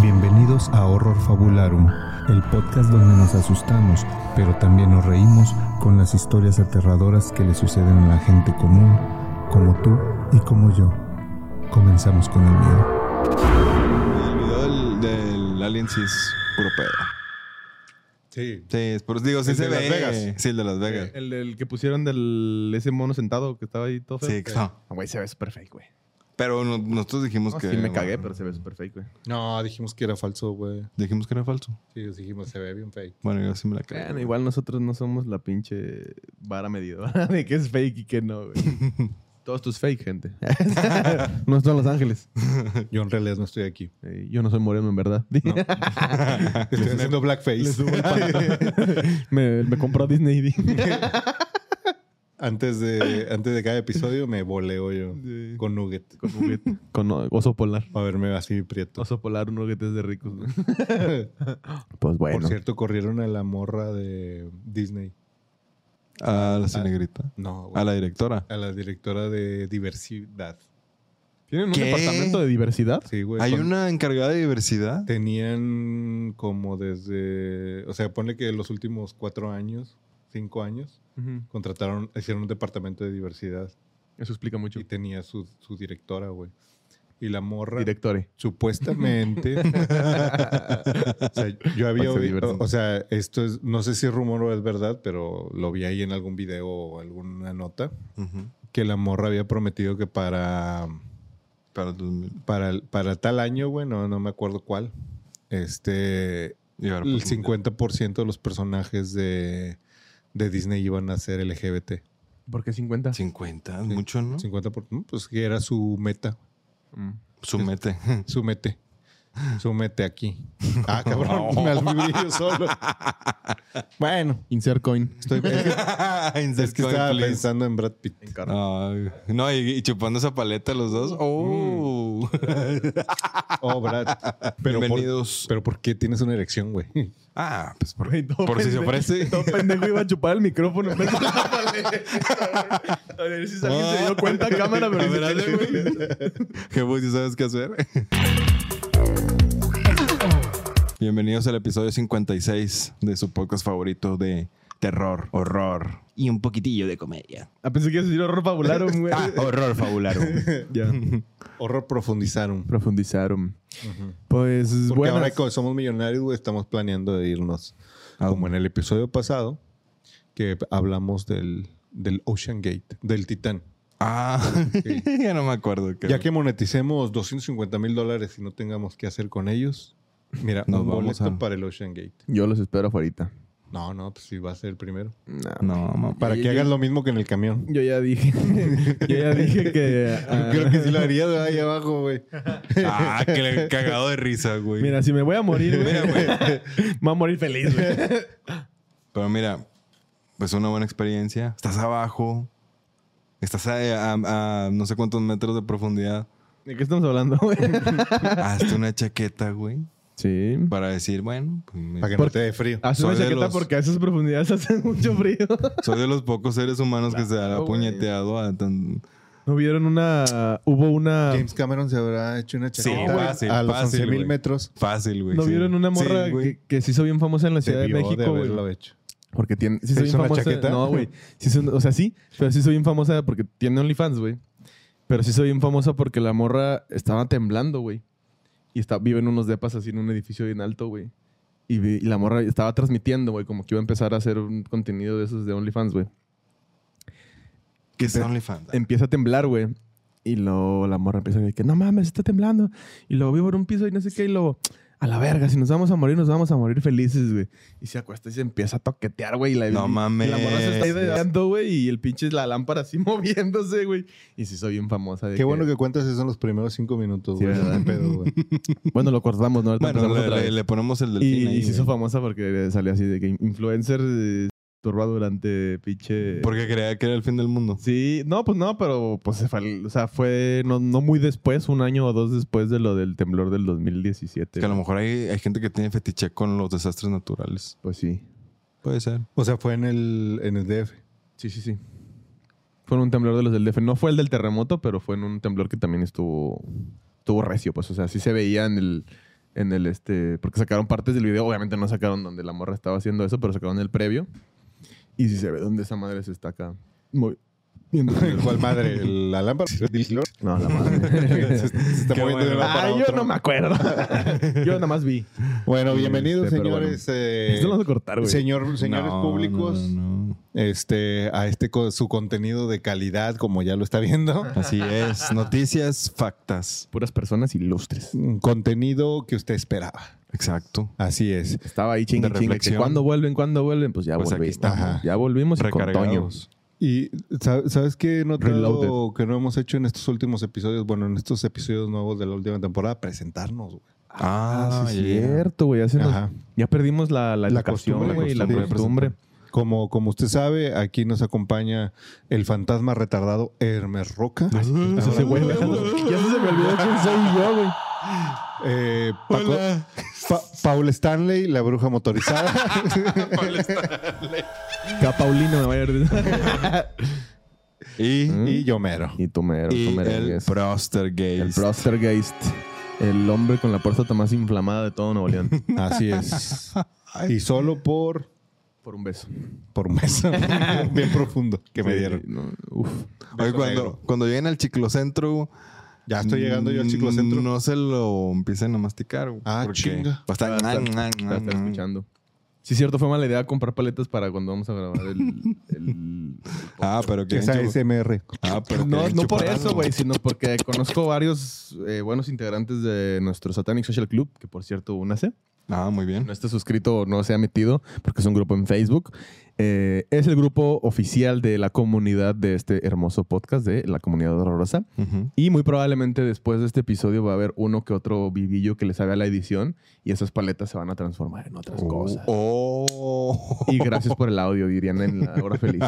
Bienvenidos a Horror Fabularum, el podcast donde nos asustamos, pero también nos reímos con las historias aterradoras que le suceden a la gente común, como tú y como yo. Comenzamos con el miedo. El video del, del Alien sí es puro pedo. Sí. Sí, es puro. Digo, sí El se de ve. Las Vegas. Sí, el de Las Vegas. Eh, El, del que pusieron del ese mono sentado que estaba ahí todo feo. Sí, claro. Güey, se ve súper fake, güey. Pero no- nosotros dijimos No, que. sí me cagué, pero se ve súper fake, güey. No, dijimos que era falso, güey. Dijimos que era falso. Sí, dijimos, se ve bien fake. Bueno, yo sí me la cagué. Eh, Bueno, igual nosotros no somos la pinche vara medidora de qué es fake y qué no, güey. Todo esto es fake, gente. no estoy en Los Ángeles. Yo en realidad no estoy aquí. Eh, yo no soy moreno, en verdad. Estoy haciendo Le blackface. subo el pan. me, me compró Disney. Antes de, antes de cada episodio me voleo yo Sí. con nugget. con, nugget- con o- oso polar. Para verme así prieto. Oso polar, un nugget es de ricos. güey. Pues Por bueno. cierto, corrieron a la morra de Disney. A la cinegrita. No, A la directora. A la directora de diversidad. ¿Tienen un ¿Qué? departamento de diversidad? Sí, güey. Hay Pues con- una encargada de diversidad. Tenían como desde, o sea, ponle que los últimos cuatro años, cinco años, contrataron, hicieron un departamento de diversidad Eso explica mucho. y tenía su, su directora, güey. Y la morra, Directore. supuestamente, o sea, yo había Para que se oído, diviertan. o sea, esto es, no sé si es rumor o es verdad, pero lo vi ahí en algún video o alguna nota, Ujú. que la morra había prometido que para Para 2000. para, el- para tal año, güey, no, no me acuerdo cuál. Este, Y ahora, el pues, 50% de los personajes de, de Disney iban a ser LGBT. ¿Por qué 50? 50, es mucho, ¿no? 50%, pues que era su meta. Mm. Sumete. Súmete. Súmete aquí. Ah, cabrón, me alburí yo solo. Bueno, Insert coin. estoy, es que, es Insert que coin, estaba please. pensando en Brad Pitt. Ay, No, y, y chupando esa paleta los Mm. dos. Oh. Oh, Brad. Pero por- Bienvenidos. pero ¿por qué tienes una erección, güey? Ah, pues por, por si se ofrece. Todo pendejo iba a chupar el micrófono. en vez de la paleta, güey. A ver si alguien se dio cuenta en cámara, pero Ah. A ver, dice hazle, que- güey. Que vos ya sabes qué hacer. Bienvenidos al episodio 56 de su podcast favorito de terror, horror y un poquitillo de comedia. Ah, pensé que ibas a decir horror fabularum, güey. Ah, horror fabularum. ya. Horror profundizaron. Profundizaron. Pues Porque bueno. ahora que somos millonarios, güey, estamos planeando de irnos. ¿A Como dónde? en el episodio pasado, que hablamos del, del Ocean Gate, del Titán. Ah, ya no me acuerdo. qué- Ya que moneticemos 250 mil dólares y no tengamos qué hacer con ellos, mira, Nos un vamos boleto a- para el Ocean Gate. Yo los espero afuera. No, no, pues sí, va a ser el primero. No, mamá. Para Yo- que yo- hagas lo mismo que en el camión. Yo ya dije. yo ya dije que. ah, Creo que sí lo harías ¿verdad? ahí abajo, güey. Ah, que le he cagado de risa, güey. Mira, si me voy a morir, güey. Mira, güey. me voy a morir feliz, güey. Pero mira, pues una buena experiencia. Estás abajo. Estás a, a- a no sé cuántos metros de profundidad. ¿De qué estamos hablando, güey? Hazte una chaqueta, güey. Sí. Para decir, bueno, pues, me- Para que no te Porque- dé frío. Haz Soy una de chaqueta los- porque a esas profundidades hace mucho frío. Soy de los pocos seres humanos que se ha Claro, puñeteado a tan... ¿No vieron una. Hubo una. James Cameron se habrá hecho una Sí, chaqueta fácil, a los fácil, 11 mil güey. metros. Fácil, güey. ¿No sí. vieron una morra Sí, güey. que, que se hizo bien famosa en la Ciudad de Debió México, güey? haberlo hecho. Porque tiene. Sí, ¿Se soy bien hizo una famosa. chaqueta? No, güey. Sí hizo- o sea, sí, pero sí soy bien famosa porque tiene OnlyFans, güey. Pero sí soy bien famosa porque la morra estaba temblando, güey. Y está, vive en unos depas así en un edificio bien alto, güey. Y, vi- y la morra estaba transmitiendo, güey, como que iba a empezar a hacer un contenido de esos de OnlyFans, güey. Que ah. es OnlyFans. Empieza a temblar, güey. Y luego la morra empieza a decir que no mames, está temblando. Y luego vivo en un piso y no sé qué. Y luego, a la verga, si nos vamos a morir, nos vamos a morir felices, güey. Y se acuesta y se empieza a toquetear, güey. Y la, No y- mames. Y la morra se está ideando, güey. Y el pinche es la lámpara así moviéndose, güey. Y sí, soy bien famosa. de Qué bueno que cuentas eso en los primeros cinco minutos, Sí, güey. ¿verdad? No hay pedo, güey. Bueno, lo cortamos, ¿no? Ahorita Bueno, empezamos le, otra le- vez. le ponemos el del y, y se hizo famosa porque salió así de que influencer eh, turba durante pinche. Porque creía que era el fin del mundo. Sí, no, pues no, pero pues se fue, al- o sea, fue no, no muy después, un año o dos después de lo del temblor del 2017. Que a lo mejor hay, hay gente que tiene fetiche con los desastres naturales. Pues sí. Puede ser. O sea, fue en el, en el DF. Sí, sí, sí. Fue en un temblor de los del DF. No fue el del terremoto, pero fue en un temblor que también estuvo, estuvo recio, pues, o sea, sí se veía en el, en el este, porque sacaron partes del video, obviamente no sacaron donde la morra estaba haciendo eso, pero sacaron el previo. Y si se ve donde esa madre se está acá. Muy ¿Cuál madre? ¿La lámpara? No, la madre. Se, se está Qué moviendo bueno. de un lado para Ah, yo otro. no me acuerdo. yo nada más vi. Bueno, bienvenidos, Este, pero señores. eh, Esto lo vamos a cortar, güey. señor, señores No, públicos, no, no. este, a este co- su contenido de calidad, como ya lo está viendo. Así es. Noticias, factas. Puras personas ilustres. Un contenido que usted esperaba. Exacto. Así es. Estaba ahí chingue, De chingue. que reflexión. ¿Cuándo vuelven? ¿Cuándo vuelven? Pues ya Pues aquí volvimos. estamos. Ajá. Ya volvimos y con Toño. Recargados. Y sa- sabes qué he notado Reloaded. que no hemos hecho en estos últimos episodios, bueno, en estos episodios nuevos de la última temporada, presentarnos. güey. Ah, sí, ya, ya. cierto, güey. Ya, se nos- Ajá. ya perdimos la, la, La educación, costumbre, güey, y la costumbre. costumbre. Como, como usted sabe, aquí nos acompaña el fantasma retardado Hermes Roca, Pues ese güey, ya se me olvidó quién soy yo, güey. eh, Paco- Pa- Paul Stanley, la bruja motorizada, Acá Paulino me va a ir. Y, y Yomero. Y Tomero, y Tomero. el yes. Proster Gay. El Prostergeist. El hombre con la próstata más inflamada de todo Nuevo León. Así es. Y solo por, Por un beso. por un beso bien profundo que me Sí, dieron. no, uf. Oye, Beso cuando, negro. cuando lleguen al chiclocentro. Ya estoy llegando yo al chiclocentro. No se lo empiecen a masticar. güey, Ah, porque chinga. Va a estar. Ah, Para estar escuchando. Sí, cierto, fue mala idea comprar paletas para cuando vamos a grabar el. el- Ah, pero que. Esa SMR. Ah, pero No, que- no por eso, güey, sino porque conozco varios eh, buenos integrantes de nuestro Satanic Social Club, que por cierto, únase. Ah, muy bien. no esté suscrito o no se ha metido, porque es un grupo en Facebook, eh, es el grupo oficial de la comunidad de este hermoso podcast de la comunidad horrorosa. Ujú. Y muy probablemente después de este episodio va a haber uno que otro vivillo que le sabe a la edición y esas paletas se van a transformar en otras cosas. Oh. Y gracias por el audio, dirían en la hora feliz.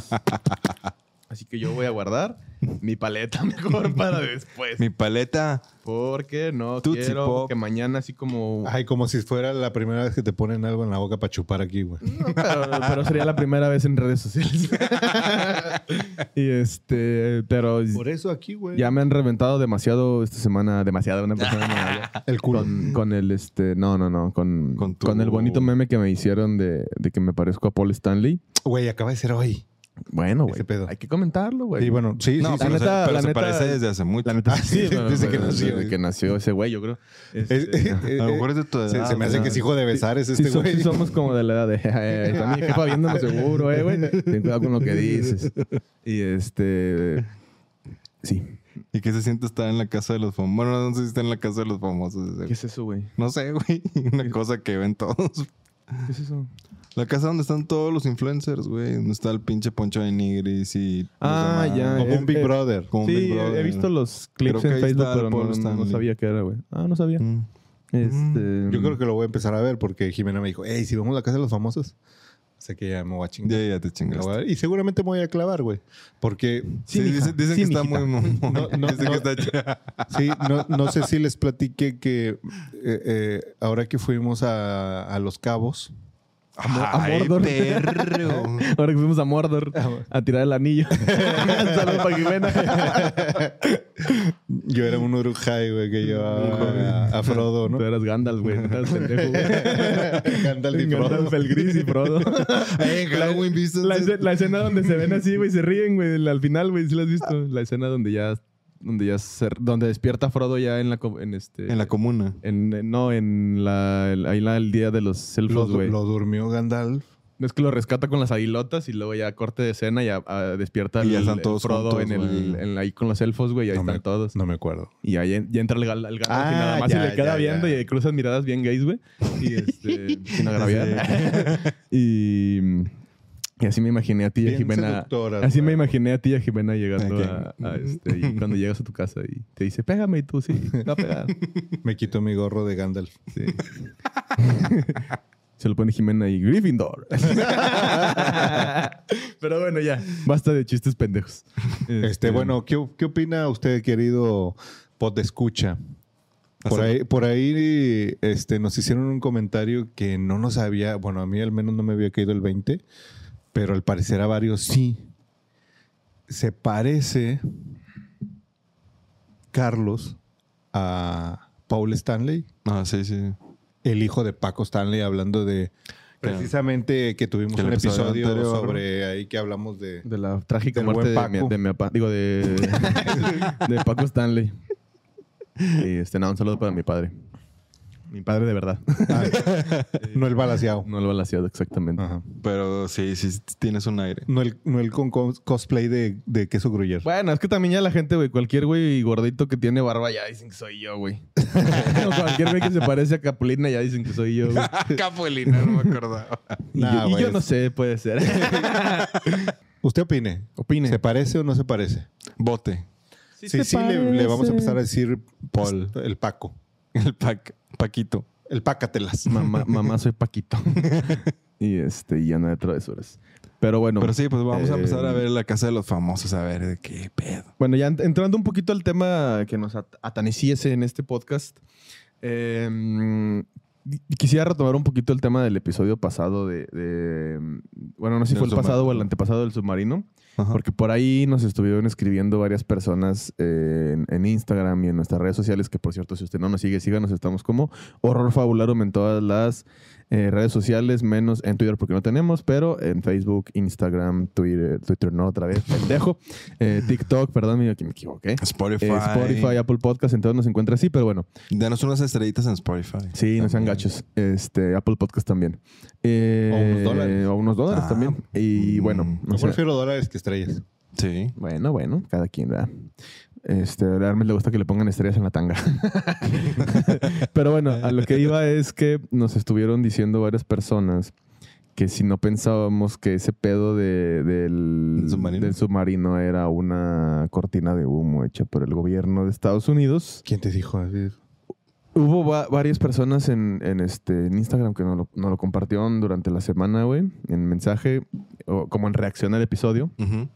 Así que yo voy a guardar mi paleta mejor para después. Mi paleta. Porque no Tootsie quiero Pop. que mañana así como... Ay, como si fuera la primera vez que te ponen algo en la boca para chupar aquí, güey. Mm. pero, pero sería la primera vez en redes sociales. y este, pero Por eso aquí, güey. ya me han reventado demasiado esta semana, demasiado una persona nueva. El culo. Con, con el este, no, no, no, con, Con con, tu- el bonito meme que me hicieron de, de que me parezco a Paul Stanley. Güey, acaba de ser hoy. Bueno, güey. Ese pedo. Hay que comentarlo, güey. Y bueno, sí, No, sí, la pero, se, neta- pero la se neta- parece desde hace mucho. Ah, La neta sí, Sí, bueno, desde que pues, pero nació. desde que nació ese güey, yo creo. sí. Es- Este, eh, a lo eh, mejor es de tu edad. se, se me o hace sea, que es hijo de besar, es este sí, so- güey. sí somos como de la edad de... "Eh, Está mi jefa viéndonos seguro, eh, güey. Ten cuidado con lo que dices. Y este... Sí. ¿Y qué se siente estar en la casa de los famosos? Bueno, no sé si está en la casa de los famosos. ese güey. ¿Qué es eso, güey? No sé, güey. Una cosa que ven todos. ¿Qué es eso? La casa donde están todos los influencers, güey. Donde está el pinche Poncho de Nigris y. los Ah, demás. ya, Como un Big Eh, eh, Brother. Como un Sí, Big Brother. he visto los clips Creo que en ahí Facebook, está pero el Paul no- no, Stanley. sabía qué era, güey. Ah, no sabía. Mm. Este, Yo creo que lo voy a empezar a ver porque Jimena me dijo, hey, si vamos a la casa de los famosos. Sé que ya me voy a chingar. Ya, ya te Me chingaste. voy a- Y seguramente me voy a clavar, güey. Porque Sí, Sí, dicen, mija. dicen Sí, que está mijita. muy mamón. No, no, dicen no. que está Sí, no, no sé si les platiqué que eh, eh, ahora que fuimos a, a Los Cabos, a Ay, Mordor. perro. Ahora que fuimos a Mordor a tirar el anillo. Saludos para Jimena. yo era un urujay, güey, que llevaba a, a Frodo, ¿no? Tú eras Gandalf, güey. Tú eras pendejo, güey. Gandalf y Gandalf Frodo. el gris y Frodo. Eh, Halloween, ¿viste? La, esce- la escena donde se ven así, güey, se ríen, güey, al final, güey, ¿sí la has visto? La escena donde ya, donde ya, se- donde despierta Frodo ya en la, co- en este, En la comuna. en- en- no, en la, el- ahí la, el día de los Lo, elfos, güey. lo durmió Gandalf. Es que lo rescata con las aguilotas y luego ya corte de escena y ya ah, despierta Y el, ya están el todos Frodo juntos, en el, güey. en la- ahí con los elfos, güey, y ahí No me- están todos. No me acuerdo. Y ahí en- ya entra el, gal- el Gandalf y Ah, nada más ya, se le queda ya, viendo ya. y cruzan miradas bien gays, güey. Y este, sin agraviar. y, y así me imaginé a ti y a Bien Jimena. seductoras, Así me güey. imaginé a ti y a Jimena llegando Ok. a, a este, y cuando llegas a tu casa y te dice, pégame y tú sí, va a pegar. Me quitó mi gorro de Gandalf. Sí. Se lo pone Jimena y Gryffindor. Pero bueno, ya. Basta de chistes pendejos. Este, bueno, ¿qué, qué opina usted, querido pod escucha? Por Hasta- ahí, por ahí este, nos hicieron un comentario que no nos había, bueno, a mí al menos no me había caído el 20, pero al parecer a varios sí. Se parece Carlos a Paul Stanley Ah, sí, sí. el hijo de Paco Stanley hablando de precisamente que tuvimos que el un episodio episodio anterior. sobre ahí que hablamos de De la trágica Del muerte buen de mi, Paco. de mi papá. Digo, de, de Paco Stanley. Y este, nada, un saludo para mi padre. Mi padre de verdad. Ah, no el balaseado. No lo balaseado exactamente. Ajá. Pero sí, sí tienes un aire. No el, no el con cos- cosplay de, de queso gruyer. Bueno, es que también ya la gente, güey, cualquier güey gordito que tiene barba ya dicen que soy yo, güey. O cualquier güey que se parece a Capulina ya dicen que soy yo, güey. Capulina, no me acordaba. Y, Nah, yo, y güey, yo no es- sé, puede ser. ¿Usted opine? Opine. ¿Se parece o no se parece? Bote. Sí, sí, le, le vamos a empezar a decir Paul, el Paco, El pac, Paquito. el Pácatelas. Mamá, mamá, soy Paquito. y este, y anda de travesuras. Pero bueno. Pero sí, pues vamos a empezar a Eh, ver la casa de los famosos, a ver de qué pedo. Bueno, ya ent- entrando un poquito al tema que nos at- ataneciese en este podcast, eh, mm, qu- quisiera retomar un poquito el tema del episodio pasado de... de, mm, bueno, no sé si Del fue el pasado submarino. o el antepasado del submarino, Ajá. porque por ahí nos estuvieron escribiendo varias personas eh, en, en Instagram y en nuestras redes sociales, que por cierto, si usted no nos sigue, síganos, estamos como Horror Fabularum en todas las eh, redes sociales, menos en Twitter porque no tenemos, pero en Facebook, Instagram, Twitter, Twitter no otra vez, pendejo. Eh, TikTok, perdón, mira que me equivoqué. Spotify. Eh, Spotify, Apple Podcast, entonces nos encuentra así, pero bueno, Danos unas estrellitas en Spotify. sí, no sean También. gachos. Este, Apple Podcast también. Eh, O unos dólares. o unos dólares Ah, también. Y mm, bueno, Yo o sea, prefiero dólares que estrellas. Sí. bueno, bueno, cada quien, ¿verdad? Este, a Hermes le gusta que le pongan estrellas en la tanga. Pero bueno, a lo que iba es que nos estuvieron diciendo varias personas que si no pensábamos que ese pedo de- del, ¿Del submarino? del submarino era una cortina de humo hecha por el gobierno de Estados Unidos. ¿Quién te dijo? así? Hubo va- varias personas en, en este, en Instagram que nos lo, nos lo compartieron durante la semana, güey, en mensaje, o como en reacción al episodio. Ujú.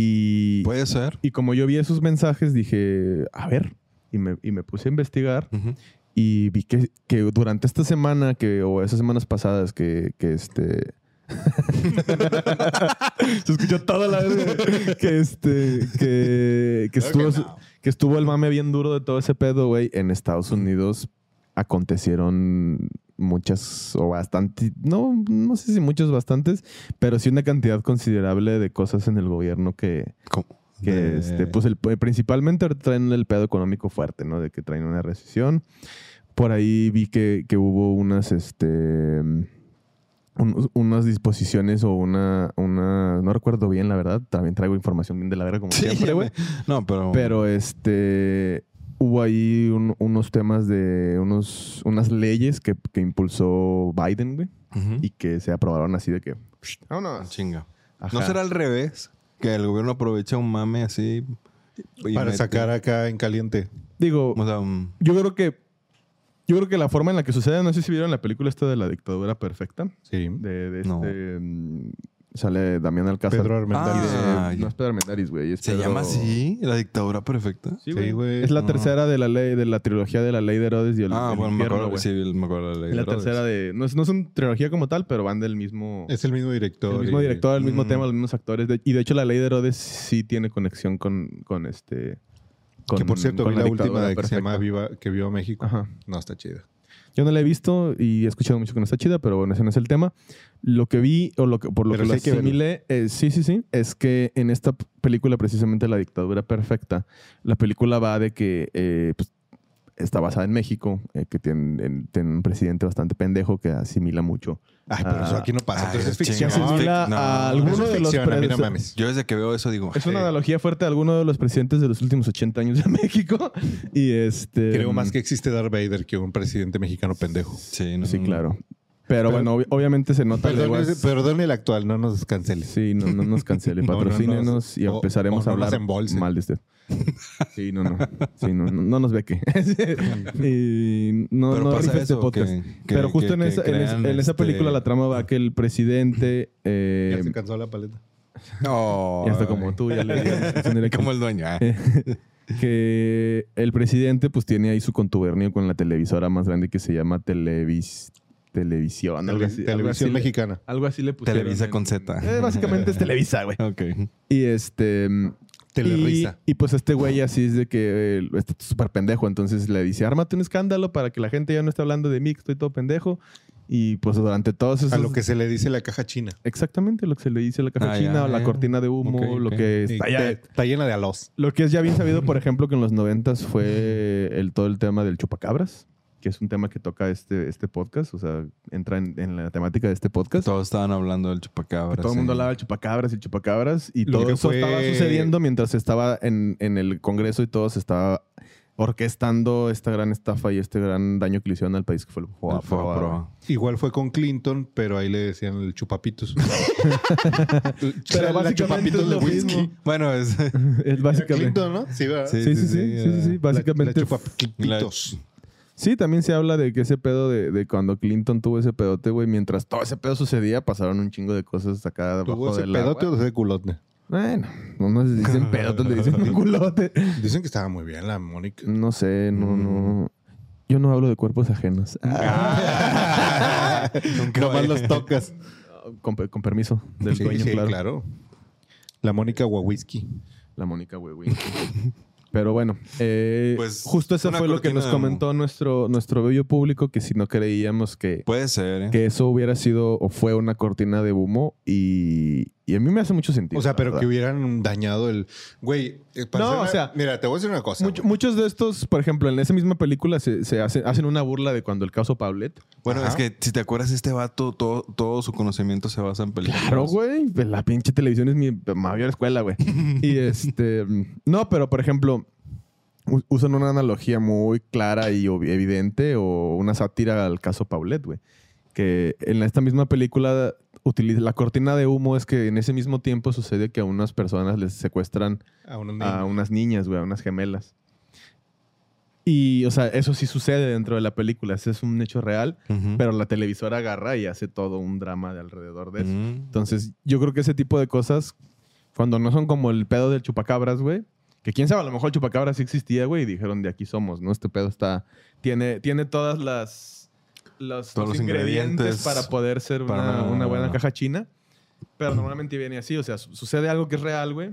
Y, Puede ser. y como yo vi esos mensajes, dije, a ver, y me, y me puse a investigar Ujú. y vi que, que durante esta semana que, o esas semanas pasadas que, que este... Se escuchó toda la vez que este que, que estuvo que estuvo el mame bien duro de todo ese pedo, güey. En Estados Unidos acontecieron muchas o bastante, no, no sé si muchos, bastantes, pero sí una cantidad considerable de cosas en el gobierno que, ¿Cómo? que De- este, pues el, principalmente ahorita traen el pedo económico fuerte, ¿no? De que traen una recesión. Por ahí vi que, que hubo unas, este, un- unas disposiciones o una, una, no recuerdo bien, la verdad. También traigo información bien de la verga como Sí, siempre, ya güey. me- No, pero. Pero este hubo ahí un- unos temas de unos, unas leyes que, que impulsó Biden, güey, Ujú. Ah, y que se aprobaron así de que. Vámonos. Chinga. Ajá. ¿No será al revés? Que el gobierno aprovecha un mame así. y Para mete- sacar acá en caliente. Digo, O sea, mm, yo creo que. Yo creo que la forma en la que sucede, no sé si vieron la película esta de la dictadura perfecta, Sí. de, de No. este. mm, Sale Damián Alcázar. Pedro Armendáriz. Ah, Eh, ya. no es Pedro Armendáriz, güey. es ¿Se Pedro- llama así? ¿La dictadura perfecta? Sí, güey. Sí, güey. es la No. tercera de la ley, de la trilogía de la ley de Herodes y el. ah, el bueno, me infierno, acuerdo. güey. Sí, me acuerdo de la ley la de Herodes. tercera de. No es, no es una trilogía como tal, pero van del mismo. Es el mismo director. el mismo y- director, el mismo Mm. tema, los mismos actores. De- y de hecho, la ley de Herodes sí tiene conexión con, con este. que por cierto, con vi la, última dictadura de que se llama perfecta. Viva, que vio a México. Ajá. No, está chida. Yo no la he visto y he escuchado mucho que no está chida, pero bueno, ese no es el tema. Lo que vi, o lo que, por lo Pero que sí lo hay que verla. asimilé, eh, sí, sí, sí, es que en esta p- película, precisamente La Dictadura Perfecta, la película va de que eh, pues, está basada en México, eh, que tiene, en- tiene un presidente bastante pendejo que asimila mucho. Ay, pero Ah. eso aquí no pasa. Ay, Entonces es ficción. chingados. Sí, sí, sí. Asimila no, a no, alguno Eso es de los ficción, a mí no predece- mames. Yo desde que veo eso digo. Es una Sí. analogía fuerte a alguno de los presidentes de los últimos 80 años de México. Y este. Creo más que existe Darth Vader que un presidente mexicano pendejo. Sí, no, Sí, no. claro. Pero, bueno, obvi- obviamente se nota. Perdón, leguas- ese- perdón el actual, no nos canceles. Sí, no, no nos cancele. No, no nos- Patrocínenos y o- empezaremos o a no nos hablar embolsen. mal de usted. Sí, no, no. Sí, no, no, no nos ve que. y no, Pero no pasa rife este eso, que- podcast. que- Pero justo que- en, que esa, en esa- crean, en esa este- película la trama va que el presidente. eh, Ya se cansó la paleta. Oh, ya está como tú, ya le Como el dueño. ah. que el presidente pues tiene ahí su contubernio con la televisora más grande que se llama Televis Televisión. algo así- algo así Televisión le- mexicana. Algo así le pusieron. Eh, Televisa en- con Z. Eh, básicamente es Televisa, güey. Ok. Y este... mm, Telerisa. Y, y pues este güey así es de que eh, está súper pendejo. Entonces le dice, ármate un escándalo para que la gente ya no esté hablando de mí, que estoy todo pendejo. Y pues durante todos esos... A lo que se le dice la caja china. Exactamente lo que se le dice a la caja Ah, china ya, o la ya. cortina de humo, Ok, lo ok. que Y está te- ya... Está llena de alos. Lo que es ya bien sabido, por ejemplo, que en los noventas fue el, todo el tema del chupacabras, que es un tema que toca este, este podcast, o sea, entra en, en la temática de este podcast. Todos estaban hablando del Que chupacabra. todo el mundo hablaba de chupacabras y chupacabras y Lo todo que eso fue- estaba sucediendo mientras estaba en, en el Congreso y todo se estaba orquestando esta gran estafa y este gran daño que le hicieron al país que fue el Fue a Fobaproa. prueba. Igual fue con Clinton, pero ahí le decían el chupapitos. Pero La- la básicamente chupapitos es de lo whisky. mismo. Bueno, es. Es Era básicamente... Clinton, ¿no? Sí, ¿verdad? Sí. Sí, sí, sí, sí, sí, era- sí, La- básicamente... la chupapitos. Sí, también se habla de que ese pedo de, de cuando Clinton tuvo ese pedote, güey, mientras todo ese pedo sucedía, pasaron un chingo de cosas acá debajo ¿Tuvo ese del agua. pedote o ese culote? Bueno, no nos dicen pedote, le dicen un culote. Dicen que estaba muy bien la Mónica. No sé, no, Mm. no. Yo no hablo de cuerpos ajenos. Ah. Nunca vaya. Nomás los tocas. Con, per- con permiso del Sí, dueño, sí, claro. claro. La Mónica Wawiski. La Mónica Huehuín. Pero bueno, eh, Pues, justo eso una fue lo que cortina nos de um, comentó nuestro, nuestro bello público, que si no creíamos que, Pues, Puede ser, ¿eh? que eso hubiera sido o fue una cortina de humo y, y a mí me hace mucho sentido. O sea, la pero que verdad. hubieran dañado el. Güey, eh, para No, hacer o una- sea, Mira, te voy a decir una cosa. Mucho- güey. muchos de estos, por ejemplo, en esa misma película se, se hacen, hacen una burla de cuando el caso Pablet. Bueno, Ajá. es que si te acuerdas, este vato, todo, todo su conocimiento se basa en películas. Claro, güey. pues La pinche televisión es mi mayor escuela, güey. y este. mm, No, pero por ejemplo, u- usan una analogía muy clara y obvi- evidente o una sátira al caso Paulette, güey. Que en esta misma película utiliza la cortina de humo es que en ese mismo tiempo sucede que a unas personas les secuestran A unos a niños. unas niñas, güey, a unas gemelas. Y, o sea, eso sí sucede dentro de la película. Ese es un hecho real, Ujú. pero pues, la televisora agarra y hace todo un drama de alrededor de eso. Mm. Entonces, yo creo que ese tipo de cosas, cuando no son como el pedo del chupacabras, güey, que quién sabe, a lo mejor el chupacabras sí existía, güey, y dijeron de aquí somos, ¿no? Este pedo está. Tiene, tiene todas las. Los, Todos los los ingredientes, ingredientes para poder ser para una, una- una buena caja china. Pero normalmente viene así, o sea, su- sucede algo que es real, güey,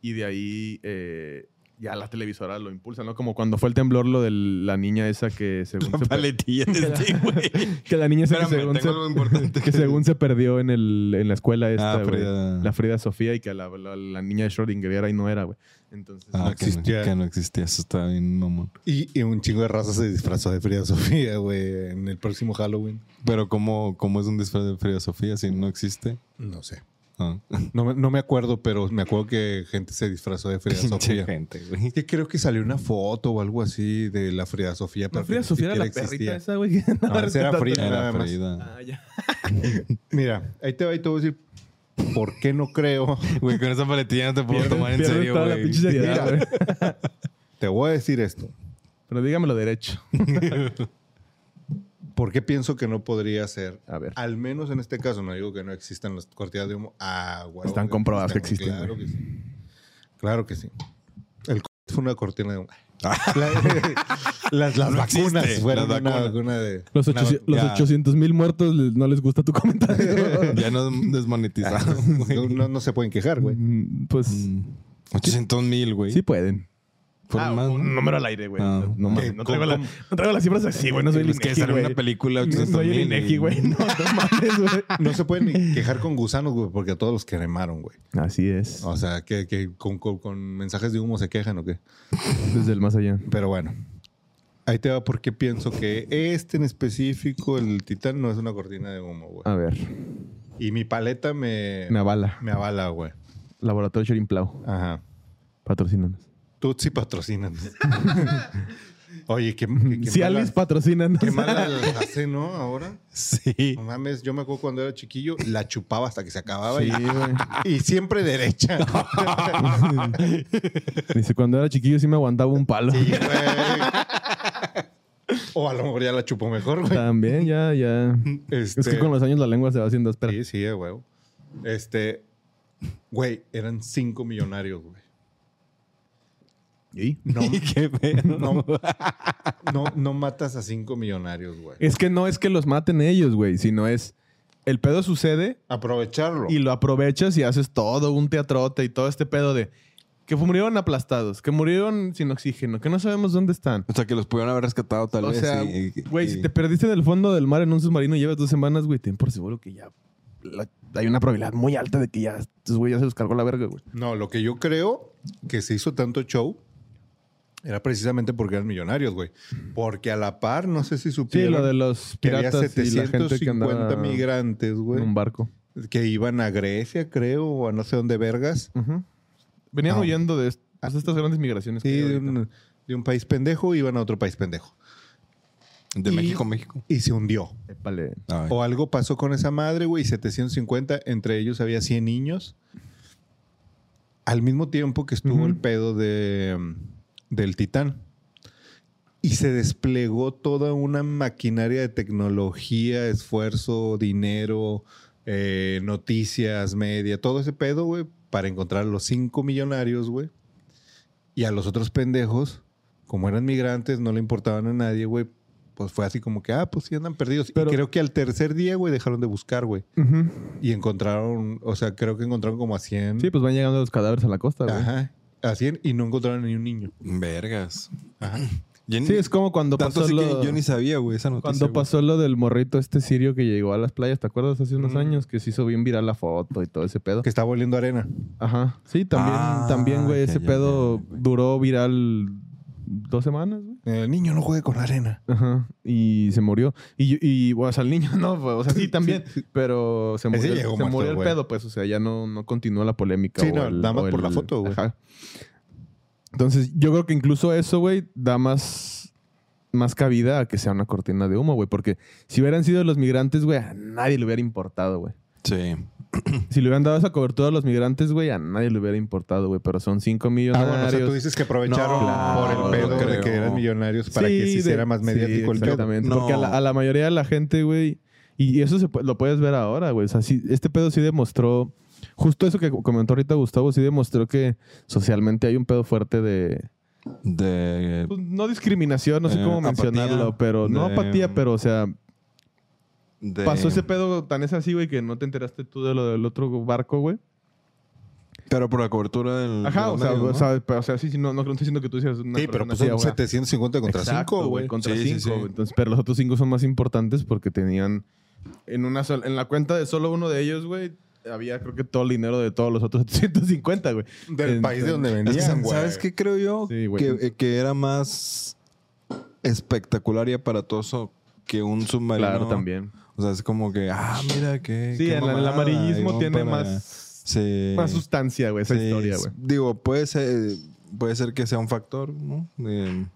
y de ahí eh, ya la televisora lo impulsa, ¿no? Como cuando fue el temblor lo de la niña esa que según se per- paletilla de este, güey. que la niña esa que Espérame, según tengo se- algo importante. que según se perdió en, el, en la escuela esta, Ah, güey. Frida. La Frida Sofía y que la, la- la niña de Schrödinger era y no era, güey. Entonces, Ah, No que, no, existía. que no existía. Eso está bien, mamón. Y, y un chingo de raza se disfrazó de Frida Sofía, güey, en el próximo Halloween. Pero, ¿cómo, cómo es un disfraz de Frida Sofía si no existe? No sé. Ah. No, me- no me acuerdo, pero me acuerdo que gente se disfrazó de Frida Pinche Sofía. gente, güey. Es que creo que salió una foto o algo así de la Frida Sofía. la pero que Frida ni Sofía era la siquiera perrita existía. esa, güey. que andaba esa era rescatando- Frida. Era Nada más. Frida. Ah, ya. Mira, ahí te va y te voy a decir por qué no creo. Güey, con esa paletilla no te puedo Pierden- tomar en pierden serio, toda la güey. pinche seriedad, Mira. güey. Te voy a decir esto. Pero dígamelo derecho. ¿Por qué pienso que no podría ser? A ver. Ah, Al menos en este caso, no digo que no existan las cortinas de humo. Ah, güey. Están comprobadas que existen, Claro güey. que sí. Claro que sí. El c- fue una cortina de humo. La- las las No vacunas existe, fueron las una vacunas. vacuna de... Los, una ocho- los ya. 800 mil muertos les- no les gusta tu comentario. Ya no desmonetizaron, vacu- güey. No, no se pueden quejar, güey. Mm, pues 800 mil, güey. sí pueden. Fueron Ah, más, ¿no? un número al aire, güey. Ah. No, mames, Pues no traigo la- no traigo las cifras así, güey. No soy el Es que Inegi, salió güey. una película de No 800 soy el mil. Inegi, güey. No, no mames, güey. No se pueden ni quejar con gusanos, güey, porque a todos los cremaron, güey. Así es. O sea, que, que con, con- con mensajes de humo se quejan o qué. Desde el más allá. Pero bueno, ahí te va porque pienso que este en específico, el titán, no es una cortina de humo, güey. A ver. Y mi paleta me, Ah. Me avala. me avala, güey. Laboratorio Chorimplau. Ajá. Patrocínanos. Tutsi patrocinan. Oye, qué, qué, qué Si mala- Alice patrocinan. qué mala las hace, ¿no? Ahora. Sí. No mames, yo me acuerdo cuando era chiquillo, la chupaba hasta que se acababa Sí, y- güey. y, siempre derecha. Dice, cuando era chiquillo sí me aguantaba un palo. Sí, güey. O a lo mejor ya la chupó mejor, güey. También, ya, ya. Este, Es que con los años la lengua se va haciendo espera. Sí, sí, eh, güey. Este, güey, eran cinco millonarios, güey. ¿Y? No, Qué pedo. no, no, no matas a cinco millonarios, güey. Es que no es que los maten ellos, güey, sino es... El pedo sucede Aprovecharlo. y lo aprovechas y haces todo un teatrote y todo este pedo de... Que murieron aplastados, que murieron sin oxígeno, que no sabemos dónde están. O sea, que los pudieron haber rescatado tal O vez. sea, y- y- güey, y- si te perdiste en el fondo del mar en un submarino y llevas dos semanas, güey, ten por seguro que ya la- hay una probabilidad muy alta de que ya estos güey ya se los cargó la verga, güey. No, lo que yo creo que se hizo tanto show era precisamente porque eran millonarios, güey. Porque a la par, no sé si Sí, supieron lo de los que había piratas y la 750 gente que andaba migrantes, en güey, un barco. que iban a Grecia, creo, o a no sé dónde vergas. Ujú. Venían Ah. huyendo de, est- pues, estas grandes migraciones. que Sí, hay de ahorita. un, de un país pendejo iban a otro país pendejo. de y- Oh. México a México. Y se hundió. Épale. Ay. O algo pasó con esa madre, güey. 750, entre ellos había 100 niños. Al mismo tiempo que estuvo Ujú. el pedo de, mm, del Titán. Y se desplegó toda una maquinaria de tecnología, esfuerzo, dinero, eh, noticias, media, todo ese pedo, güey, para encontrar a los cinco millonarios, güey. Y a los otros pendejos, como eran migrantes, no le importaban a nadie, güey. Pues fue así como que, ah, pues sí andan perdidos. Pero- y creo que al tercer día, güey, dejaron de buscar, güey. Ujú. Y encontraron, o sea, creo que encontraron como a 100. Sí, pues van llegando los cadáveres a la costa, güey. Ajá. A 100 y no encontraron ni un niño. Vergas. Ajá. Yo ni- Sí, es como cuando tanto pasó así lo... que yo ni sabía, güey, esa noticia. Cuando güey. pasó lo del morrito este sirio que llegó a las playas, ¿te acuerdas? Hace unos Mm. años que se hizo bien viral la foto y todo ese pedo. Que estaba oliendo arena. Ajá. Sí, también, Ah, también, güey, ya, ese ya, pedo ya, güey. duró viral dos semanas, güey. El niño no juegue con arena. Ajá. Y se murió. Y, yo- y bueno, o sea, el niño no, fue- o sea, sí también, pero se Ese murió, llegó se muerto, murió el güey. pedo, pues, o sea, ya no, no continuó la polémica. Sí, o no, el- nada más o por el- la foto, güey. Ajá. Entonces, yo creo que incluso eso, güey, da más, más cabida a que sea una cortina de humo, güey, porque si hubieran sido los migrantes, güey, a nadie le hubiera importado, güey. Sí. Mm. Si le hubieran dado esa cobertura a los migrantes, güey, a nadie le hubiera importado, güey, pero son 5 Ah, millonarios. bueno, o sea, tú dices que aprovecharon No, claro, por el pedo no de que creo. eran millonarios para Sí, que se de- hiciera más sí, mediático el pedo. Exactamente. No. Porque a la, a la mayoría de la gente, güey. Y eso se pu- lo puedes ver ahora, güey. O sea, sí, este pedo sí demostró. Justo eso que comentó ahorita Gustavo, sí demostró que socialmente hay un pedo fuerte de. De. pues, no discriminación, no sé Eh, cómo apatía, mencionarlo, pero. No de- apatía, pero, o sea, de- pasó ese pedo tan es así, güey, que no te enteraste tú de lo del otro barco, güey. Pero por la cobertura del. Mm, de Ajá, los o sea, medios, o ¿no? sea, pero, o sea, sí, sí, no, no estoy diciendo que tú seas una Sí, pero persona pues así, son ahora. 750 contra Exacto, 5, güey. Contra Sí, sí, cinco. sí. güey. Entonces, pero los otros cinco son más importantes porque tenían en una sola- en la cuenta de solo uno de ellos, güey, había creo que todo el dinero de todos los otros 750, güey. Del país de donde Es que, vendían, güey. ¿Sabes qué creo yo? Sí, güey. que, eh, que era más espectacular y aparatoso que un submarino. Claro, también. O sea, es como que, ah, mira que. Sí, el, el amarillismo tiene más Sí. más sustancia, güey, esa Sí, historia, es- güey. Digo, puede ser, puede ser que sea un factor, ¿no? Eh,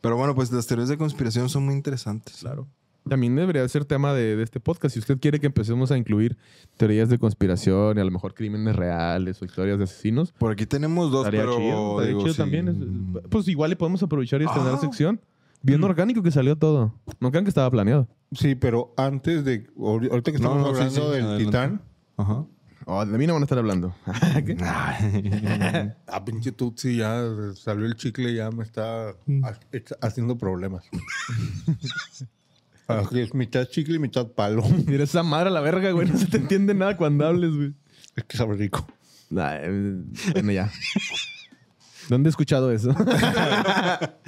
pero bueno, pues las teorías de conspiración son muy interesantes. Claro. También debería ser tema de, de este podcast. Si usted quiere que empecemos a incluir teorías de conspiración y a lo mejor crímenes reales o historias de asesinos, Por aquí tenemos dos, Estaría pero. chido, estaría digo, chido sí. también. Es- Pues igual le podemos aprovechar y estrenar Ah. sección. Bien orgánico que salió todo. No crean que estaba planeado. Sí, pero antes de. ahor- Ahorita que No, estamos no, sí, hablando sí, del adelante. Titán. Ajá. Oh, de mí no van a estar hablando. ¿Qué? Ah, pinche Tutsi, ya salió el chicle, ya me está Mm. ha- está haciendo problemas. Así es mitad chicle y mitad palo. Mira esa madre a la verga, güey. No se te entiende nada cuando hables, güey. Es que sabe rico. Nah, eh, bueno, ya. ¿Dónde he escuchado eso?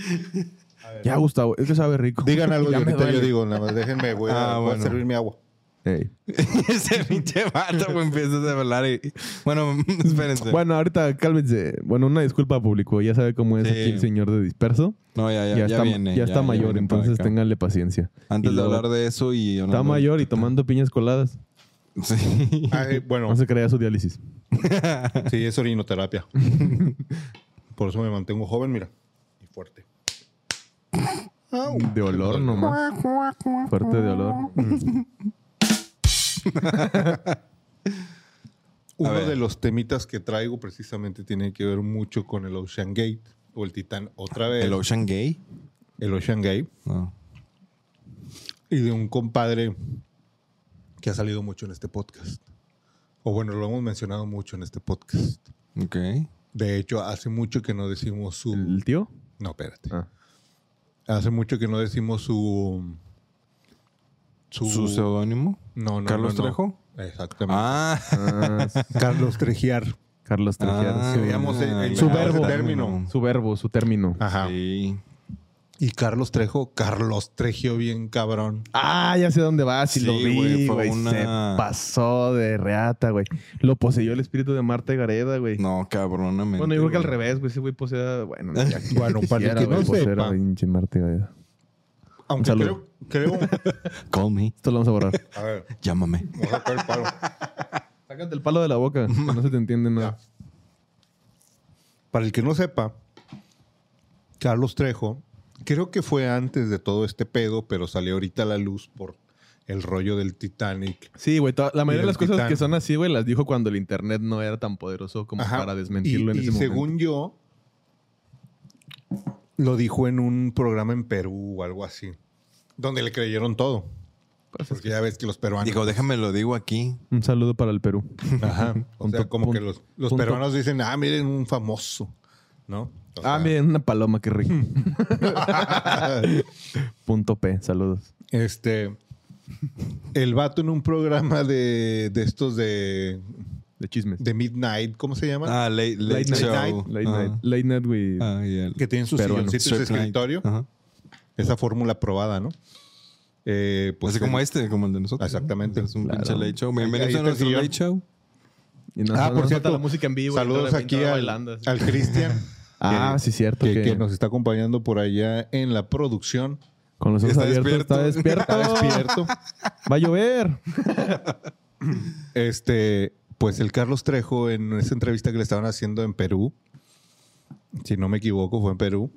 ya, Gustavo, es que sabe rico. Digan algo y Ya me ahorita yo duele. digo, nada más déjenme, voy, a, Ah, voy a bueno. servir mi agua. Ey. Ese pinche vato, güey, empiezas a hablar y... Bueno, espérense. Bueno, ahorita cálmense. Bueno, una disculpa, público. Ya sabe cómo es Sí. aquí el señor de disperso. no, ya, ya, Ya, ya, está, viene. ya está mayor, viene para entonces acá. ténganle paciencia. Antes Y de luego, hablar de eso y... Está mayor y tomando piñas coladas. Sí. Ay, bueno, No se crea su diálisis. sí, es orinoterapia. Por eso me mantengo joven, mira. Y fuerte. De olor nomás. Fuerte de olor. Uno ver. de los temitas que traigo precisamente tiene que ver mucho con el Ocean Gate o el Titán otra vez. ¿El Ocean Gay? Ah, el Ocean Gate. No. y de un compadre que ha salido mucho en este podcast. O bueno, lo hemos mencionado mucho en este podcast. Ok. De hecho, hace mucho que no decimos su... ¿El tío? No, espérate. Ah. Hace mucho que no decimos su... Su... ¿Su seudónimo? No, no, ¿Carlos no, no. Trejo? Exactamente. Ah, Ah, Carlos Trejiar. Carlos Trejeras. Ah, Que digamos el, el- Su el verbo. término. Su verbo, su término. Ajá. Sí. Y Carlos Trejo, Carlos Trejo bien cabrón. Ah, ya sé dónde vas. Si Sí, lo vi, güey, fue güey. una- Se pasó de reata, güey. Lo poseyó el espíritu de Marta Gareda, güey. No, cabronamente. bueno, yo creo que al güey. revés, güey. Ese güey posea. Bueno, no, ya Bueno, para el quisiera, que güey, no poseer a sepa. pinche Marta Gareda. Aunque Un creo, saludo. creo. Call me. Esto lo vamos a borrar. A ver, Llámame. vamos a sacar el palo. Sácate el palo de la boca. que no se te entiende nada. Para el que no sepa, Carlos Trejo, creo que fue antes de todo este pedo, pero salió ahorita a la luz por el rollo del Titanic. Sí, güey. toda- La mayoría el de las cosas titán. que son así, güey, las dijo cuando el internet no era tan poderoso como Ajá. para desmentirlo y, en y ese momento. según yo, lo dijo en un programa en Perú o algo así, donde le creyeron todo. Pues es Porque ya ves que los peruanos. Digo, déjame lo digo aquí. Un saludo para el Perú. Ajá. O sea, Punto- como que los, punto- los punto- peruanos dicen, ah, miren, un famoso. ¿No? O sea, Ah, miren, una paloma, qué rico. Punto P, saludos. Este. El vato en un programa de, de estos de, De chismes. de Midnight, ¿cómo se llama? Ah, late, late, Late night. show. Late Ajá. night. Late night, güey. Ah, y el- que tienen sus Peruano. silloncitos de Strip night. escritorio. Ajá. Esa fórmula probada, ¿no? Eh, pues Así el- como este, como el de nosotros. Exactamente. Es un Claro. pinche late show. Ahí Bienvenidos está a nuestro el sillón. late show. Y nos- Ah, nos por falta cierto. la música en vivo. y Saludos todo, y aquí todo al, bailando, así. al Cristian, Ah, que- sí, cierto. que, que- que nos está acompañando por allá en la producción. Con los ojos Está abiertos. Está despierto. despierto. Está despierto. Va a llover. Este, pues el Carlos Trejo, en esa entrevista que le estaban haciendo en Perú, si no me equivoco, fue en Perú,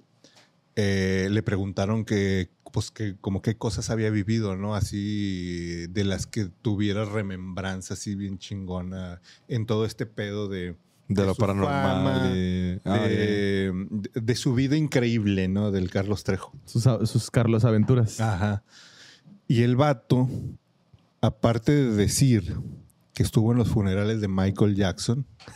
eh, le preguntaron que, pues, que como qué cosas había vivido, ¿no? Así de las que tuviera remembranza así bien chingona en todo este pedo de... De lo su fama, paranormal. y- Ah, de, de- de su vida increíble, ¿no? Del Carlos Trejo. Sus, sus Carlos Aventuras. Ajá. Y el vato, aparte de decir que estuvo en los funerales de Michael Jackson, ya.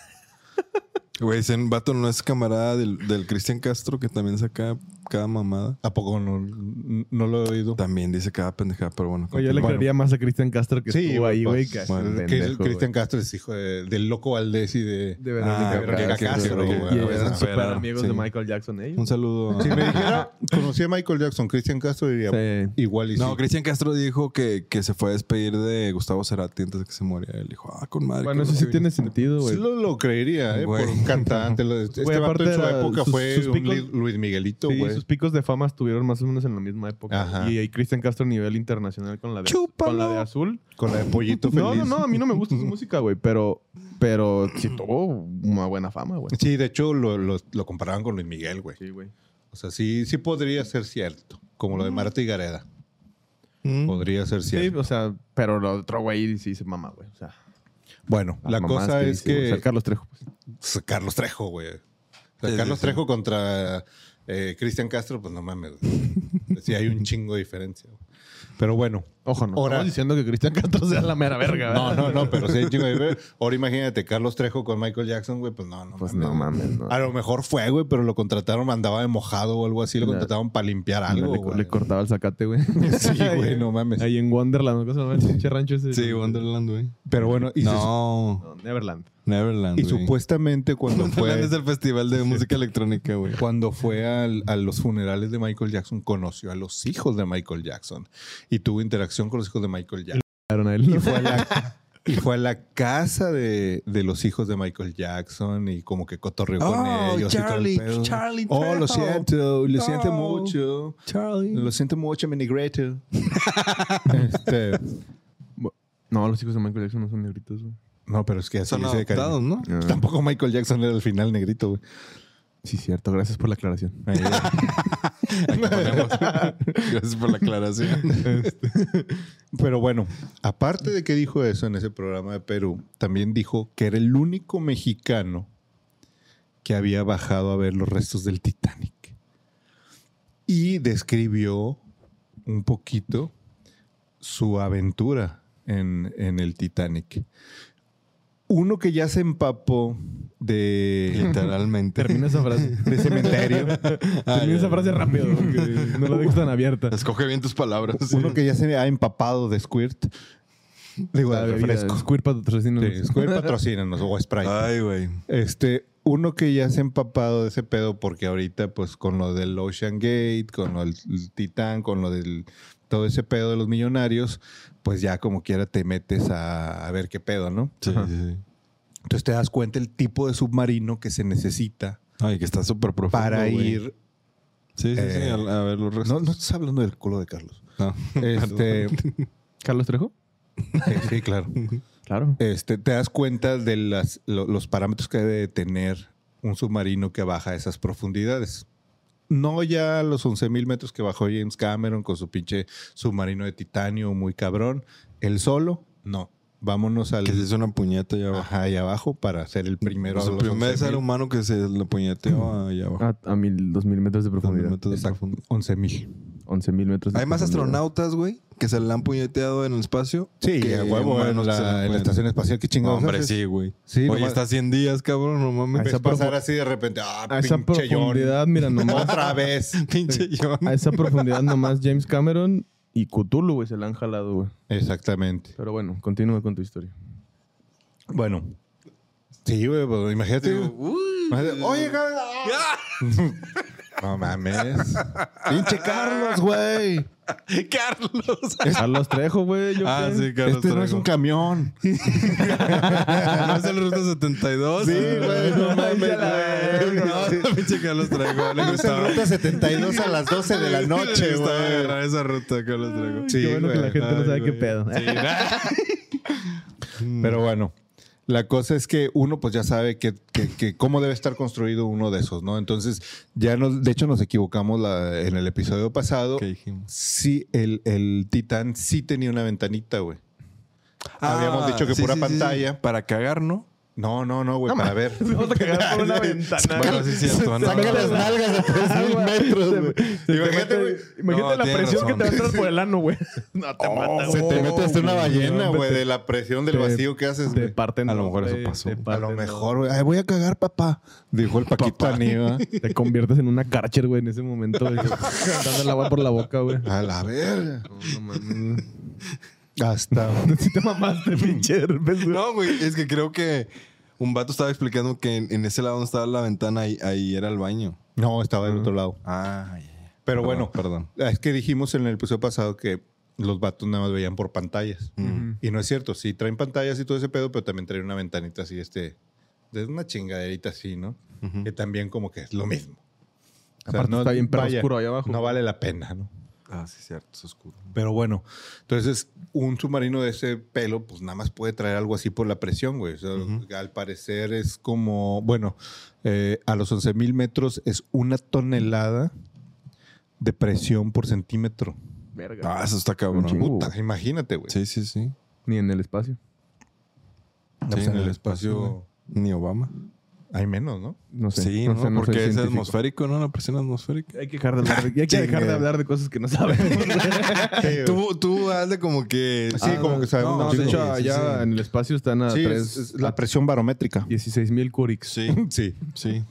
Güey, ese vato no es camarada del, del Cristian Castro que también saca cada mamada. ¿a poco no, no lo he oído? También dice cada pendejada, pero bueno. Oye, yo le continúa. creería más a Cristian Castro que estuvo ahí, güey. pues, que- bueno, el que pendejo, Cristian güey. Castro es hijo de- del loco Valdés y de... De Ah, Verónica Verónica Castro, güey. güey. Y Pues, eran no, súper pero, amigos sí. de Michael Jackson Un ellos. saludo. a- Si me dijera, Ah, conocí a Michael Jackson, Cristian Castro diría, Sí. igual y No, sí. Cristian Castro dijo que, que se fue a despedir de Gustavo Cerati antes de que se muriera. Él dijo, ah, con madre. Bueno, qué eso sí bueno que tiene viniste. sentido, güey. Sí lo, lo creería, ¿eh? Güey. Por un cantante. Lo- Este Güey, vato aparte en su era- época sus- fue sus un picos- Li- Luis Miguelito, Sí, güey. sus picos de fama estuvieron más o menos en la misma época. Ajá. Y ahí Cristian Castro a nivel internacional con la de, Chúpalo. con la de azul. Con la de Pollito Feliz. No, no, no, a mí no me gusta su música, güey, pero, pero sí tuvo una buena fama, güey. Sí, de hecho lo, lo- lo comparaban con Luis Miguel, güey. Sí, güey. O sea, sí, sí podría ser cierto. Como lo de Marta y Gareda. Mm. Podría ser Sí, pues, cierto. o sea, pero lo otro güey sí se mama, güey. O sea, Bueno, la mamás cosa es dice, güey. O sea, que el Carlos Trejo. pues. Carlos Trejo, güey. O sea, Sí, Carlos sí, sí. Trejo contra eh, Cristian Castro, pues no mames. güey. Sí, hay un chingo de diferencia. güey. Pero bueno. Ojo, no Ahora- estamos diciendo que Cristian Castro sea la mera verga, No, ¿verdad? no, no, pero sí hay un chingo de diferencia. Ahora imagínate, Carlos Trejo con Michael Jackson, güey, pues no, no. Pues mames, no güey. mames, no. A lo mejor fue, güey, pero lo contrataron, andaba de mojado o algo así, lo No. contrataron para limpiar Le- algo. le, güey. le cortaba el zacate, güey. Sí, güey, no mames. Ahí en Wonderland, ¿no? ¿Cómo se llama el pinche rancho ese? Sí, Wonderland, güey. Pero bueno, y, se- No, No, Neverland. Neverland. y güey. supuestamente cuando Wonderland fue, es el festival de música electrónica, güey. cuando fue al- a los funerales de Michael Jackson, conoció a los hijos de Michael Jackson y tuvo interacción con los hijos de Michael Jackson. Claro, a él. Y fue a la, y fue a la casa de, de los hijos de Michael Jackson y como que cotorreó con ellos. y todo el pedo. Charlie. Oh, Trejo. lo siento, lo No. siento mucho. Charlie. Lo siento mucho, mi negrito. Este, No, los hijos de Michael Jackson no son negritos, güey. no, pero es que así Son dice de cariño. adoptados, ¿no? Tampoco Michael Jackson era el final negrito, güey. Ah, Sí, cierto. Gracias por la aclaración. Ahí, ahí. Aquí ponemos. Gracias por la aclaración. Pero bueno, aparte de que dijo eso en ese programa de Perú, también dijo que era el único mexicano que había bajado a ver los restos del Titanic. Y describió un poquito su aventura en, en el Titanic. Uno que ya se empapó de, Literalmente. Termina esa frase. de cementerio. Termina esa frase rápido, porque no la dejes tan abierta. Escoge bien tus palabras. Uno que ya se ha empapado de squirt. Digo, La de bebida, refresco. Squirt patrocina. Sí, Squirt, patrocínanos o Sprite. Ay, güey. Este, uno que ya se ha empapado de ese pedo porque ahorita pues con lo del Ocean Gate, con lo del Titán, con lo del todo ese pedo de los millonarios, pues ya como quiera te metes a, a ver qué pedo, ¿no? Sí, Ajá. sí, sí. Entonces te das cuenta el tipo de submarino que se necesita Ay, que está súper profundo. para güey. ir... Sí, sí, sí. eh, A, a ver los No, restos. no estás hablando del culo de Carlos. No. Este, ¿Carlos Trejo? sí, claro. Claro. Este, te das cuenta de las, lo- los parámetros que debe de tener un submarino que baja a esas profundidades. No ya a los 11.000 metros que bajó James Cameron con su pinche submarino de titanio muy cabrón. Él solo, no. Vámonos al... Que se hizo una puñeta allá abajo. Ajá, ahí abajo para ser el primero. a el los primer ser 11,000. humano que se le puñeteó allá abajo. Ah, A, a mil, dos mil metros de También profundidad. método de Exacto, profundo. 11.000. Once mil metros de Hay más profundidad. astronautas, güey, que se le han puñeteado en el espacio. Sí, que a huevo, en humanos que se le la, en la puñetean. estación espacial, qué No, chingados. hombre, haces? sí, güey. Sí, Oye, nomás- está 100 días, cabrón, no mames. Ves esa pasar profu- así de repente, ah, A esa pinche llor. profundidad, mira, nomás. Otra vez. Pinche yo. a esa profundidad nomás James Cameron y Cthulhu, güey, se la han jalado, güey. Exactamente. Pero bueno, continúa con tu historia. Bueno. Sí, güey, pues, imagínate. güey. Imagínate, Oye, Carlos. No mames. Pinche Carlos, güey. Carlos. Carlos Trejo, güey. yo Ah, qué. sí, Carlos. Este no es Trejo. un camión. Sí, No es el Ruta 72. no mames, güey. No, pinche Carlos Traigo. Le No es en gustaba. ruta 72 a las 12 de la Le noche, gustaba güey. agarrar esa ruta, Carlos Traigo. Sí, qué bueno que güey. la gente no sabe qué pedo. Pero bueno, la cosa es que uno pues ya sabe que, que- que cómo debe estar construido uno de esos, ¿no? Entonces, ya nos, de hecho nos equivocamos la- en el episodio pasado. ¿Qué dijimos? Sí, el, el Titán sí tenía una ventanita, güey. Ah, Habíamos dicho que pura pantalla. Para cagar, ¿no? No, no, no, güey, para ver. Vamos a cagar por una ventana. Bueno, sí es cierto, ¿no? Saca las nalgas a 3000 metros, güey. Imagínate, güey. Imagínate No, la tienes presión que te va a razón. entrar por el ano, güey. No Oh, te mata, Se te mete hasta una güey, ballena, hombre, güey, te- de la presión del te- vacío que haces, Te güey. parten. A lo dos, mejor eso güey, pasó. te A A parten lo dos. mejor, güey. Ay, voy a cagar, papá. Dijo el Paquito Aníbal. Te conviertes en una carcher, güey, en ese momento. güey. Dando el agua por la boca, güey. Ah, A la verga. No mames. Hasta. Si te mamaste, pinche herpes, güey. No, güey, es que creo que un vato estaba explicando que en, en ese lado donde estaba la ventana, ahí, ahí era el baño. No, estaba del otro lado. Ah, ya, ya. Pero bueno, perdón. es que dijimos en el episodio pasado que los vatos nada más veían por pantallas. Mm. Y no es cierto, sí traen pantallas y todo ese pedo, pero también traen una ventanita así, este, de una chingaderita así, ¿no? Ujú. Que también como que es lo mismo. O sea, Aparte está bien perro vaya, oscuro ahí abajo. No vale la pena, ¿no? Ah, sí, cierto, es oscuro. Pero bueno, entonces un submarino de ese pelo, pues nada más puede traer algo así por la presión, güey. O sea, Ujú. Al parecer es como, bueno, eh, a los 11 mil metros es una tonelada de presión por centímetro. Verga. Ah, eso está cabrón. Un chingo. Puta, imagínate, güey. Sí, sí, sí. Ni en el espacio. No, Sí, pues, en el espacio ni Obama. hay menos, ¿no? No sé. Sí, no ¿no? sé, no soy porque es científico. atmosférico, ¿no? La presión atmosférica. Hay que dejar de hablar de, hay que dejar de, Chingue. hablar de cosas que no sabemos. Tú, tú hazle como que... Sí, Ah, como que sabemos no, un de chingo. hecho, sí, sí, allá sí. en el espacio están a Sí, Ah, tres- es- es la presión barométrica. 16 mil curics. Sí, Sí, sí.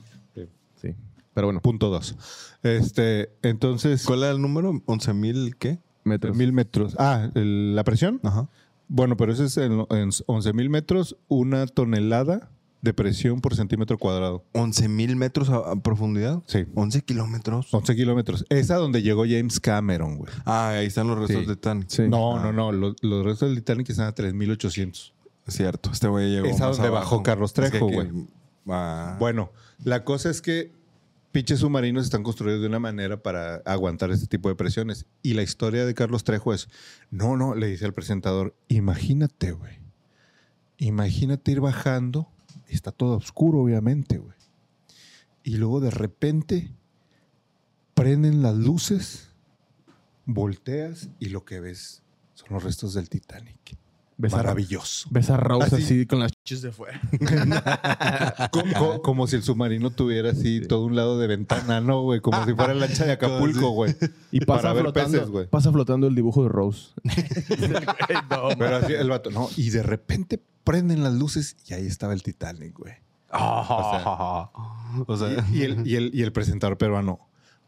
Sí. Pero bueno, punto dos. Este, entonces, ¿Cuál era el número? ¿11 mil qué? metros. mil metros. Ah, el- la presión. Ajá. Bueno, pero eso es en, lo- en 11 mil metros, una tonelada de presión por centímetro cuadrado. 11 mil metros a, a profundidad. Sí. 11 kilómetros. 11 kilómetros. Es a donde llegó James Cameron, güey. Ah, ahí están los restos Sí. de Titanic. Sí. No, Ah. no, no. Los, los restos del Titanic están a 3,800. Cierto, este güey llegó. Es a más donde abajo. bajó Carlos Trejo, Es que aquí- güey. Ah. Bueno, la cosa es que pinches submarinos están construidos de una manera para aguantar este tipo de presiones. Y la historia de Carlos Trejo es, no, no, le dice al presentador, imagínate, güey. Imagínate ir bajando, está todo oscuro, obviamente, güey. Y luego de repente prenden las luces, volteas y lo que ves son los restos del Titanic. Ves a, Maravilloso. ves a Rose Así. así. con las chiches de fuera. Co- co- como si el submarino tuviera así todo un lado de ventana, ¿no, güey? Como si fuera lancha de Acapulco, güey. Y pasa Para ver flotando, peces, güey. Pasa flotando el dibujo de Rose. Pero así el vato, no. Y de repente prenden las luces y ahí estaba el Titanic, güey. o sea, Y, y el, y, el, y el presentador peruano.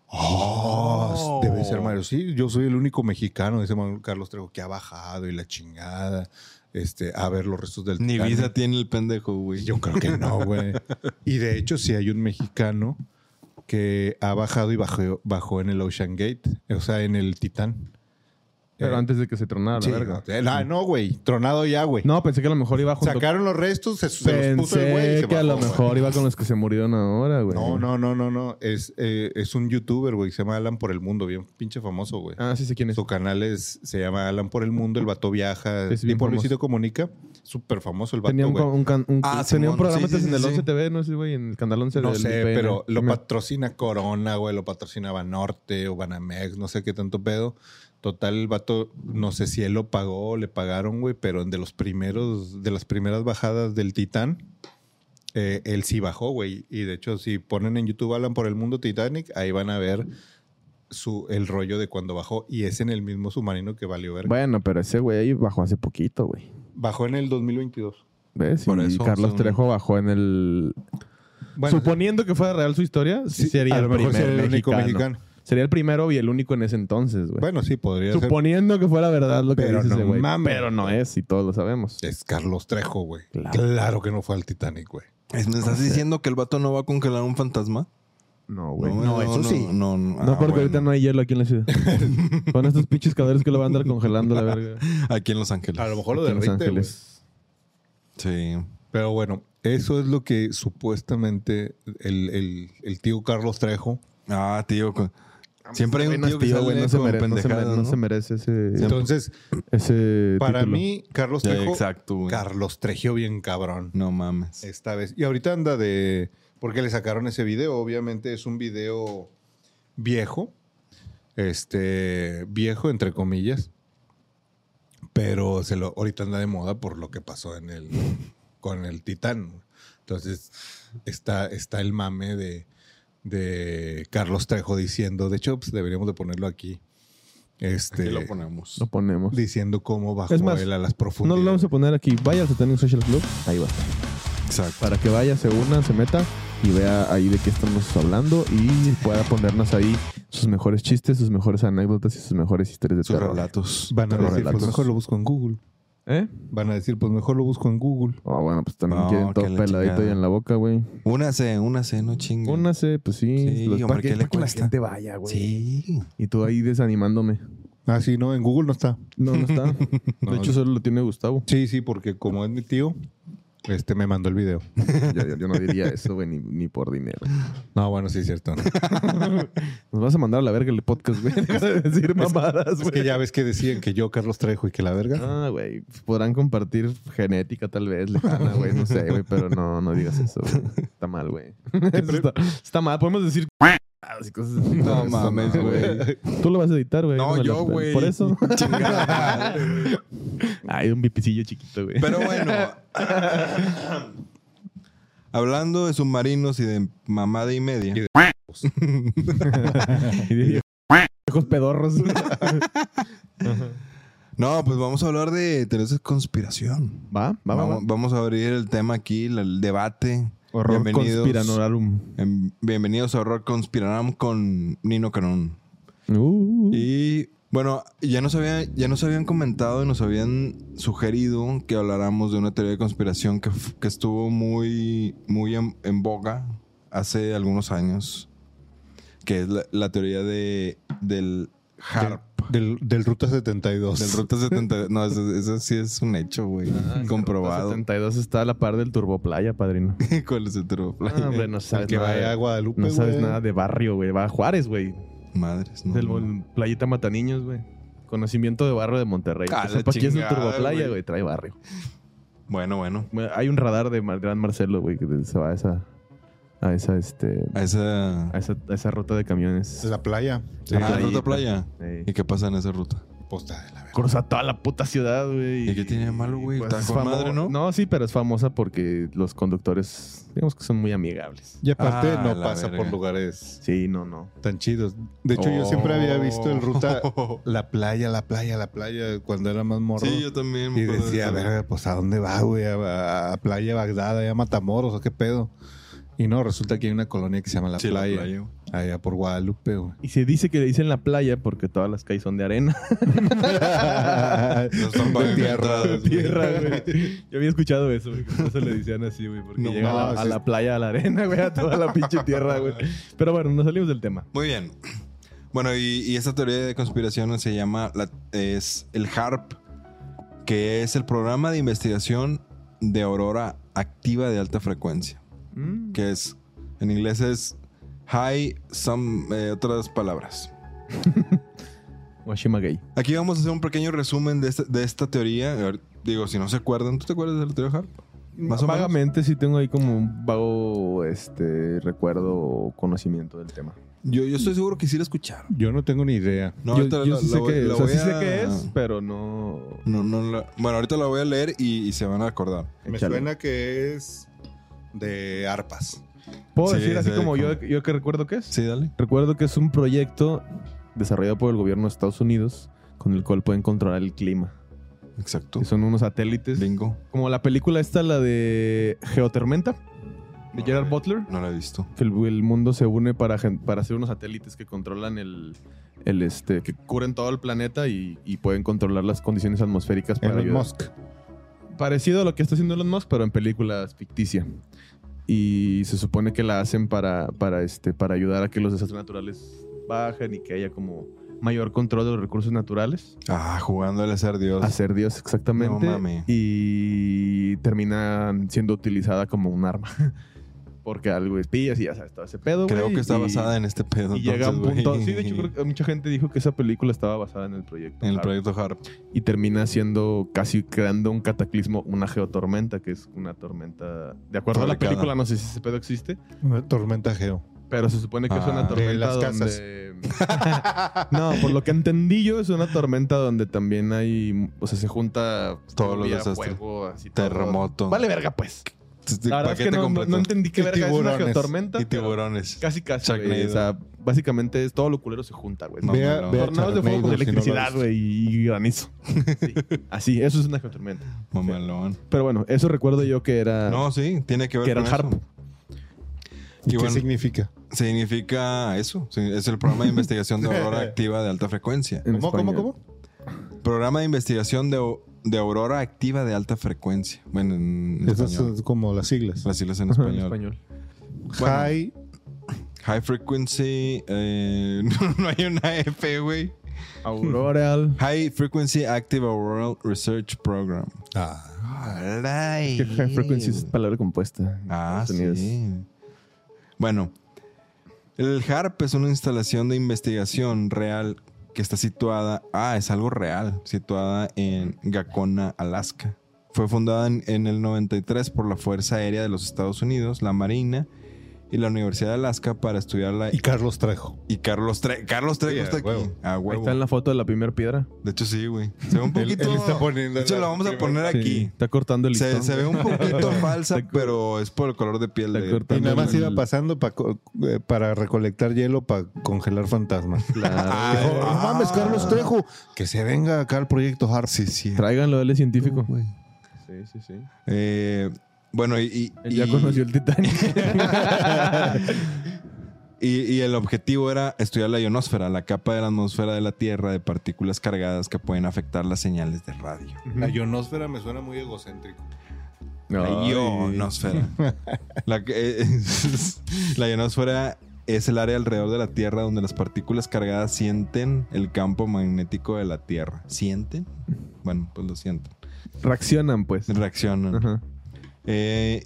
Oh, debe ser Mario. Sí, yo soy el único mexicano, dice Manuel Carlos Trejo, que ha bajado y la chingada. este, a ver los restos del Ni Titanic. visa tiene el pendejo, güey. Yo creo que no, güey. Y de hecho, sí hay un mexicano que ha bajado y bajó, bajó en el Ocean Gate, o sea, en el Titán. Pero Eh, antes de que se tronara, sí, la verga. eh, no, no, güey. Tronado ya, güey. No, pensé que a lo mejor iba junto Sacaron los restos, se, se los puso el güey. y Pensé se que a lo bajó, güey. mejor iba con los que se murieron ahora, güey. No, no, no, no, no. Es, eh, es un youtuber, güey, que se llama Alan por el Mundo, bien pinche famoso, güey. Ah, sí sé quién es. Su canal es, se llama Alan por el Mundo, el vato viaja. Es Es bien tipo famoso. Luisito Comunica, súper famoso el vato, Tenía un, güey. un can- un- Ah, tenía Simón, un programa sí, sí, antes en sí, el sí. 11 TV, no sé, güey, en el canal 11 No Este del sé, IPN. pero lo Me- patrocina Corona, güey, lo patrocina Banorte o Banamex, no sé qué tanto pedo. Total, el vato, no sé si él lo pagó o le pagaron, güey, pero de los primeros, de las primeras bajadas del Titán, eh, él sí bajó, güey. Y de hecho, si ponen en YouTube Alan por el mundo Titanic, ahí van a ver su, el rollo de cuando bajó. Y es en el mismo submarino que valió ver. Bueno, pero ese güey ahí bajó hace poquito, güey. Bajó en el 2022. ¿Ves? Por y eso, Carlos según- Trejo bajó en el... Bueno, Suponiendo que fuera real su historia, sí, sí, sería a lo el mejor primer sería el único mexicano. mexicano. Sería el primero y el único en ese entonces, güey. Bueno, sí, podría ser. Suponiendo que fuera verdad lo que Pero dice no ese güey. mames. Pero no es, y todos lo sabemos. Es Carlos Trejo, güey. Claro. Claro. que no fue al Titanic, güey. Es- ¿Me estás diciendo que el vato no va a congelar un fantasma? No, güey. No, no, eso sí. No, no, ah, porque bueno. ahorita no hay hielo aquí en la ciudad. Con estos pinches caderos que lo van a andar congelando, la verga. Aquí en Los Ángeles. A lo mejor lo Aquí en Los derrite, güey. Ángeles. Sí. Pero bueno, eso es lo que supuestamente el, el- el tío Carlos Trejo. Ah, tío. con- Siempre hay Güey, un no es tío que tío, sale güey, no se con mere- no se mere- pendejadas, no ¿no? se merece ese, Entonces, ese para título. mí, Carlos Ya, Trejo, exacto, güey. Carlos Trejo bien cabrón No mames. esta vez. Y ahorita anda de... Porque le sacaron ese video, obviamente es un video viejo, este, viejo entre comillas, pero se lo, ahorita anda de moda por lo que pasó en el, con el Titán. Entonces está, está el mame de, de Carlos Trejo diciendo, de hecho, pues, deberíamos de ponerlo aquí, este, Aquí lo ponemos. Lo ponemos. diciendo cómo bajó Es más, él a las No profundidades. lo vamos a poner aquí. Vaya al Satanic Social Club. Ahí va. a estar. Exacto. Para que vaya, se una, se meta y vea ahí de qué estamos hablando y pueda ponernos ahí sus mejores chistes, sus mejores anécdotas y sus mejores historias de Sus terror. relatos. Van a Los decir, pues relatos. mejor lo busco en Google. ¿Eh? Van a decir, pues mejor lo busco en Google. Ah, bueno, pues también No, quieren todo que la peladito chingada. ahí en la boca, güey. Únase, únase, no chinguen. Únase, pues sí. Sí, los- hombre, para ¿qué que, le para que la cuesta? gente vaya, güey. Sí. Y tú ahí desanimándome. Ah, sí, no, en Google no está. No, no está. No, de hecho, no. solo lo tiene Gustavo. Sí, sí, porque como es mi tío, este me mandó el video. Yo, yo- yo no diría eso, güey, ni, ni por dinero. No, bueno, sí, es cierto. Nos vas a mandar a la verga el podcast, güey. Deja de decir mamadas, es güey. que ya ves que decían que yo, Carlos Trejo, y que la verga. Ah, güey. Podrán compartir genética, tal vez, lejana, güey. No sé, güey, pero no, no digas eso, güey. Está mal, güey. Eso Está, está mal. Podemos decir. y cosas así. No Eso mames, no, güey. Tú lo vas a editar, güey. No, me yo, lo- güey. Por eso. Chingada. Ay, un bipicillo chiquito, güey. Pero bueno. Hablando de submarinos y de mamada y media. Y de- Y de viejos pedorros. No, pues vamos a hablar de teorías de conspiración. Va, va, va. Vamos, va. vamos a abrir el tema aquí, la- el debate. Horror Bienvenidos. conspiranorarum. Em, bienvenidos a Horror Conspirarán con Nino Canón. Uh, Y bueno, ya nos, había, ya nos habían comentado y nos habían sugerido que habláramos de una teoría de conspiración que, f- que estuvo muy, muy en, en boga hace algunos años, que es la, la teoría de, del HARP. Del, del Ruta 72. Del Ruta 70. No, eso, eso sí es un hecho, güey. Ah, Comprobado. 72 está a la par del Turboplaya, padrino. ¿Cuál es el Turbo No, hombre, no sabes que nada. vaya a de- Guadalupe, No sabes güey. nada de barrio, güey. Va a Juárez, güey. Madres, no. del no. bol- Playita Mataniños, güey. Conocimiento de barrio de Monterrey. Ah, Que la sepa quién es el chingada, Turboplaya, güey. güey. Trae barrio. Bueno, bueno. Bueno, Hay un radar de Mar- Gran Marcelo, güey, que se va a esa... A esa, este... A esa. A esa, a esa ruta de camiones. La playa. Sí. Ah, playita. ruta playa. Ey. ¿Y qué pasa en esa ruta? Posta de la verga. Cruza toda la puta ciudad, güey. Pues, ¿Y qué tiene de malo, güey? Está es con famo- madre, ¿no? No, sí, pero es famosa porque los conductores, digamos que son muy amigables. Y aparte Ah, no la pasa verga. por lugares Sí, no, no. tan chidos. De hecho, yo Oh. siempre había visto el Ruta... La playa, la playa, la playa, cuando era más morro. Sí, yo también. me Y acuerdo de decía, eso. verga, pues a dónde va, güey, a, a- a Playa Bagdad, allá a Matamoros, o qué pedo. Y no, resulta que hay una colonia que se llama La Sí, la Playa. playa, güey. Allá por Guadalupe, güey. Y se dice que le dicen la playa porque todas las calles son de arena. No están De pavimentadas, güey. Tierra, güey. Yo había escuchado eso, güey. que por eso le decían así, güey. Porque No llega a, mames, la, a es- la playa, a la arena, güey, a toda la pinche tierra, güey. Pero bueno, nos salimos del tema. Muy bien. Bueno, y, y esta teoría de conspiración se llama la- es el HARP, que es el programa de investigación de aurora activa de alta frecuencia, que es en inglés es high some eh, otras palabras. Washima gay. Aquí vamos a hacer un pequeño resumen de, esta- de esta teoría. A ver, digo, si no se acuerdan, ¿tú te acuerdas de la teoría HARP? Más o menos. Vagamente sí tengo ahí como un vago este, recuerdo o conocimiento del tema. Yo, yo estoy seguro que sí la escucharon. Yo no tengo ni idea. No, yo ahorita yo la- sí la sé voy- que la o sea, voy sí sé a- que es, pero no... No, no la- bueno, ahorita la voy a leer y, y se van a acordar. Me Échale. suena que es de arpas. ¿Puedo Sí, decir así sí, como como- yo, yo que recuerdo que es? Sí, dale. Recuerdo que es un proyecto desarrollado por el gobierno de Estados Unidos con el cual pueden controlar el clima. Exacto. Que son unos satélites. Bingo. Como la película esta, la de Geotermenta, de No, Gerard güey. Butler. No la he visto. Que el, el mundo se une para, gen- para hacer unos satélites que controlan el... el, este, que cubren todo el planeta y, y pueden controlar las condiciones atmosféricas para Elon ayudar. Musk. Parecido a lo que está haciendo Elon Musk, pero en películas ficticia. Y se supone que la hacen para, para, este, para ayudar a que los desastres naturales bajen y que haya como mayor control de los recursos naturales. Ah, jugándole a ser Dios. A ser Dios, exactamente. No mames. Y terminan siendo utilizada como un arma. Porque algo es pillas y ya sabes, todo ese pedo. Creo güey, que está y- basada en este pedo. Y llega un entonces, punto. güey. Sí, de hecho, creo que mucha gente dijo que esa película estaba basada en el proyecto. En el Harp. proyecto Harp. Y termina siendo casi creando un cataclismo, una geotormenta, que es una tormenta. De acuerdo a la Fabricada. película, no sé si ese pedo existe. Una tormenta geo. Pero se supone que es Ah, una de tormenta las casas. donde... no, por lo que entendí yo, es una tormenta donde también hay... O sea, se junta... Todos los lluvia, desastres. fuego, así todo. Terremoto. Vale verga, pues. La verdad es que Este, Paquete no, no- completo. no entendí qué Y verga es una tiburones. geotormenta. Y pero tiburones. Casi, casi, Sharknado. güey. O sea, básicamente es todo lo culero se junta, güey. No, vea, no. vea Tornados de fuego con Sharknado, si no lo has electricidad, güey, y granizo. Sí. Así, eso es una geotormenta. Mamalón. Pero bueno, eso recuerdo yo que era... No, sí, tiene que ver que era con el eso. harp. ¿Y Y qué bueno. significa? Significa eso. sí, Es el programa de investigación de aurora activa de alta frecuencia. En ¿Cómo, cómo, español. cómo? Programa de investigación de, au- de aurora activa de alta frecuencia. Bueno, en Esas español. son como las siglas. Las siglas en Ajá, en español. español. Bueno. High, High frequency. eh, no, no hay una F, güey. Auroral. High Frequency Active Auroral Research Program. Que High frequency es palabra compuesta. en Ah, Estados Unidos. sí. Bueno, el HARP es una instalación de investigación real que está situada, ah, es algo real, situada en Gacona, Alaska. Fue fundada en, en el 93 por la Fuerza Aérea de los Estados Unidos, la Marina y la Universidad de Alaska para estudiar la... y Y, Carlos Trejo. Carlos Tre Carlos Trejo Sí, a está aquí. huevo. A Ahí huevo. está en la foto de la primera piedra. De hecho, sí, güey. Se ve un Él- poquito... él está poniendo de hecho, la lo vamos a primera- poner Sí, aquí. está cortando el Se, listón. se ve un poquito falsa, Está cor- pero es por el color de piel está de... Y cortando nada más el- iba pasando pa co- eh, para recolectar hielo para congelar fantasmas. Claro. Dijo, no ah. mames, Carlos Trejo, que se venga acá al proyecto Harp. Sí, sí. Tráiganlo, él es científico. Sí, sí, sí. Eh, bueno, y, y- Él ya y- conoció el Titanic. y- y el objetivo era estudiar la ionosfera, la capa de la atmósfera de la Tierra de partículas cargadas que pueden afectar las señales de radio. La ionosfera me suena muy egocéntrico. La Ay. ionosfera. la, que- es- la ionosfera es el área alrededor de la Tierra donde las partículas cargadas sienten el campo magnético de la Tierra. ¿Sienten? Bueno, pues lo sienten. Reaccionan, pues. Reaccionan. Ajá. Eh,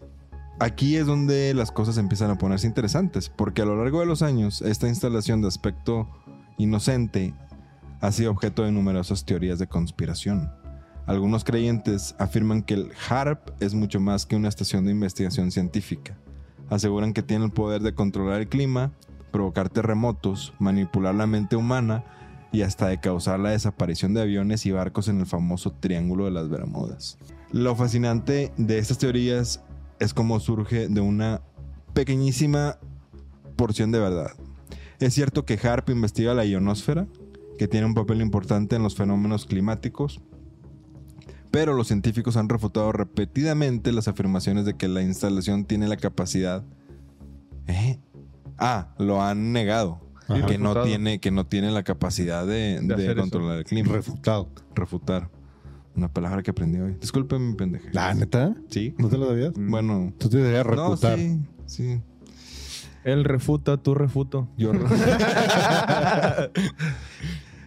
aquí es donde las cosas empiezan a ponerse interesantes, porque a lo largo de los años esta instalación de aspecto inocente ha sido objeto de numerosas teorías de conspiración. Algunos creyentes afirman que el HARP es mucho más que una estación de investigación científica. Aseguran que tiene el poder de controlar el clima, provocar terremotos, manipular la mente humana y hasta de causar la desaparición de aviones y barcos en el famoso Triángulo de las Bermudas. Lo fascinante de estas teorías es cómo surge de una pequeñísima porción de verdad. Es cierto que Harp investiga la ionosfera, que tiene un papel importante en los fenómenos climáticos, pero los científicos han refutado repetidamente las afirmaciones de que la instalación tiene la capacidad Ah, lo han negado. Ajá. Que no, Refutado. tiene, que no tiene la capacidad de, de hacer eso. controlar el clima. Refutado. refutar. Una palabra que aprendí hoy. Disculpen mi pendeje. ¿La neta? Sí. ¿No te lo sabías? Bueno. Tú te deberías No, refutar. sí, sí. Él refuta, tú refuto. Yo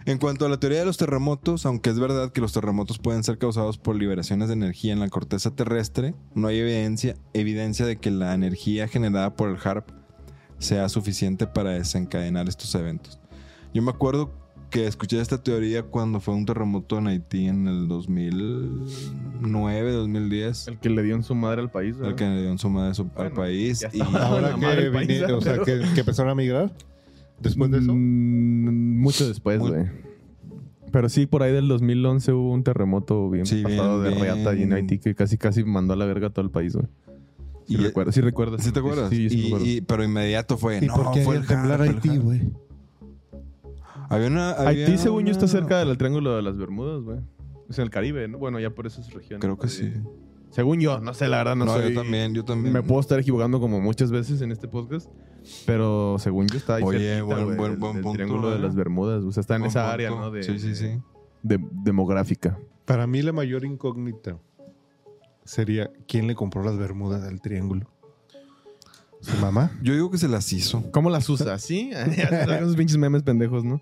En cuanto a la teoría de los terremotos, aunque es verdad que los terremotos pueden ser causados por liberaciones de energía en la corteza terrestre, no hay evidencia, evidencia de que la energía generada por el HARP sea suficiente para desencadenar estos eventos. Yo me acuerdo que escuché esta teoría cuando fue un terremoto en Haití en el 2009, 2010, el, El que le dio en su madre al país. ¿verdad? que le dio en su madre a su- al Bueno, país. ya Y, estaba. Ahora La que, madre paisa, vine- o sea, pero- que, que empezaron a migrar después de eso. Mm, mucho después, Muy- güey. Pero sí, por ahí del 2011 hubo un terremoto bien Sí, pasado bien, de reata allí en bien. Haití que casi casi mandó a la verga a todo el país, güey. Sí, y- recuerdo, sí recuerdas. ¿Sí te acuerdas? Sí, sí me Y- acuerdo. y- pero inmediato fue. ¿Y no, por qué fue había el temblar Harp, el Haití, Harp". güey? Había una. había Haití, según yo, está una- cerca del triángulo de las Bermudas, güey. Es en el Caribe, ¿no? Bueno, ya por esas regiones. Creo que de- sí. Según yo, no sé, la verdad no, No, soy- yo también, yo también. Me puedo estar equivocando como muchas veces en este podcast, pero según yo está ahí Oye, cerquita, buen- güey, buen- del- buen del punto, triángulo de ¿eh? las Bermudas, o sea, está en Buen esa punto. área, ¿no? De, sí, sí, sí. de- demográfica. Para mí la mayor incógnita sería quién le compró las bermudas al triángulo. ¿Su mamá? Yo digo que se las hizo. ¿Cómo las usa? ¿Sí? Esos pinches memes pendejos, ¿no?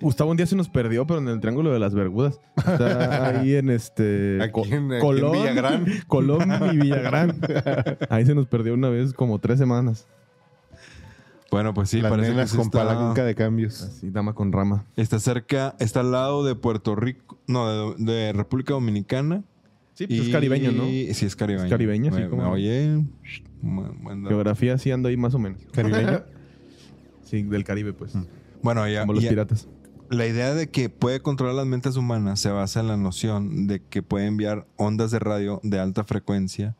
Gustavo un día se nos perdió, pero en el Triángulo de las Bermudas. Está ahí en este... Aquí en- aquí en Colón, Villagrán. Colón y Villagrán. Ahí se nos perdió una vez como tres semanas. Bueno, pues sí, las parece que nenas sí con palanca está, de cambios. Así, dama con rama. está cerca, está al lado de Puerto Rico, no, de, de República Dominicana. Sí, pues y- es caribeño, ¿no? Sí, es caribeño. Es caribeño, sí, Me- ¿cómo me- no? Oye, buen- buen dato. Geografía sí ando ahí más o menos. ¿Caribeño? Sí, del Caribe, pues. bueno, ya, Como los ya- piratas. La idea de que puede controlar las mentes humanas se basa en la noción de que puede enviar ondas de radio de alta frecuencia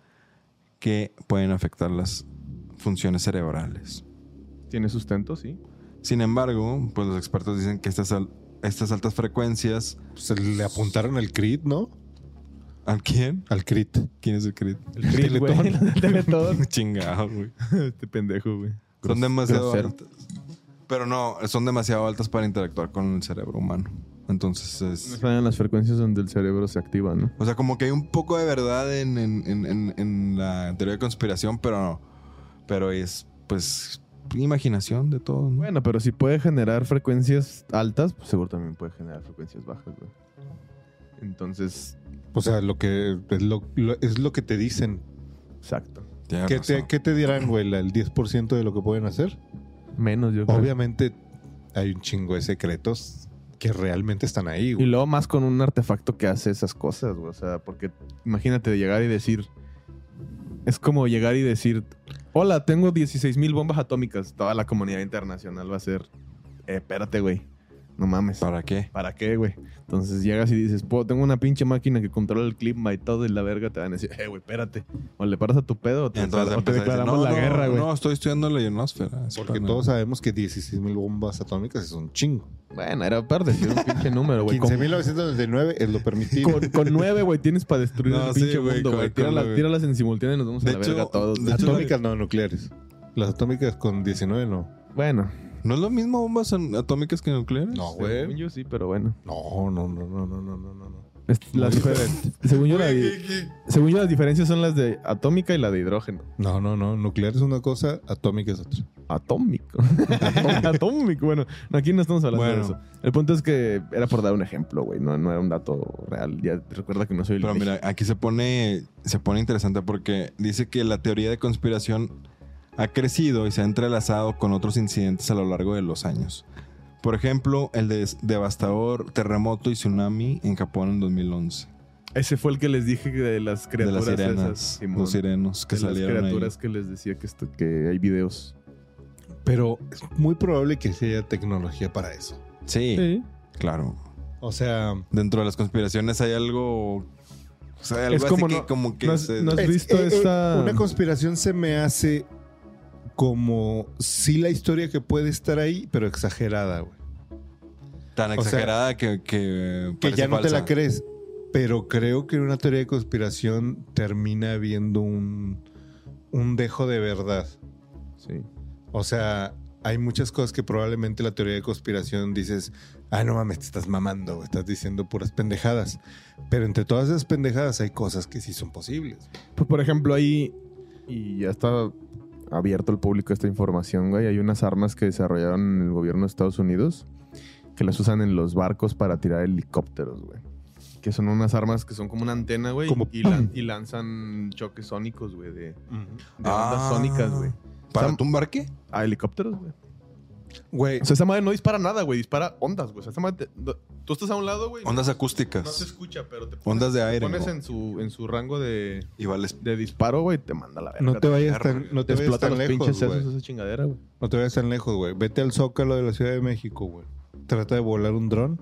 que pueden afectar las funciones cerebrales. Tiene sustento, sí. Sin embargo, pues los expertos dicen que estas, al- estas altas frecuencias... Se pues, le apuntaron al crit, ¿no? ¿A quién? Al crit. ¿Quién es el crit? El Cris, güey. El Teletón. Chingado, güey. este pendejo, güey. Son demasiado grosero. altas. Pero no, son demasiado altas para interactuar con el cerebro humano. Entonces es... No saben las frecuencias donde el cerebro se activa, ¿no? O sea, como que hay un poco de verdad en, en- en- en- en la teoría de conspiración, pero no. Pero es, pues, imaginación de todo. ¿no? Bueno, pero si puede generar frecuencias altas, pues seguro también puede generar frecuencias bajas, güey. Entonces, O sea, lo que es lo, lo- es lo que te dicen. exacto. Tienes ¿Qué te, razón. ¿Qué te dirán, güey? ¿El 10% de lo que pueden hacer? Menos, yo creo. Obviamente hay un chingo de secretos que realmente están ahí, Y güey. luego más con un artefacto que hace esas cosas, güey. O sea, porque imagínate llegar y decir... Es como llegar y decir, hola, tengo 16.000 bombas atómicas. Toda la comunidad internacional va a ser, "Eh, espérate, güey. No mames. ¿Para qué? ¿Para qué, güey? Entonces llegas y dices, po, tengo una pinche máquina que controla el clima y todo y la verga te van a decir, eh, güey, espérate. O le paras a tu pedo o te, o te empezar a decir, declaramos la guerra, güey. No, estoy estudiando la ionosfera. Es Porque para- todos sabemos que 16 mil bombas atómicas es un chingo. Bueno, era para decir un pinche número, güey. Con, 15.999 es lo permitido. con- con nueve, güey, tienes para destruir No, el sí, pinche güey, mundo, con- güey. con Tíralas, nueve. tíralas en simultáneo y nos vamos De a la hecho, verga todos. de hecho, atómicas no nucleares. Las atómicas con 19 no. Bueno. ¿No es lo mismo bombas an- atómicas que nucleares? No, güey. Según yo sí, pero bueno. No, no, no, no, no, no, no, no, no. Es- las difer- según, yo la di- según yo las diferencias son las de atómica y la de hidrógeno. No, no, no. Nuclear es una cosa, atómica es otra. Atómico. Atómico. Bueno, no, aquí no estamos hablando Bueno. de eso. El punto es que era por dar un ejemplo, güey. No, no era un dato real. Ya te recuerda que no soy el Pero mira, aquí se pone, se pone interesante porque dice que la teoría de conspiración ha crecido y se ha entrelazado con otros incidentes a lo largo de los años. Por ejemplo, el des- devastador terremoto y tsunami en Japón en 2011. Ese fue el que les dije que de las de criaturas las sirenas, esas, Simón. los sirenos que de las salieron ahí. criaturas que les decía que, esto- que hay videos. Pero es muy probable que sí haya tecnología para eso. Sí, claro. O sea, Dentro de las conspiraciones hay algo, o sea, hay algo Es así como que no- como que no es- se- no es- ¿Has visto eh, esta- Una conspiración se me hace como sí la historia que puede estar ahí, pero exagerada, güey. tan o sea, exagerada que que, Que parece ya no te falsa. la crees. Pero creo que en una teoría de conspiración termina habiendo un, un dejo de verdad. Sí. O sea, hay muchas cosas que probablemente la teoría de conspiración dices, ah, no mames, te estás mamando, güey, estás diciendo puras pendejadas. Pero entre todas esas pendejadas hay cosas que sí son posibles. Pues, por ejemplo, ahí, y ya está abierto al público esta información, güey, hay unas armas que desarrollaron el gobierno de Estados Unidos que las usan en los barcos para tirar helicópteros, güey. Que son unas armas que son como una antena, güey, Como y, lan- y lanzan choques sónicos, güey, de, de Ah. ondas sónicas, güey. ¿Para Sam- tumbar qué? A helicópteros, güey. Güey, O sea, esa madre no dispara nada, güey, dispara ondas, güey. O sea, esa madre te- tú estás a un lado, güey. Ondas No se acústicas escucha, pero te pones, Ondas de te aire, pones ¿no? en, su, en su rango de, y vales. de disparo, güey, te manda a la verga. no te vayas tan, no te vayas explota tan los lejos, pinches sesos güey. esa chingadera, güey. No te vayas tan lejos, güey. Vete al Zócalo de la Ciudad de México, güey. Trata de volar un dron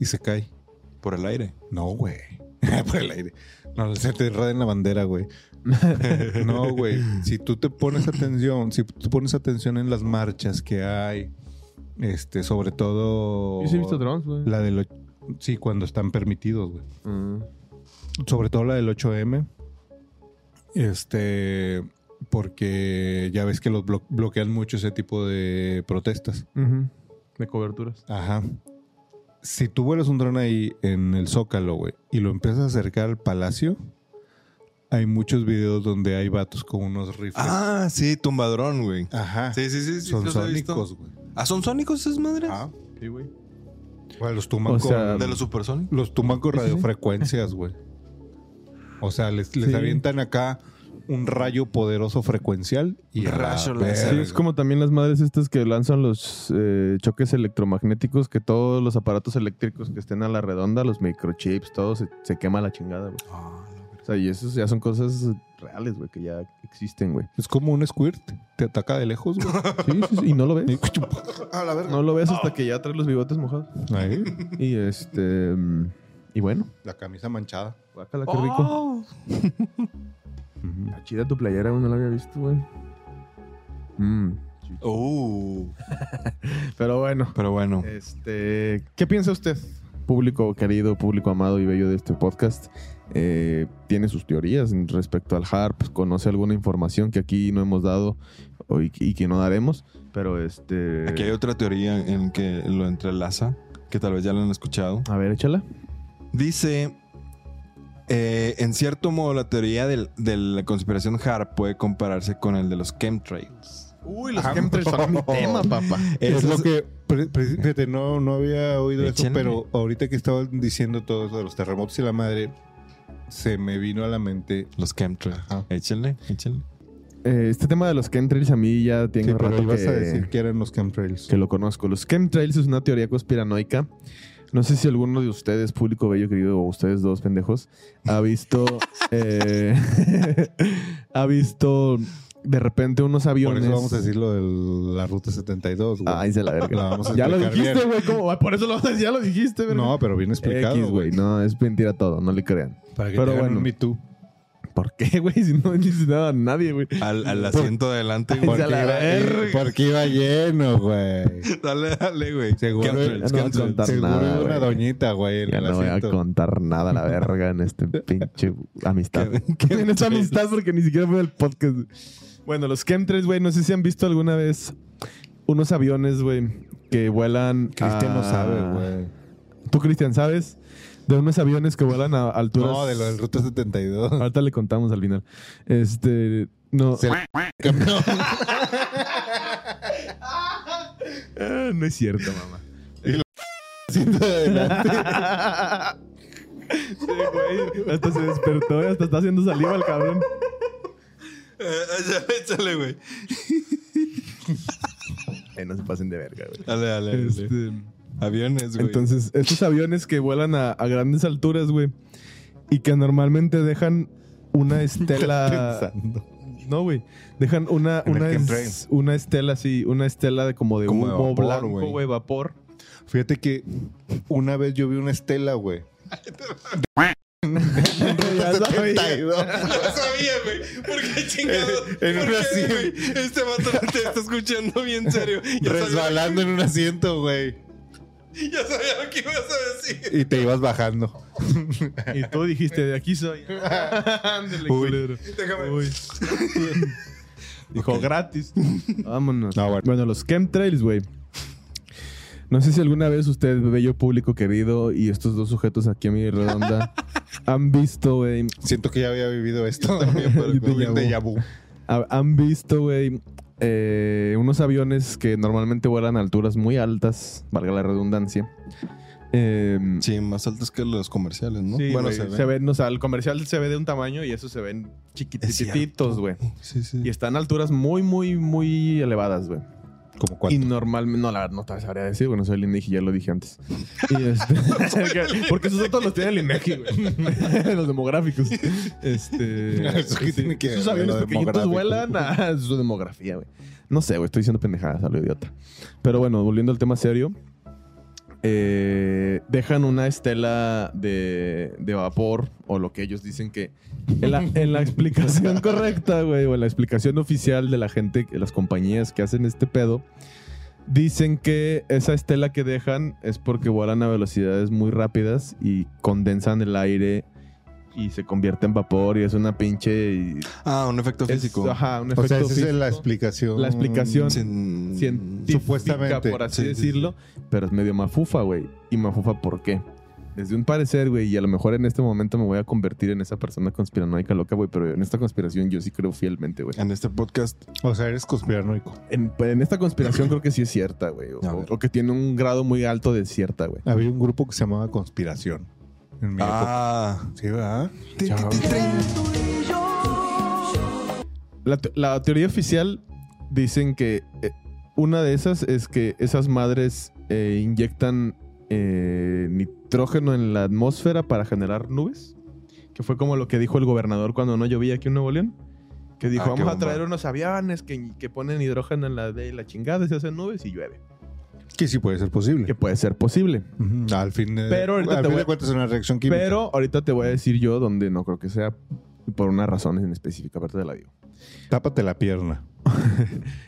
y se cae. por el aire. No, güey. Por el aire. No, se te en la bandera, güey. no, güey. Si tú te pones atención, si tú pones atención en las marchas que hay, este, sobre todo. Yo sí he visto drones, güey. La del. och- Sí, cuando están permitidos, güey. Mm. Sobre todo la del 8M. Este. Porque ya ves que los blo- bloquean mucho ese tipo de protestas. Ujú. De coberturas. Ajá. Si tú vuelas un dron ahí en el Zócalo, güey, y lo empiezas a acercar al palacio, hay muchos videos donde hay vatos con unos rifles. Ah, sí, tumbadrón, güey. Ajá. Sí, sí, sí, sí. Son los he visto. sónicos, güey. ¿Ah, son sónicos esas madres? Ah. Sí, güey. Güey, los tuman O con, sea, De los supersónicos. los tuman con Sí, sí, sí. radiofrecuencias, güey. O sea, les, les Sí. avientan acá un rayo poderoso frecuencial y a la Rayo láser. Sí, verga. es como también las madres estas que lanzan los eh, choques electromagnéticos, que todos los aparatos eléctricos que estén a la redonda, los microchips, todo se, se quema a la chingada, güey. Ah, la verga. O sea, y eso ya son cosas reales, güey, que ya existen, güey. Es como un squirt. Te ataca de lejos, güey. Sí, sí, sí, y no lo ves. a la verga. No lo ves hasta que ya traes los bigotes mojados. Ahí, Y este. mm, Y bueno, la camisa manchada. guácala, qué rico. Oh. Está chida tu playera, güey, no la había visto, güey. Mm. Uh, Eh. Pero bueno, pero bueno. este. ¿Qué piensa usted, público querido, público amado y bello de este podcast? Eh, tiene sus teorías respecto al harp, conoce alguna información que aquí no hemos dado o y, y que no daremos, pero este. Aquí hay otra teoría en que lo entrelaza, que tal vez ya lo han escuchado. A ver, échala. Dice, eh, en cierto modo, la teoría del- de la conspiración HARP puede compararse con el de los chemtrails. Uy, los chemtrails son mi tema, papá. Es Esas- lo que, pre- pre- fíjate, no, no había oído eso, Échenle. pero ahorita que estaban diciendo todo eso de los terremotos y la madre, se me vino a la mente. Los chemtrails. Ajá. Échenle, échenle. Eh, este tema de los chemtrails a mí ya Sí, tengo pero rato ibas que, a decir que eran los chemtrails. que lo conozco. Los chemtrails es una teoría conspiranoica. No sé si alguno de ustedes, público bello querido, o ustedes dos pendejos, ha visto eh, ha visto de repente unos Por aviones. eso vamos a decir lo de la ruta 72, güey. Ay, se la verga. La vamos a ya lo explicar bien. dijiste, güey. ¿cómo? Ay, Por eso lo vas a decir, ya lo dijiste, verga. No, pero bien explicado, X, güey. güey. No, es mentira todo, no le crean. Para que te Pero hagan bueno. un Me Too. ¿Por qué, güey? Si no dices nada a nadie, güey. Ah, Al, al asiento de adelante, güey. Porque la iba, verga. porque iba lleno, güey. Dale, dale, güey. Seguro- Chemtrails, Ya no va a chemtrails. contar Seguro nada, iba una güey. doñita, güey, en Ya el no voy a asiento. contar nada a la verga en este pinche amistad. en esta amistad porque ni siquiera fue el podcast. Bueno, los chemtrails, güey, no sé si han visto alguna vez unos aviones, güey, que vuelan. Cristian no a- sabe, güey. Tú, Cristian, ¿sabes? De unos aviones que vuelan a alturas. No, de lo del ruta 72. Ahorita le contamos al final. Este. No. Se- Ah, no es cierto, mamá. asiento de adelante. Sí, güey. Hasta se despertó, hasta está haciendo saliva el cabrón. Eh, Échale, güey. Eh, no se pasen de verga, güey. Dale, dale. dale. Este. Aviones, güey. Entonces, estos aviones que vuelan a, a grandes alturas, güey, y que normalmente dejan una estela. Pensando. no, güey. Dejan una, En el una, es- chemtrail. una estela así, una estela de como de Como de humo vapor, blanco, güey. güey, vapor. Fíjate que una vez yo vi una estela, güey. Ah, Ya sabía. 72. No sabía, güey. ¿Por qué chingados? En ¿Por una qué, silla. güey? Este vato no te está escuchando bien serio. Ya sabía, Resbalando en un asiento, güey. ya sabía lo que ibas a decir. Y te ibas bajando. Y tú dijiste, de aquí soy. Uy. Ándale, culero. Déjame. Uy. Dijo, gratis. Vámonos. Ah, bueno. Bueno, los chemtrails, güey. No sé si alguna vez usted, bello público querido, y estos dos sujetos aquí a mi redonda, han visto, güey, Siento que ya había vivido esto. También, pero Y como déjà un vu. déjà vu. ha- han visto, güey, eh, unos aviones que normalmente vuelan a alturas muy altas, valga la redundancia. Em, vu. Sí, más altos que los comerciales, ¿no? sí, bueno, güey, se ven. o sea, el comercial se ve de un tamaño y esos se ven chiquititos, güey. Sí, sí. Y están a alturas muy, muy, muy elevadas, güey. Como Y cuánto. normalmente, no, la verdad, no te sabría decir, güey, no soy el INEGI, ya lo dije antes. Y este, porque esos datos los tiene el INEGI, güey. los demográficos. Este, Eso que tiene que ver, esos lo aviones pequeñitos demográfico. vuelan a su demografía, güey. No sé, güey, estoy diciendo pendejadas a lo idiota. Pero bueno, volviendo al tema serio, eh, dejan una estela de, de vapor, o lo que ellos dicen que. En la, en la explicación correcta, güey, o en la explicación oficial de la gente, las compañías que hacen este pedo, Dicen que esa estela que dejan es porque vuelan a velocidades muy rápidas y condensan el aire y se convierte en vapor y es una pinche... y- Ah, un efecto es- físico. ajá, un O sea, efecto esa es la físico, explicación. La explicación. Sin- científica, Supuestamente, por así sí, sí, sí. decirlo, pero es medio mafufa, güey. ¿Y mafufa por qué? Desde un parecer, güey, y a lo mejor en este momento me voy a convertir en esa persona conspiranoica loca, güey, pero en esta conspiración yo sí creo fielmente, güey. En este podcast. O sea, eres conspiranoico. En, en esta conspiración creo que sí es cierta, güey. o- A ver. o que tiene un grado muy alto de cierta, güey. Había un grupo que se llamaba Conspiración. En mi Ah. pues, época. Sí, ¿verdad? Tin, tin, tin, tin. La, te- la teoría oficial dicen que eh, una de esas es que esas madres eh, inyectan eh, nitrógeno en la atmósfera para generar nubes, que fue como lo que dijo el gobernador cuando no llovía aquí en Nuevo León, que dijo, Ah, qué vamos a bomba. traer unos aviones que, que ponen hidrógeno en la de la chingada, y se hacen nubes y llueve. Que sí puede ser posible. Que puede ser posible. Ujú, Al fin de, Pero ahorita al te fin voy a- de cuentas es una reacción química. Pero ahorita te voy a decir yo donde no creo que sea por una razón en específica, aparte te la digo. Tápate la pierna.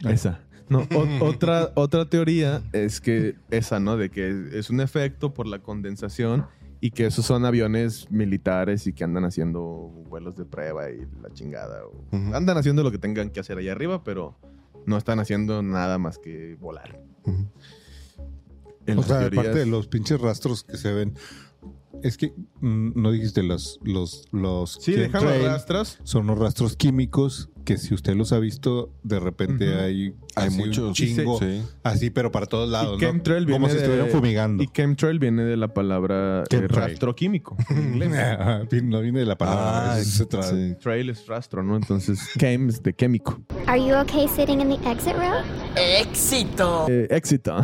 Esa. No, o- otra, otra teoría es que esa, ¿no? De que es- es un efecto por la condensación y que esos son aviones militares y que andan haciendo vuelos de prueba y la chingada. o- Ujú. Andan haciendo lo que tengan que hacer allá arriba, pero no están haciendo nada más que volar. Ujú. En O las sea, teorías- aparte de los pinches rastros que se ven. Es que mm, no dijiste los los los Sí, que dejan los traen rastros. son los rastros químicos que si usted los ha visto de repente Ujú. hay Hay así un muchos. chingo Sí. así pero para todos lados Y ¿no? chemtrail viene como si de- estuvieran fumigando Y chemtrail viene de la palabra eh, Chemtrail. rastro químico. Ajá, no viene de la palabra Ah, eso se tra- sí. Trail es rastro, ¿no? Entonces, chem es de químico. Are you okay sitting in the exit row? Éxito. Eh, éxito.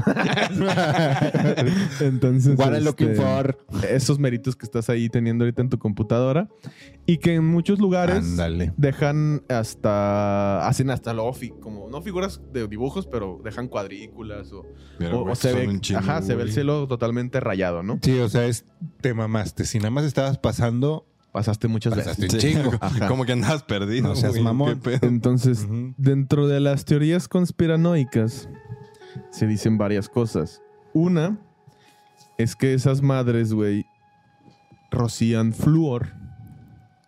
Entonces, What I'm looking este, for. esos méritos que estás ahí teniendo ahorita en tu computadora y que en muchos lugares Ándale. dejan hasta hacen hasta lo ofi, como no figuras de dibujos, pero dejan cuadrículas o, Mira, o- o güey, se son ve, un chingo, ajá, se ve el güey. cielo totalmente rayado, ¿no? Sí, o sea, es te mamaste. Si nada más estabas pasando, Pasaste muchas pasaste veces. un Sí, chingo. Ajá. Como que andabas perdido. No seas güey. mamón. Qué pedo. Entonces, Ujú. Dentro de las teorías conspiranoicas se dicen varias cosas. Una es que esas madres, güey, rocían flúor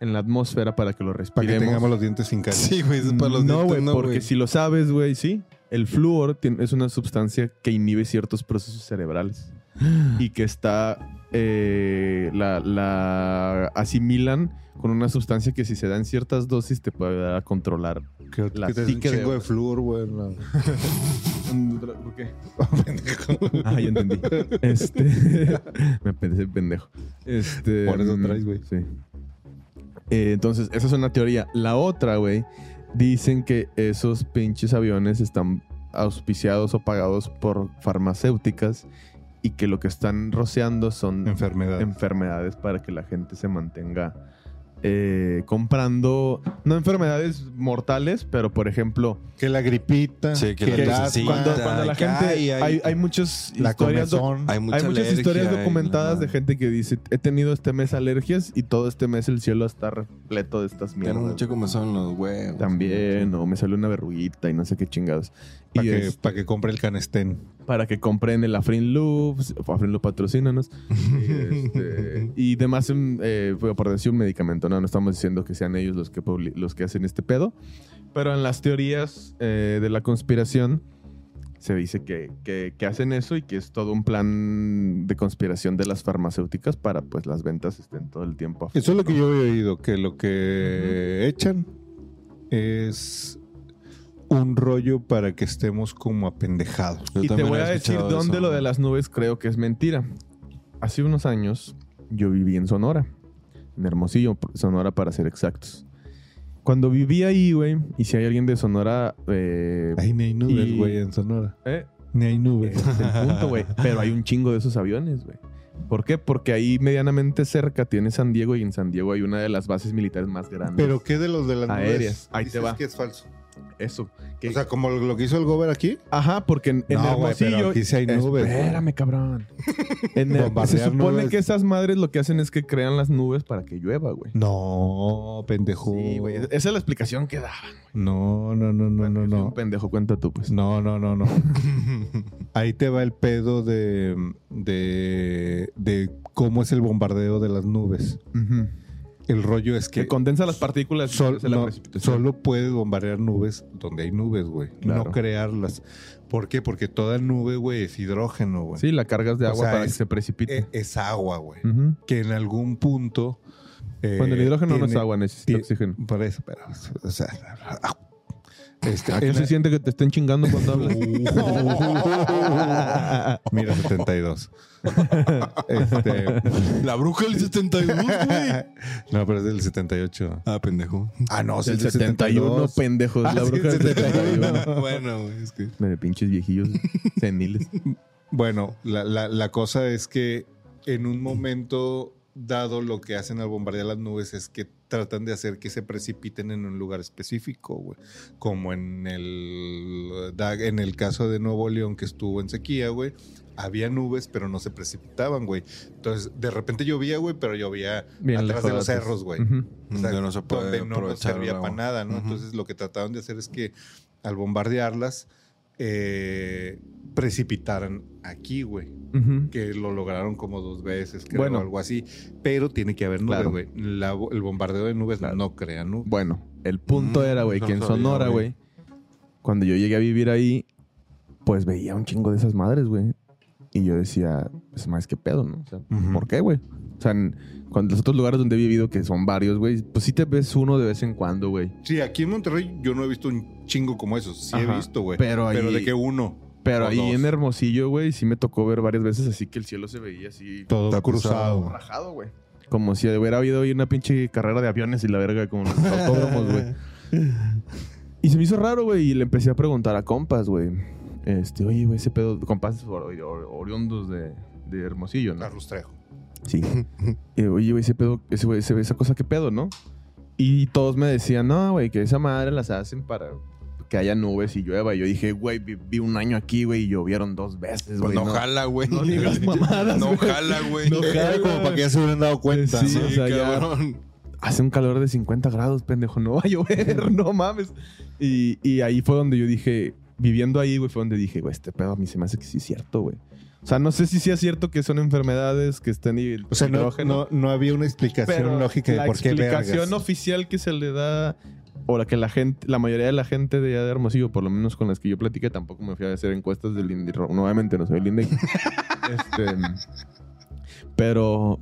en la atmósfera para que lo Para que respiremos. tengamos los dientes sin caries. Sí, güey, eso es para los no, dientes, güey, porque güey. si lo sabes, güey, sí. El flúor tien- es una sustancia que inhibe ciertos procesos cerebrales y que está. eh, la, la asimilan con una sustancia que si se da en ciertas dosis te puede ayudar a controlar. Que, La que te des un psique de- chingo de, flúor, güey. no. ¿Por qué? Ah, ya entendí. Este. me pensé pendejo. Este. Por eso mm, traes, güey. Sí. Eh, entonces, esa es una teoría. La otra, güey, dicen que esos pinches aviones están auspiciados o pagados por farmacéuticas y que lo que están rociando son Enfermedad. enfermedades para que la gente se mantenga eh, comprando, no enfermedades mortales, pero por ejemplo, que la gripita. Sí, que la el asma, necesita. cuando, Ay, cuando la que gente, hay- hay- hay, hay muchas la historias do- comezón. Hay mucha hay muchas alergia historias y la documentadas de madre. gente que dice, he tenido este mes alergias y todo este mes el cielo está repleto de estas Tengo mierdas. mucho comezón en los huevos. También, o me sale una verruguita y no sé qué chingados. Para y este- que, es pa' que compre el canestén. para que compren el Afrin Loops, Afrin Loop patrocínanos. Y, este, y, y demás, em, eh, fue por decir un medicamento, no, no estamos diciendo que sean ellos los que, publi- los que hacen este pedo, pero en las teorías eh, de la conspiración se dice que, que- que hacen eso y que es todo un plan de conspiración de las farmacéuticas para pues las ventas estén todo el tiempo. a Eso es lo futuro. que yo he oído, que lo que echan es un rollo para que estemos como apendejados. Yo Y te también voy he a decir escuchado dónde eso. lo de las nubes creo que es mentira. Hace unos años yo viví en Sonora, en Hermosillo, Sonora para ser exactos. Cuando viví ahí, güey, y si hay alguien de Sonora, eh, Ahí ni hay Y- nubes, güey, en Sonora. eh, Ni hay nubes. es el punto, güey. Pero hay un chingo de esos aviones, güey. ¿Por qué? Porque ahí medianamente cerca tiene San Diego y en San Diego hay una de las bases militares más grandes. Pero ¿qué de los de las nubes? Aéreas. Ahí te dices va. que es falso. eso. que- O sea, como lo, lo que hizo el gober aquí. ajá, porque en, en No, güey, pero Hermosillo aquí sí hay nubes, güey. Espérame, cabrón. En el- se Bombardear supone nubes. que esas madres lo que hacen es que crean las nubes para que llueva, güey. No, pendejo. Sí, güey. Esa es la explicación que daban. No, no, no, no, no, Soy no. Un pendejo, cuenta tú, pues. No, no, no, no. Ahí te va el pedo de, de, de cómo es el bombardeo de las nubes. Ujú. El rollo es Que que condensa las partículas y sol- hace la no, precipitación. solo puedes bombardear nubes donde hay nubes, güey. Claro. No crearlas. ¿Por qué? Porque toda nube, güey, es hidrógeno, güey. Sí, la cargas de O agua sea, para es- que se precipite. E- es agua, güey. Ujú. Que en algún punto... eh, Cuando el hidrógeno no es tiene- agua, necesita tiene- oxígeno. Por eso, pero... O sea... ah, este, ¿A qué se siente Ah, que te estén chingando cuando hablas? Mira, 72. este, La bruja del 72, güey. no, pero es del 78. Ah, pendejo. Ah, no, El 71, pendejos. Ah, la sí, bruja del 71. bueno, güey, es que. Me de pinches viejillos seniles. Bueno, la, la- la cosa es que en un momento dado lo que hacen al bombardear las nubes es que tratan de hacer que se precipiten en un lugar específico, güey. Como en el, da- en el caso de Nuevo León que estuvo en sequía, güey. Había nubes, pero no se precipitaban, güey. Entonces, de repente llovía, güey, pero llovía Bien atrás de los lejotes. cerros, güey. Ujú. O sea, Donde no se puede donde no aprovechar el servía agua. para nada, ¿no? Ujú. Entonces lo que trataron de hacer es que al bombardearlas eh, precipitaran aquí, güey. Ujú. Que lo lograron como dos veces, creo, Bueno. algo así. Pero tiene que haber nube, Claro. güey. La- El bombardeo de nubes no crea nube. Bueno, el punto Mm, era, güey, no que en sabía, Sonora, güey. güey, cuando yo llegué a vivir ahí, pues veía un chingo de esas madres, güey. Y yo decía, es más que pedo, ¿no? O sea, Ujú. ¿por qué, güey? O sea, en, cuando los otros lugares donde he vivido, que son varios, güey, pues sí te ves uno de vez en cuando, güey. Sí, aquí en Monterrey yo no he visto un chingo como eso. Sí Ajá. he visto, güey. Pero ahí- de que uno. Pero o ahí dos. en Hermosillo, güey, sí me tocó ver varias veces así que el cielo se veía así Todo cruzado. cruzado. rajado, güey. Como si hubiera habido ahí una pinche carrera de aviones y la verga con los autódromos, güey. Y se me hizo raro, güey, y le empecé a preguntar a compas, güey. Este, oye, güey, ese pedo, compas or- or- oriundos de, de Hermosillo, ¿no? Carlos Trejo. Sí. Eh, oye, güey, ese pedo, ese, güey, ese- esa cosa, ¿qué pedo, no? Y todos me decían, no, güey, que esa madre las hacen para que haya nubes y llueva. Y yo dije, güey, viví un año aquí, güey, y llovieron dos veces, Pues güey. no, jala, güey. no digas mamadas, No güey. jala, güey. No jala. Era como para que ya se hubieran dado cuenta. Sí, Sí, o sea, ya- cabrón. hace un calor de 50 grados, pendejo, no va a llover, no mames. Y, y ahí fue donde yo dije, viviendo ahí, güey, fue donde dije, güey, este pedo a mí se me hace que sí es cierto, güey. O sea, no sé si sí es cierto que son enfermedades que están y O sea, no, no, no había una explicación lógica de la por qué explicación vergas. oficial que se le da o la que la gente, la mayoría de la gente de allá de Hermosillo, por lo menos con las que yo platiqué, tampoco me fui a hacer encuestas del Lindy Rock. Nuevamente no soy el Indy. Este, pero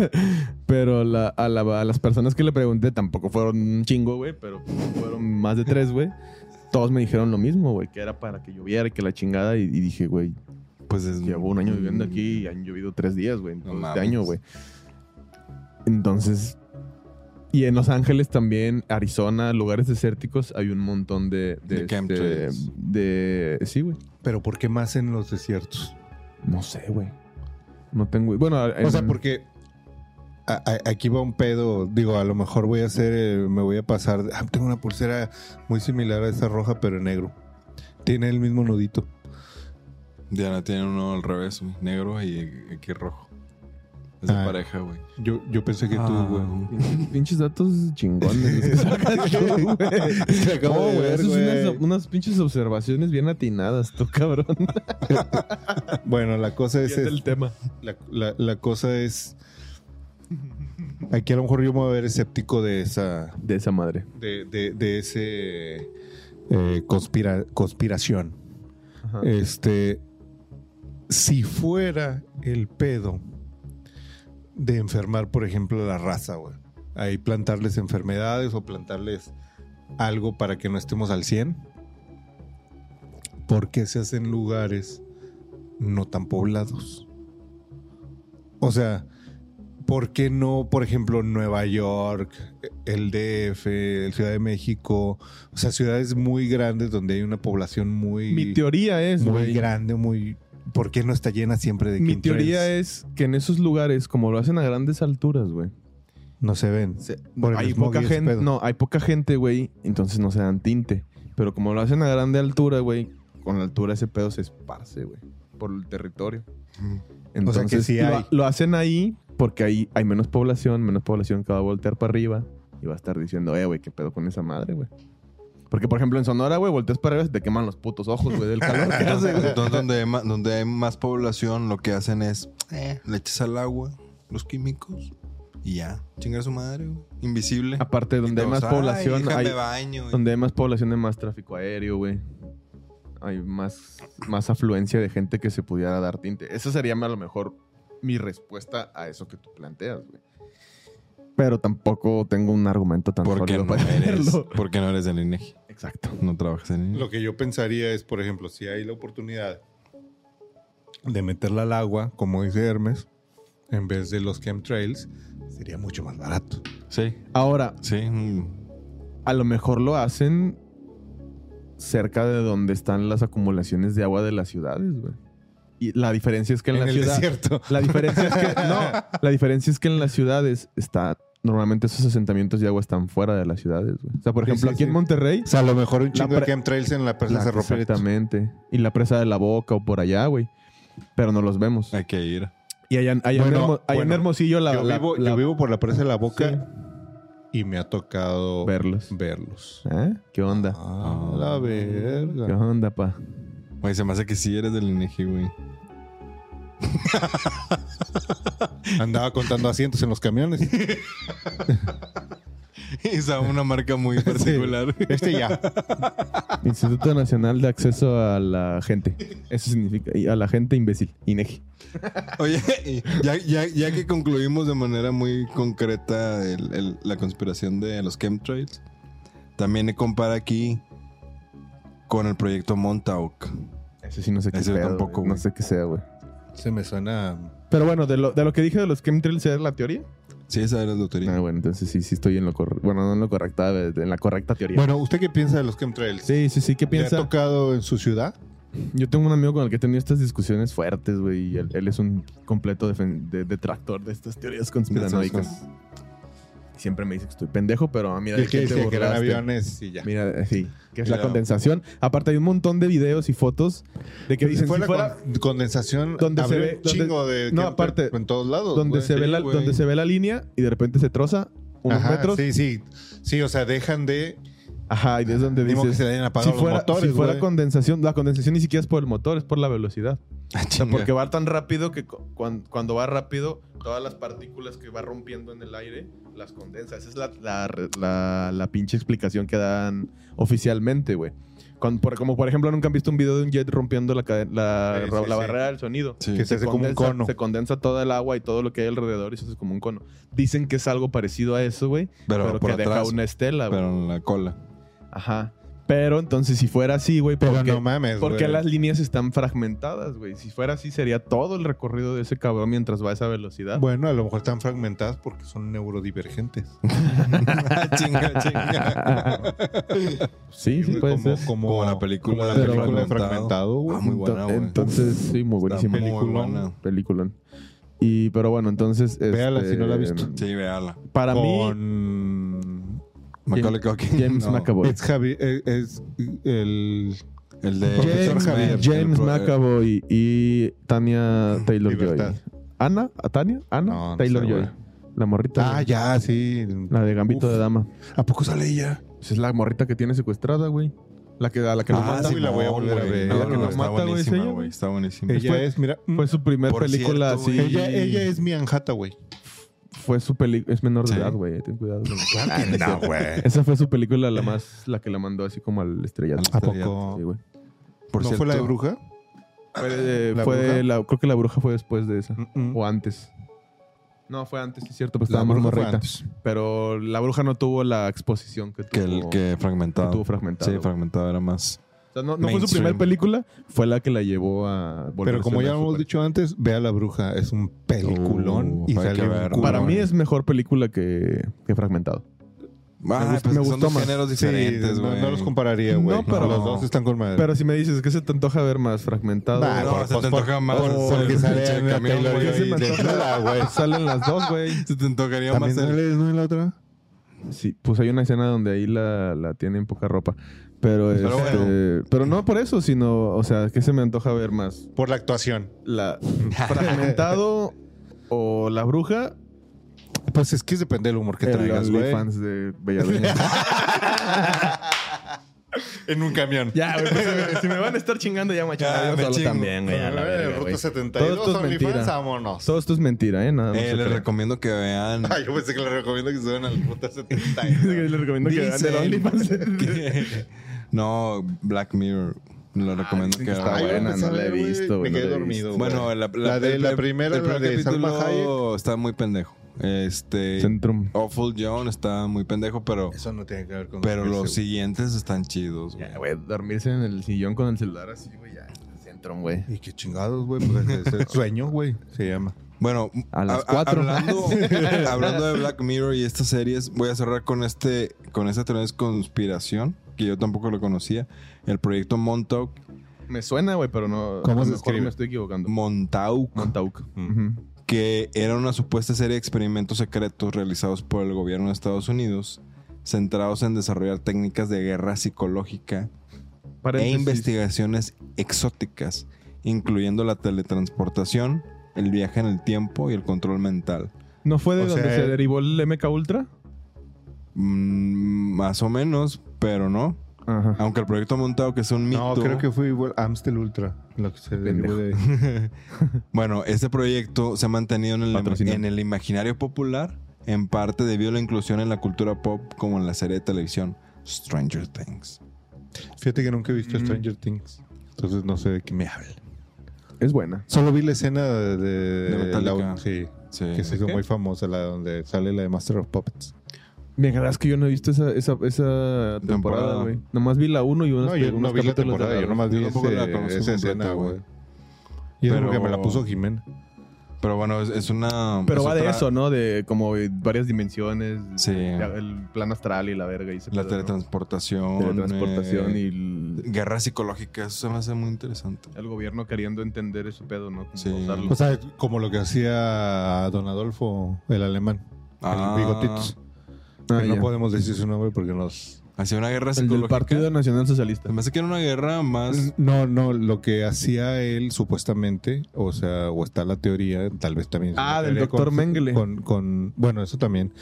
pero la- a, la- a las personas que le pregunté tampoco fueron un chingo, güey, pero fueron más de tres, güey. Todos me dijeron lo mismo, güey, que era para que lloviera y que la chingada. Y, y dije, güey, Pues es. Llevo un año viviendo aquí y han llovido tres días, güey. en No todo este mames. año, güey. Entonces. Y en Los Ángeles también, Arizona, lugares desérticos, hay un montón De de. De. este, chemtrails. de- sí, güey. Pero ¿por qué más en los desiertos? No sé, güey. No tengo. Bueno, en- O sea, porque a- a- aquí va un pedo. Digo, a lo mejor voy a hacer, eh, me voy a pasar. Ah, tengo una pulsera muy similar a esa roja, pero en negro. Tiene el mismo nudito. Diana tiene uno al revés, güey. Negro y aquí rojo. Es de Ah. pareja, güey. Yo, yo pensé que Ah. tú, güey. pinches- Pinches datos chingones. los que sacas tú, güey. Se acabó No, de güey, ver, eso es güey. unas, unas pinches observaciones bien atinadas, tú, cabrón. Bueno, la cosa es, Ese es el tema. la, la- la cosa es Aquí a lo mejor yo me voy a ver escéptico de esa. De esa madre. de, de- de ese. eh, conspira- conspiración. Ajá. Este. Si fuera el pedo de enfermar, por ejemplo, a la raza, güey. Ahí plantarles enfermedades o plantarles algo para que no estemos al 100. ¿Por qué se hacen lugares no tan poblados? O sea, ¿por qué no, por ejemplo, Nueva York, el DF, el Ciudad de México? O sea, ciudades muy grandes donde hay una población muy Mi teoría es, muy güey, grande, muy. ¿Por qué no está llena siempre de Mi quinceañeras? teoría es que en esos lugares, como lo hacen a grandes alturas, güey. No se ven. Por el hay smog y poca ese gente, pedo. no, hay poca gente, güey, entonces no se dan tinte. Pero como lo hacen a grande altura, güey, con la altura ese pedo se esparce, güey, por el territorio. O sea, Entonces, que sí lo- hay. Lo, hacen ahí porque ahí hay menos población, menos población que va a voltear para arriba y va a estar diciendo, eh, güey, qué pedo con esa madre, güey. Porque, por ejemplo, en Sonora, güey, volteas para arriba y se te queman los putos ojos, güey, del calor Ah, que hace, güey. Entonces, donde hay, ma- donde hay más población, lo que hacen es eh, le echas al agua los químicos y ya. Chingar a su madre, güey. Invisible. Aparte, Ah, donde hay Y más todos, "Ay, población, déjame hay, baño. donde hay más población, hay más tráfico aéreo, güey. Hay más, más afluencia de gente que se pudiera dar tinte. Esa sería a lo mejor mi respuesta a eso que tú planteas, güey. Pero tampoco tengo un argumento tan Porque sólido no, para eres, hacerlo. porque no eres del INEGI. Exacto. No trabajas en INEGI. Lo que yo pensaría es, por ejemplo, si hay la oportunidad de meterla al agua, como dice Hermes, en vez de los chemtrails, sería mucho más barato. Sí, Ahora, sí. mm. a lo mejor lo hacen cerca de donde están las acumulaciones de agua de las ciudades, güey. Y la diferencia es que en, En la el ciudad. desierto. La diferencia es que no, la diferencia es que en las ciudades está normalmente esos asentamientos de agua están fuera de las ciudades, güey. O sea, por Sí, ejemplo, sí, aquí en sí. Monterrey, O sea, a lo mejor un chingo de pre- chemtrails en la presa pues, la- de Cerro Prieto. exactamente, y la presa de la Boca o por allá, güey. Pero no los vemos. Hay que ir. Eh, Y allá, allá en, Bueno, Hermo- allá en bueno, Hermosillo la, yo, la- vivo, la- yo vivo por la presa de la boca y me ha tocado verlos. verlos. ¿Eh? ¿Qué onda? Ah, la verga. ¿Qué onda, pa? Güey, se me hace que sí eres del INEGI, güey. Andaba contando asientos en los camiones. Esa es una marca muy particular. Este ya. Instituto Nacional de Acceso a la Gente. Eso significa y a la gente imbécil, E INEGI. Oye, y ya, ya- ya que concluimos de manera muy concreta el- el- la conspiración de los chemtrails, también compara aquí con el proyecto Montauk. Eso sí no sé qué Ese sea. tampoco, No güey. sé qué sea, güey. Se me suena. Pero bueno, de lo, de lo que dije de los chemtrails era la teoría. Sí, esa era la lotería. Ah, bueno, entonces sí, sí estoy en lo correcto. Bueno, no en lo correcta, en la correcta teoría. Bueno, ¿usted qué piensa de los chemtrails? sí, sí, sí, ¿qué ¿Le ha piensa? tocado en su ciudad? Yo tengo un amigo con el que he tenido estas discusiones fuertes, güey, y él, él es un completo defen- de- detractor de estas teorías conspiranoicas. Siempre me dice que estoy pendejo, pero ah, mira, Y ¿de qué que te dice que eran burlaste? aviones y ya. Mira, eh, sí, que es la Claro. condensación. Aparte hay un montón de videos y fotos de que dicen fue si la fuera- con- condensación Donde abrió se ve- un chingo de no, que- aparte, en todos lados donde güey. se ve la, güey. donde se ve la línea y de repente se troza unos Ajá, metros. sí sí sí o sea dejan de Ajá, y es donde ni modo que dices se le hayan apagado si los fuera, motores, si fuera güey. condensación, la condensación ni siquiera es por el motor, es por la velocidad. Ah, O sea, chinga. porque va tan rápido que cu- cuan- cuando va rápido, todas las partículas que va rompiendo en el aire las condensa. Esa es la, la re- la- la pinche explicación que dan oficialmente, güey. Con- por- como por ejemplo, nunca han visto un video de un jet rompiendo la, cade- la, Sí, ra- sí, la sí. barrera del sonido. Sí. que se hace como un condensa- cono Se condensa toda el agua y todo lo que hay alrededor y se hace como un cono. Dicen que es algo parecido a eso, güey, pero, pero, por que atrás, deja una estela, güey. pero en la cola. Ajá. Pero entonces, si fuera así, güey, pero ¿por qué- no mames porque güey. las líneas están fragmentadas, güey. Si fuera así, sería todo el recorrido de ese cabrón mientras va a esa velocidad. bueno a lo mejor están fragmentadas porque son neurodivergentes Ah, chinga, chinga. sí, sí, güey, puede como, ser. como Como la película como la de película Fragmentado. fragmentado güey. Ah, muy buena, güey. Entonces, sí, muy Está buenísima. muy Peliculón. buena. Peliculón. Y, pero bueno, entonces. este, Véala si no la ha visto. Sí, véala. Para mí, con Macaulay Culkin. James No, McAvoy. es Javi eh, es el El de Profesor James, Javier, James el pro- McAvoy y Tania Taylor Libertad. Joy. ¿Ana? ¿A ¿Tania? ¿Ana? No, no Taylor sé, Joy. güey. La morrita. ah ya sí La de Gambito Uf. de Dama. a poco sale ella Pues es la morrita que tiene secuestrada, güey. La que, a la que lo Ah, mata. sí, la voy a volver a ver. La que lo está mata, güey, es buenísima, ella, güey. güey. Está buenísima. ella Este, es mira mm, Fue su primer Por película cierto, así. güey. Ella, ella es mi Anne Hathaway. fue su película. Es menor de Sí. edad, güey. Ten cuidado. güey. No, güey. Esa fue su película la más, la que la mandó así como al estrellato. Al- ¿A Estaría- poco? Sí, güey. Por ¿No cierto, fue la de bruja? Fue, de- ¿La fue bruja? la- creo que la bruja fue después de esa. Mm-mm. O antes. No, fue antes, sí es cierto, pues La estaba más bruja fue morrita. antes. Pero la bruja no tuvo la exposición que tuvo. Que, el, que fragmentado. que tuvo fragmentado. Sí, fragmentado era más. O sea, no, no fue su mainstream. primera película, fue la que la llevó a volverse Pero como ya una hemos super- dicho antes, vea la bruja. Es un peliculón Uh, y hay que salió verlo. Para Bueno. mí es mejor película que, que Fragmentado. Ah, gust- pues me que gustó son dos más. géneros Sí, diferentes, no, güey. no los compararía, güey. No, pero- los dos están con madre. Pero si me dices que se te antoja ver más Fragmentado, Bah, güey, No, por- se te por- antoja más por- el porque sale pinche Ana camión, Taylor güey, ¿qué se me y de antoja? nada, güey. salen las dos, güey. Se te antojaría más ¿También no el... lees, no en la otra? Sí, pues hay una escena donde ahí la, la tiene en poca ropa. Pero, Pero este, bueno. pero no por eso, sino, o sea, que se me antoja ver más? Por la actuación. ¿La Fragmentado o La Bruja? Pues es que depende del humor que el traigas, güey. fans de Bellavista. En un camión. Ya, güey, pues, si me- si me van a estar chingando, ya me Ya, Ah, me chingo. a la verga, Eh, güey. Ruta Todo 72, esto es OnlyFans, mentira. vámonos. Todo esto es mentira, ¿eh? Nada más. Eh, se les crean. recomiendo que vean... Ay, yo pensé que le recomiendo que se vayan al Ruta Sí, les 72. recomiendo que vean el Dicen OnlyFans. que- No, Black Mirror. Lo recomiendo dicen que que está vean. Ay, buena, yo empecé no a la he ver, güey, visto, Me güey, quedé no la he dormido. Bueno, güey. la, La de- el la prim- primera, el la primer de Salma capítulo está muy pendejo. Este, Centrum. Awful John está muy pendejo, pero, Eso no tiene que ver con pero dormirse, los güey. siguientes están chidos. güey. Ya, güey, dormirse en el sillón con el celular así, güey, ya. Centrum, güey. Y qué chingados, güey. Pues es el sueño, güey. Se llama. Bueno, A las cuatro. hablando, hablando de Black Mirror y estas series, voy a cerrar con este con esta teoría de conspiración que yo tampoco lo conocía. El proyecto Montauk, Me suena, güey, pero no. ¿Cómo a se lo mejor escribe? Me estoy equivocando. Montauk, Montauk. Ujú. que era una supuesta serie de experimentos secretos realizados por el gobierno de Estados Unidos, centrados en desarrollar técnicas de guerra psicológica e Paréntesis. investigaciones exóticas, incluyendo la teletransportación, el viaje en el tiempo y el control mental. ¿No fue de O donde sea, se eh, derivó el MK Ultra? Mm, más o menos, pero no. Ajá. Aunque el proyecto montado que es un mito. No, creo que fue igual Amstel Ultra. Lo que se derivó de Bueno, este proyecto se ha mantenido en el, em, Patrocinado. en el imaginario popular, en parte debido a la inclusión en la cultura pop, como en la serie de televisión Stranger Things. Fíjate que nunca he visto Mm. Stranger Things. Entonces no sé de qué me habla. Es buena. Solo vi la escena de, de- De Metallica. la- sí, Sí. que se hizo ¿Qué? muy famosa, la donde sale la de Master of Puppets. Me agradas que yo no he visto esa, esa, esa temporada, Temporada. güey. Nomás vi la 1 y unos, No, yo unos no vi la capítulos temporada, de yo nomás vi Yo tampoco la ese- conozco esa completa, escena, güey. güey. Y es Pero- porque me la puso Jimena. Pero bueno, es, es una. Pero es va de otra- eso, ¿no? De como varias dimensiones. Sí. El plan astral y la verga. Y ese La pedo, ¿no? teletransportación. teletransportación eh, y el, Guerra psicológica, eso se me hace muy interesante. el gobierno queriendo entender ese pedo, ¿no? Como Sí. usarlo. O sea, como lo que hacía Don Adolfo, el alemán. Ah, El bigotitos. Ah, Que no ya. podemos decir su nombre porque nos... Hacía una guerra el del psicológica. Partido Nacional Socialista. Se me hace que era una guerra más. No, no, lo que hacía él supuestamente, o sea, o está la teoría, tal vez también. es una Ah, del teoría doctor con- Mengele. Con, con- bueno, eso también.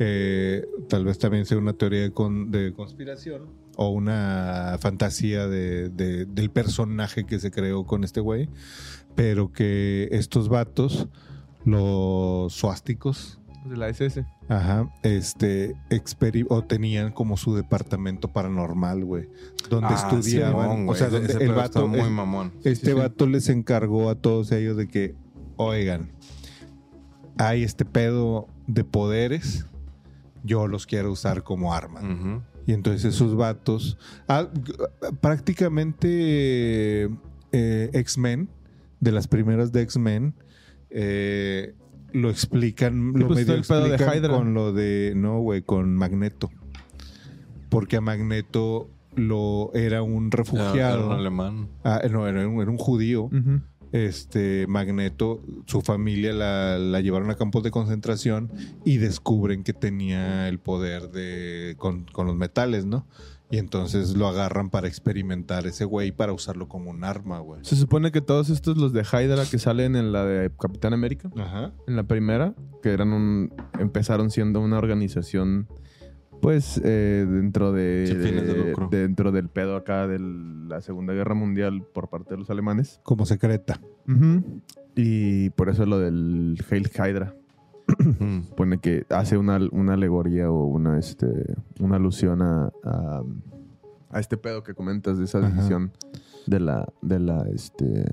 eh, tal vez también sea una teoría de, con- de conspiración o una fantasía de- de- del personaje que se creó con este güey, pero que estos vatos, los suásticos, De la SS. Ajá, este, experi- o tenían como su departamento paranormal, güey, donde Ah, estudiaban, Simón, o güey, sea, ese- donde ese el pedo está vato, muy es- mamón. este vato les encargó a todos ellos de que, oigan, hay este pedo de poderes, yo los quiero usar como armas. Ujú. Y entonces esos vatos, ah, g- prácticamente eh, X-Men, de las primeras de X-Men, eh, lo explican, lo pues, medio todo el pedo de explican Hydra. con lo de, no, güey, con Magneto. Porque a Magneto lo Ah, era un Era- refugiado. Era un alemán. Ah, no, era un, era un judío. Ujú. Este Magneto, su familia la, la llevaron a campos de concentración y descubren que tenía el poder de con, con los metales, ¿no? Y entonces lo agarran para experimentar ese güey para usarlo como un arma, güey. Se supone que todos estos, los de Hydra que salen en la de Capitán América, Ajá. en la primera, que eran un. empezaron siendo una organización. Pues eh, dentro de, Sin fines de lucro. dentro del pedo acá de la Segunda Guerra Mundial por parte de los alemanes. Como secreta. Ujú. Y por eso lo del Hail Hydra. Mm. Pone que hace una, una alegoría o una, este, una alusión a, a, a este pedo que comentas de esa Ajá. división de la, de la, este,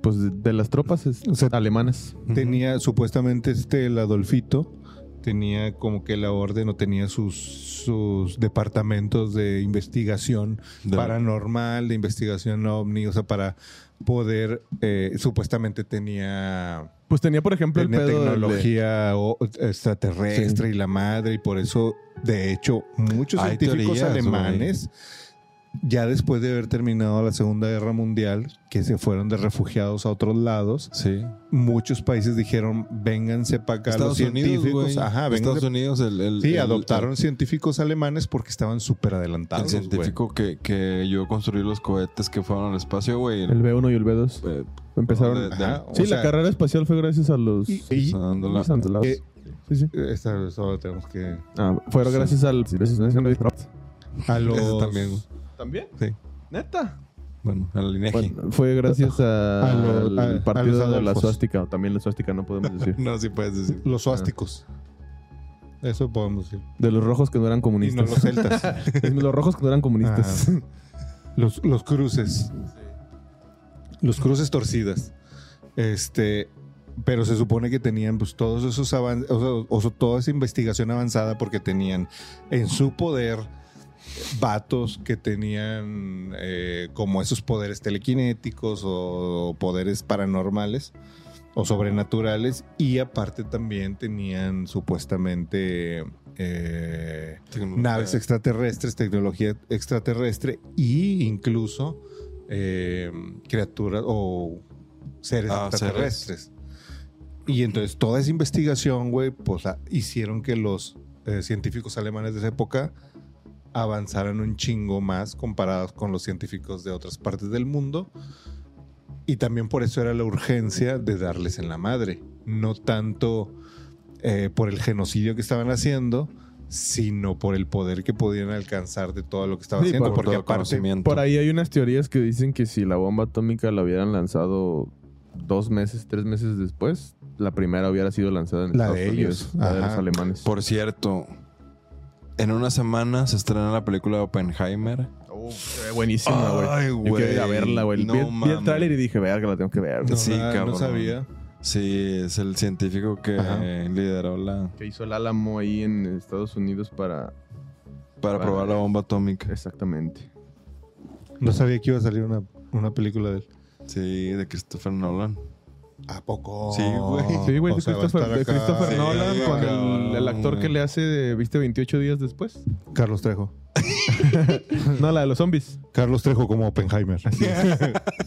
pues de, de las tropas es- O sea, alemanas. Tenía, supuestamente, este, el Adolfito tenía como que la orden o tenía sus, sus departamentos de investigación De- paranormal, de investigación ovni, o sea, para poder, eh, supuestamente tenía Pues tenía, por ejemplo, el tenía pedo del- tecnología o- eh, extraterrestre y la madre, y por eso, de hecho, muchos Hay científicos teorías, alemanes, ya después de haber terminado la Segunda Guerra Mundial, que se fueron de refugiados a otros lados, Sí. muchos países dijeron, vénganse para acá los Estados Unidos, científicos. güey. Ajá, Estados vénganse. Unidos, el... el- Sí, el- adoptaron científicos alemanes porque estaban súper El, adelantados. güey. científico que, que ayudó a construir los cohetes que fueron al espacio, güey. El B1 y el B2 Eh, empezaron. de- Ajá, o sí, sea, la carrera espacial fue gracias a los. y- y- usándola. los andalados. eh, Sí, sí. esta- esta la tenemos que... Ah, fueron sí. gracias al. A los, también. ¿También? Sí. ¿Neta? Bueno, al linaje. Bueno, fue gracias a, A los- a- al a partido los de la Adolfos. suástica. o También la suástica, no podemos decir. No, sí puedes decir. Ah. los suásticos. Eso podemos decir. De los rojos que no eran Y no comunistas. los celtas. los... rojos que no eran comunistas. Ajá. los, los cruces. Los cruces torcidas. Este. Pero se supone que tenían pues, todos esos avances, o, sea, o sea, toda esa investigación avanzada, porque tenían en su poder vatos que tenían eh, como esos poderes telequinéticos o, poderes paranormales o sobrenaturales, y aparte también tenían supuestamente eh, Tecnología. naves extraterrestres, tecnología extraterrestre y incluso eh, criaturas o seres Ah, extraterrestres. Y entonces toda esa investigación, güey, pues la- hicieron que los eh, científicos alemanes de esa época avanzaran un chingo más comparados con los científicos de otras partes del mundo. Y también por eso era la urgencia de darles en la madre, no tanto eh, por el genocidio que estaban haciendo, sino por el poder que podían alcanzar de todo lo que estaban Sí, haciendo, por Por todo porque el aparte conocimiento. Por ahí hay unas teorías que dicen que si la bomba atómica la hubieran lanzado dos meses, tres meses después, la primera hubiera sido lanzada en La Estados de ellos. Unidos, la de Ajá. los alemanes. Por cierto, en una semana se estrena la película de Oppenheimer. Oh, buenísima, güey. Ay, güey. Yo güey. quería ir a verla, güey. No vi, vi el mames. tráiler y dije, verga, la tengo que ver. no, Sí, la- no cabrón. sabía. Sí, es el científico que Ajá. lideró la... Que hizo el Álamo ahí en Estados Unidos para... Para Para- probar la bomba atómica. Exactamente. No sabía que iba a salir una, una película de él. Sí, de Christopher Nolan. ¿A poco? Sí, güey. Sí, güey, Oh, O de sea, va a Christopher, estar de acá- Christopher Sí, Nolan güey, con cabrón, el, el actor que güey. le hace, de, ¿viste? 28 días después. Carlos Trejo. No, la de los zombies. Carlos Trejo como Oppenheimer.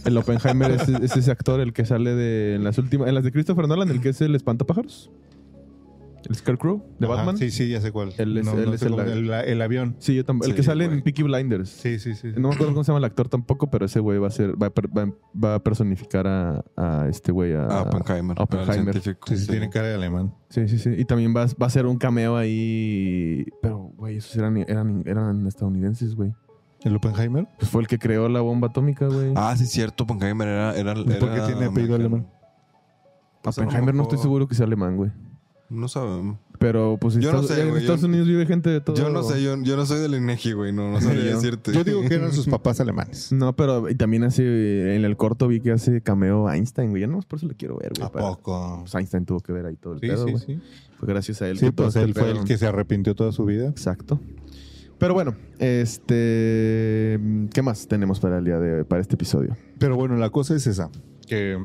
El Oppenheimer es, es ese actor, el que sale de en las últimas... En las de Christopher Nolan, el que es el espantapájaros. El Scarecrow de Ajá, Batman. Sí, Sí, sí, ya sé cuál. Él es- No, él no es sé el- cómo- el, el avión. yo también. Sí, El que sale güey. en Peaky Blinders. Sí, sí, sí. No me acuerdo cómo se llama el actor tampoco, pero ese güey va a ser... Va a, per- va a- va a personificar a, a este güey, a... Ah, Oppenheimer. Oppenheimer. El científico. Sí, sí, tiene cara de alemán. Sí, sí, sí. Y también va, va a ser un cameo ahí. Pero, güey, esos eran, eran, eran estadounidenses, güey. ¿El Oppenheimer? Pues fue el que creó la bomba atómica, güey. Ah, sí, es cierto. Oppenheimer era... era, ¿Y por qué era tiene apellido alemán? Pues a lo Oppenheimer no mejor- estoy seguro que sea alemán, güey. No sabemos. Pero, pues, en Yo no Estados- sé, en güey, Estados yo- Unidos vive gente de todo. Yo no sé, yo, yo no soy del INEGI, güey. No, no sabría Yo- decirte. Yo digo que eran sus papás alemanes. No, pero y también hace. En el corto vi que hace cameo Einstein, güey. Yo no, por eso le quiero ver, güey. ¿A para- poco? Pues Einstein tuvo que ver ahí todo el Sí, pedo, sí, güey. sí. Fue gracias a él. Sí, que todo pues este él fue pedo- el que se arrepintió toda su vida. Exacto. Pero bueno, este. ¿Qué más tenemos para el día de para este episodio? Pero bueno, la cosa es esa, que,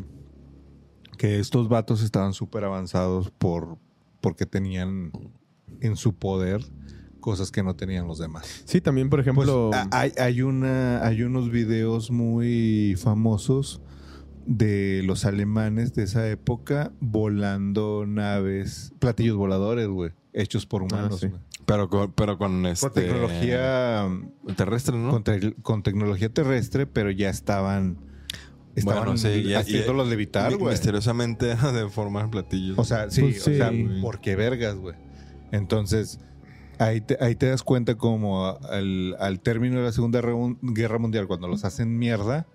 que estos vatos estaban súper avanzados por, porque tenían en su poder cosas que no tenían los demás. Sí, también, por Pues, ejemplo. a- hay, hay, una, hay unos videos muy famosos de los alemanes de esa época volando naves, platillos voladores, güey, hechos por humanos. sí. güey. Pero con, pero con este... Con tecnología terrestre, ¿no? con, te- con tecnología terrestre, pero ya estaban, estaban Bueno, sí, ya- haciéndolos levitar, Mi- güey. Misteriosamente de formar platillos. O sea, sí, Pues o sea, sí. porque vergas, güey. Entonces, ahí te, ahí te das cuenta como a- al, al término de la Segunda Re- Guerra Mundial, cuando los hacen mierda,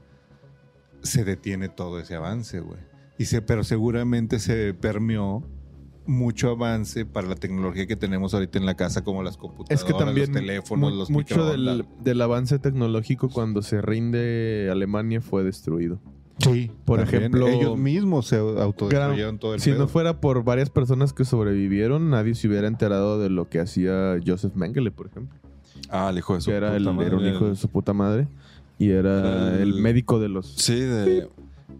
se detiene todo ese avance, güey. Y se, pero seguramente se permeó mucho avance para la tecnología que tenemos ahorita en la casa, como las computadoras, Es que también los teléfonos, mu- los mucho microondas. del, del avance tecnológico cuando se rinde Alemania fue destruido. Sí. Por ejemplo, ellos mismos se autodestruyeron todo el si pedo. no fuera por varias personas que sobrevivieron, nadie se hubiera enterado de lo que hacía Joseph Mengele, por ejemplo. Ah, el hijo de su Que era, puta el, madre. era un hijo de su puta madre y era Era el, el- médico de los... Sí, de,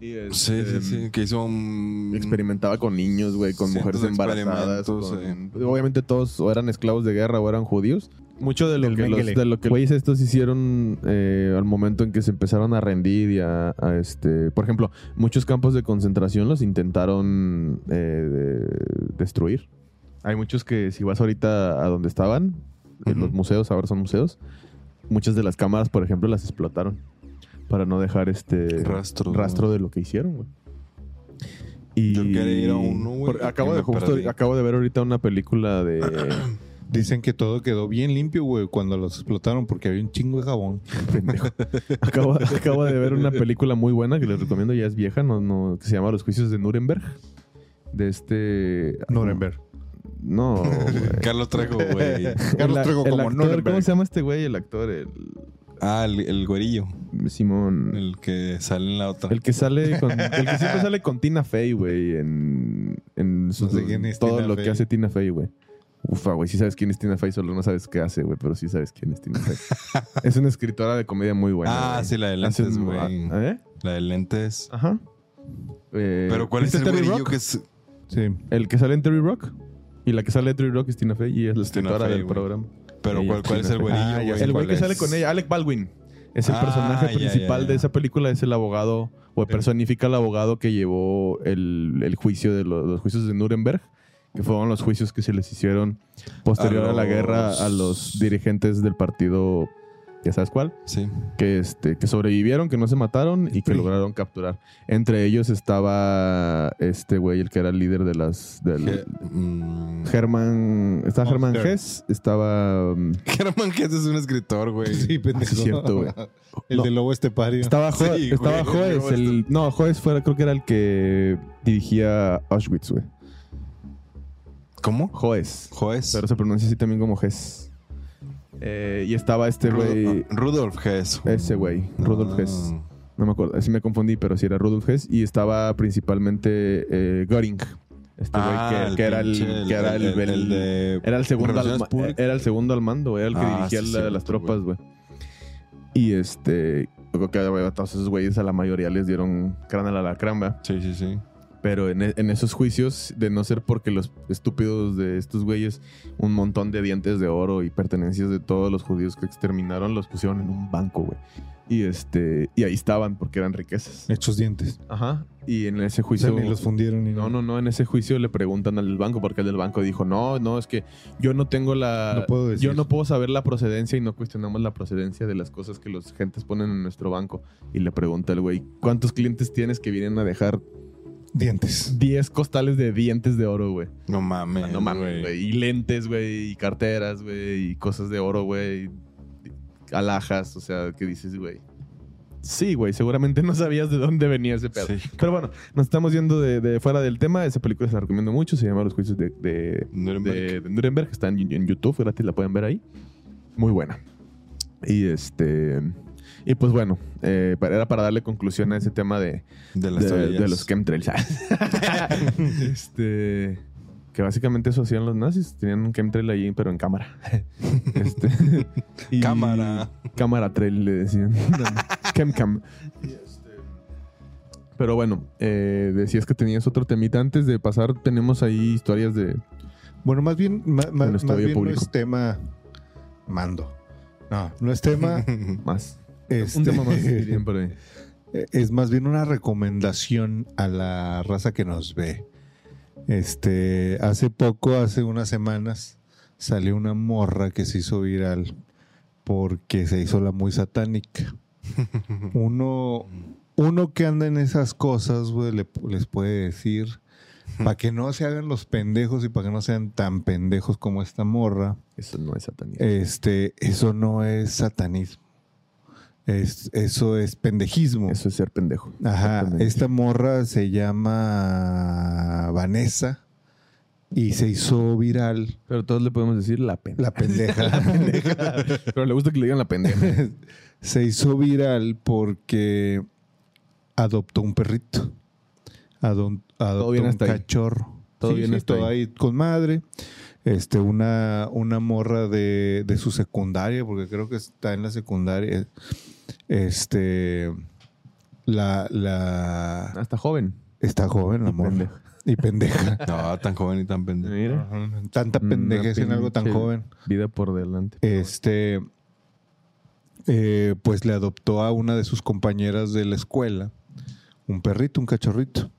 y, este, sí, sí, sí, que hizo un... Experimentaba con niños, güey, con Cientos mujeres de embarazadas. experimentos, con- Obviamente todos o eran esclavos de guerra o eran judíos. Mucho de lo Del que los, Mengele. de lo que güeyes estos hicieron eh, al momento en que se empezaron a rendir y a, a, este, por ejemplo, muchos campos de concentración los intentaron eh, de- destruir. Hay muchos que si vas ahorita a donde estaban, en Ujú. los museos ahora son museos, muchas de las cámaras, por ejemplo, las explotaron para no dejar este Rastro, rastro de lo que hicieron, güey. Y Yo quería ir a uno, güey, por- acabo y de me justo- perdí. acabo de ver ahorita una película de Dicen que todo quedó bien limpio, güey, cuando los explotaron porque había un chingo de jabón. pendejo. Acabo, acabo de ver una película muy buena que les recomiendo, ya es vieja, no, no, que se llama Los juicios de Nuremberg. De este Nuremberg. No, güey. Carlos Trejo, güey. Carlos El- Trejo el como actor, Nuremberg. ¿Cómo se llama este güey? El actor, el ah, el, el güerillo. Simón. El, El que sale en la otra. que sale con. El que siempre sale con Tina Fey, güey. En, en sus- sé quién es todo Tina lo Fey. que hace Tina Fey, güey. Ufa, güey, sí sabes quién es Tina Fey, solo no sabes qué hace, güey, pero sí sabes quién es Tina Fey. es una escritora de comedia muy buena. ah, güey. sí, la de Hace lentes, un- güey. ah, ¿eh? La de lentes. Ajá. Eh, Pero ¿cuál es ¿viste el Terry güerillo Rock? que es...? Sí. El que sale en Terry Rock. Y la que sale de Terry Rock es Tina Fey y es la Es Tina escritora Fey, del güey. programa. Pero Ella, ¿cuál, cuál es Tina el Fey. güerillo, Ah, ya güey? sé El güey cuál que sale es. con ella, Alec Baldwin. Es el Ah, personaje ya, ya, principal ya. de esa película, es el abogado, o personifica al abogado que llevó el, el juicio de lo- los juicios de Nuremberg, que fueron los juicios que se les hicieron posterior a, la los- guerra a los dirigentes del partido, ya sabes cuál, Sí. que, este, que sobrevivieron, que no se mataron y que PRI. lograron capturar. Entre ellos estaba este güey, el que era el líder de las... Del, Je- mm, Germán, estaba Germán Monster. Hess, estaba... um, Germán Gess es un escritor, güey. Sí, pendejo. es cierto, güey. El No. de Lobo Estepario. Estaba, Jo- Sí, estaba güey, Joes, luego el- no, Joes fuera, creo que era el que dirigía Auschwitz, güey. ¿Cómo? Joes. Joes. Pero se pronuncia así también como Ges. Eh, y estaba este Rudolf- güey, ah, Rudolf Hess. ese güey, Rudolf Hess. Ah. No me acuerdo, así me confundí, pero sí era Rudolf Hess. Y estaba principalmente eh, Göring. Este güey Ah, que- que, era el, pinche, que era el, el- el de- Era el segundo al, Relaciones ma- públicas. era el segundo al mando, güey, era el que Ah, dirigía sí, la- cierto, las tropas, güey. Y este, yo creo que a todos esos güeyes a la mayoría les dieron cráneo a la cramba. Sí, sí, sí. Pero en, e- en esos juicios, de no ser porque los estúpidos de estos güeyes, un montón de dientes de oro y pertenencias de todos los judíos que exterminaron, los pusieron en un banco, güey. Y este, y ahí estaban porque eran riquezas. Hechos dientes. Ajá. Y en ese O sea, juicio. ni los fundieron ni Pues No, nada. no, no. En ese juicio le preguntan al del banco porque el del banco dijo, no, no, es que yo no tengo la... No puedo decir. Yo no puedo saber la procedencia y no cuestionamos la procedencia de las cosas que los gentes ponen en nuestro banco. Y le pregunta el güey, ¿cuántos clientes tienes que vienen a dejar Dientes. 10 costales de dientes de oro, güey? No mames. Ah, no mames, güey. Y lentes, güey, y carteras, güey, y cosas de oro, güey. y Alhajas, o sea, ¿qué dices, güey? Sí, güey, seguramente no sabías de dónde venía ese pedo. Sí. Pero bueno, nos estamos yendo de, de fuera del tema. Esa película se la recomiendo mucho. Se llama Los Juicios de, de, Nuremberg. de, de Nuremberg. Está en, en YouTube, gratis, la pueden ver ahí. Muy buena. Y este. Y pues bueno, eh, para- era para darle conclusión a ese tema de, De las de, teorías. de los chemtrails. este, que básicamente eso hacían los nazis. Tenían un chemtrail ahí, pero en cámara. Este, y- Cámara. Cámara trail, le decían. Chemcam. Pero bueno, eh, decías que tenías otro temita. Antes de pasar, tenemos ahí historias de... Bueno, más bien, ma- ma- Bueno, más estudio bien no público. es tema mando. No, no es tema. Más. este, Un tema más, dirían por ahí. Eh, Es más bien una recomendación a la raza que nos ve. Este, hace poco, hace unas semanas, salió una morra que se hizo viral porque se hizo la muy satánica. Uno, uno que anda en esas cosas, güey, le- les puede decir, para que no se hagan los pendejos y para que no sean tan pendejos como esta morra, Eso no es satanía. este, eso no es satanismo. Es- eso es pendejismo. Eso es ser pendejo. Ajá, Exactamente. esta morra se llama Vanessa y se hizo viral Pero todos le podemos decir la pena. la pendeja. Pero le gusta que le digan la pendeja. se hizo viral porque adoptó un perrito. Adon- adoptó bien un hasta ahí. cachorro. Todo bien hasta todo ahí con madre. Este, una, una morra de, de su secundaria, porque creo que está en la secundaria. Este, la, la, Hasta joven. está joven la morra. Ah. pendeja. Y pendeja. No, tan joven y tan pendejo. Mira. Tanta Una pendejez en algo tan pinche- joven. Vida por delante. Este, eh, pues le adoptó a una de sus compañeras de la escuela un perrito, un cachorrito.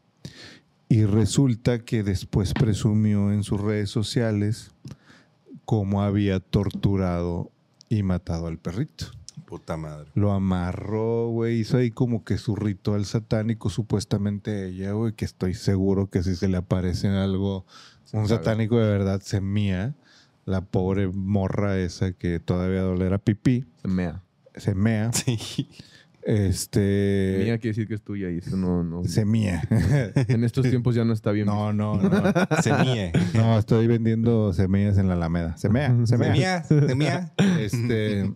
Y resulta que después presumió en sus redes sociales cómo había torturado y matado al perrito. Puta madre. Lo amarró, güey. Hizo ahí como que su ritual satánico, supuestamente ella, güey, que estoy seguro que si se le aparece en algo, un sabe. satánico de verdad se mía. La pobre morra esa que todavía dolera pipí, Se mea. se mea. Sí. Este. Mía quiere decir que es tuya y eso no. no. Se mía. En estos tiempos ya no está bien. no, no, no. Se mía. No, estoy vendiendo semillas en la Alameda. Se mea, se Se mea. mía. Se mía. Este.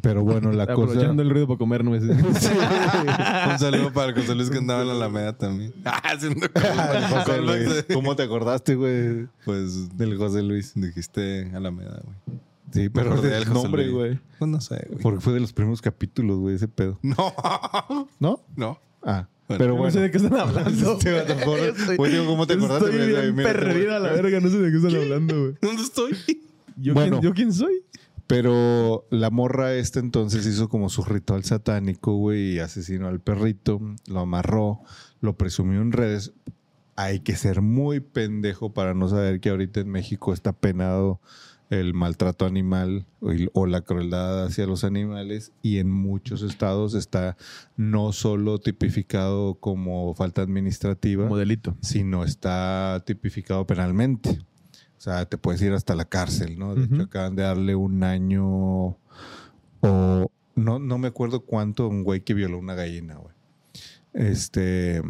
Pero bueno, la cosa. Aprovechando el ruido para comer nueces. Un saludo para el José Luis que andaba en la Alameda también. Ah, haciendo José Luis, callbacks. ¿Cómo te acordaste, güey? Pues Del José Luis. dijiste Alameda, güey. Sí, Me pero acordé del del José nombre, Luis. güey. Pues no sé, güey. Porque fue de los primeros capítulos, güey, ese pedo. No, ¿No? no. Ah, Bueno. pero Yo No bueno. sé de qué están hablando. Este vato, por- Estoy- Güey, digo, ¿cómo te yo acordaste? Estoy Mira, bien mira, perdida a la verga. No sé de qué están hablando, güey. ¿Dónde estoy? ¿Yo, Bueno. quién, ¿Yo quién soy? Pero la morra esta entonces hizo como su ritual satánico, güey, y asesinó al perrito, lo amarró, lo presumió en redes. Hay que ser muy pendejo para no saber que ahorita en México está penado el maltrato animal o el- o la crueldad hacia los animales y en muchos estados está no solo tipificado como falta administrativa, Modelito. si no está tipificado penalmente. O sea, te puedes ir hasta la cárcel, ¿no? De hecho, Ujú. acaban de darle un año o no, no me acuerdo cuánto a un güey que violó una gallina, güey. Este.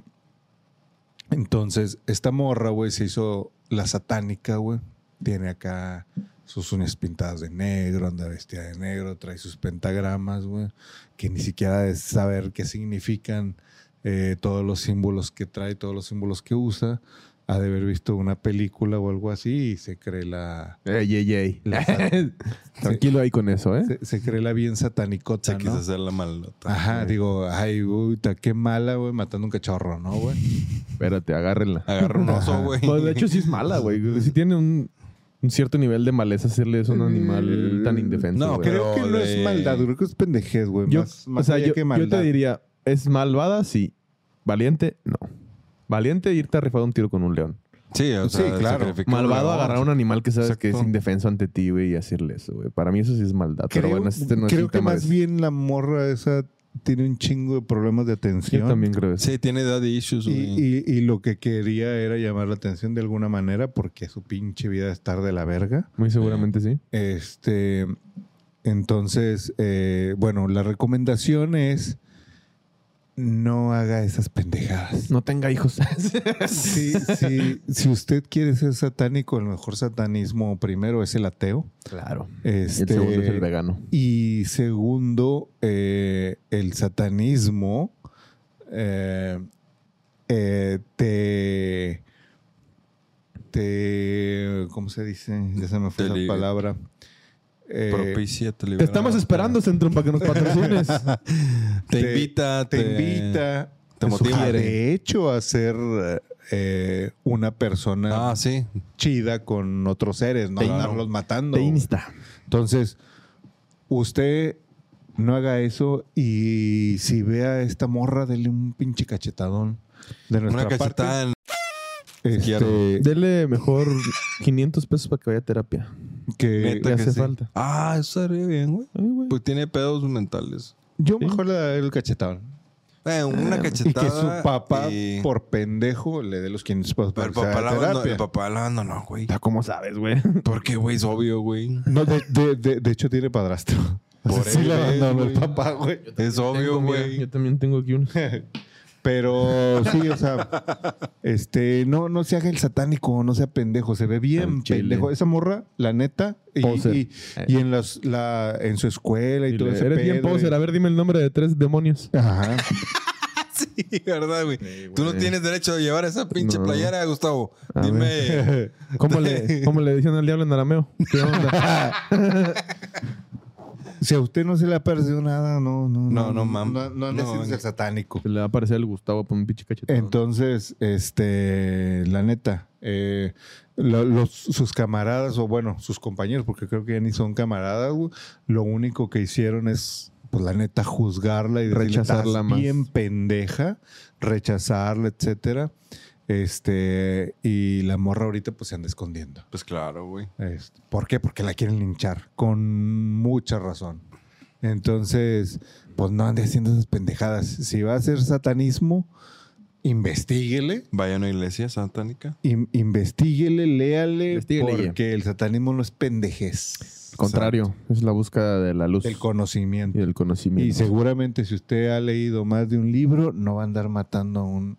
Entonces, esta morra, güey, se hizo la satánica, güey. Tiene acá sus uñas pintadas de negro, anda vestida de negro, trae sus pentagramas, güey, que ni siquiera es saber qué significan eh, todos los símbolos que trae, todos los símbolos que usa. Ha de haber visto una película o algo así y se cree la. Ey, ey, ey. Eh, la sat- Tranquilo ahí con eso, ¿eh? se, se cree la bien satanicota. Se quiso ¿no? hacer la malota. Ajá, Güey. digo, ay, puta, qué mala, güey, matando un cachorro, ¿no, güey? Espérate, agárrenla. Ah, Agarra un oso, Ajá. güey. Pues, de hecho, sí es mala, güey. Sí tiene un, un cierto nivel de maleza hacerle eso a un animal tan indefenso. No, güey. pero creo que Mm, no de- es maldad, creo que es pendejez, güey. yo, Más, más o sea, allá yo, que yo maldad. te diría, ¿es malvada? Sí. ¿Valiente? No. Valiente irte a rifar un tiro con un león. Sí, o Sí, sea, claro. sacrificar un Malvado león. agarrar a un animal que sabes que es Exacto. indefenso ante ti, güey, y hacerle eso, güey. Para mí eso sí es maldad. pero Creo- bueno, este no es creo el que tema más de- bien la morra esa tiene un chingo de problemas de atención. Yo también creo eso. Sí, tiene daddy issues, Y, güey. y- y lo que quería era llamar la atención de alguna manera porque su pinche vida es estar de la verga. Muy seguramente sí. Este, entonces, eh, bueno, la recomendación es no haga esas pendejadas. No tenga hijos. Sí, sí, si usted quiere ser satánico, el mejor satanismo primero es el ateo. claro. Y Este, el segundo es el vegano. y segundo, eh, el satanismo eh, eh, te, te. ¿Cómo se dice? Ya se me fue Te la li- palabra. Eh, Propicia, te Te libera. estamos esperando, Centrum, para que nos patrocines. Te, Te- invita, te invita te motiva. a, de hecho a ser eh, una persona Ah, sí. chida con otros seres, no Te in- andarlos matando. Te insta. Entonces, usted no haga eso y si ve a esta morra, dele un pinche cachetadón de nuestra Una parte. cachetada en... Este, izquierda. Dele mejor 500 pesos para que vaya a terapia. que Neta le que hace sí. falta. Ah, eso estaría bien, güey. Ay, güey. Pues tiene pedos mentales. yo mejor le daré el cachetadón. Eh, una Ah, Y cachetada. que su papá, y- por pendejo, le dé los 500 pesos Pero el para que se papá, haga la abandonó, terapia. el papá la abandonó, güey. ¿Cómo sabes, güey? Porque, güey, es obvio, güey. No, de, de- de- de hecho, tiene padrastro. Por sí, él, le abandonó el güey. papá, güey. Es obvio, Tengo, mira, güey. Yo también tengo aquí uno. Pero sí, o sea, este, no, no se haga el satánico, no sea pendejo, se ve bien Al chile. pendejo. Esa morra, la neta, y, Poser. Eh. y- y en las, la, en su escuela y, todo ese Eres bien pedo, poser. y- A ver, dime el nombre de tres demonios. Ajá. Sí, ¿verdad, güey? Tú no tienes derecho de llevar esa pinche No. playera, Gustavo. A Dime. ¿Cómo le, cómo le decían al diablo en arameo? ¿Qué onda? Si a usted no se le ha perdido nada, no, no, No, no, mam. No, no andes No, en venga. el satánico. Le va a parecer el Gustavo por un pinche cachetón. Entonces, este, la neta, eh, lo- los, sus camaradas, o bueno, sus compañeros, porque creo que ya ni son camaradas, güey, lo único que hicieron es, pues la neta, juzgarla y decirle, "Estás Rechazarla más". bien pendeja, rechazarla, etcétera. Este, y la morra ahorita pues se anda escondiendo. Pues claro, güey. Este, ¿Por qué? Porque la quieren linchar, con mucha razón. Entonces, pues no ande haciendo esas pendejadas. Si va a ser satanismo, investiguele, Vaya a una iglesia satánica. in- investiguele, léale, Investíguele. porque el satanismo no es pendejez. Al contrario, es la búsqueda de la luz El y conocimiento. del conocimiento. Y seguramente si usted ha leído más de un libro, no va a andar matando a un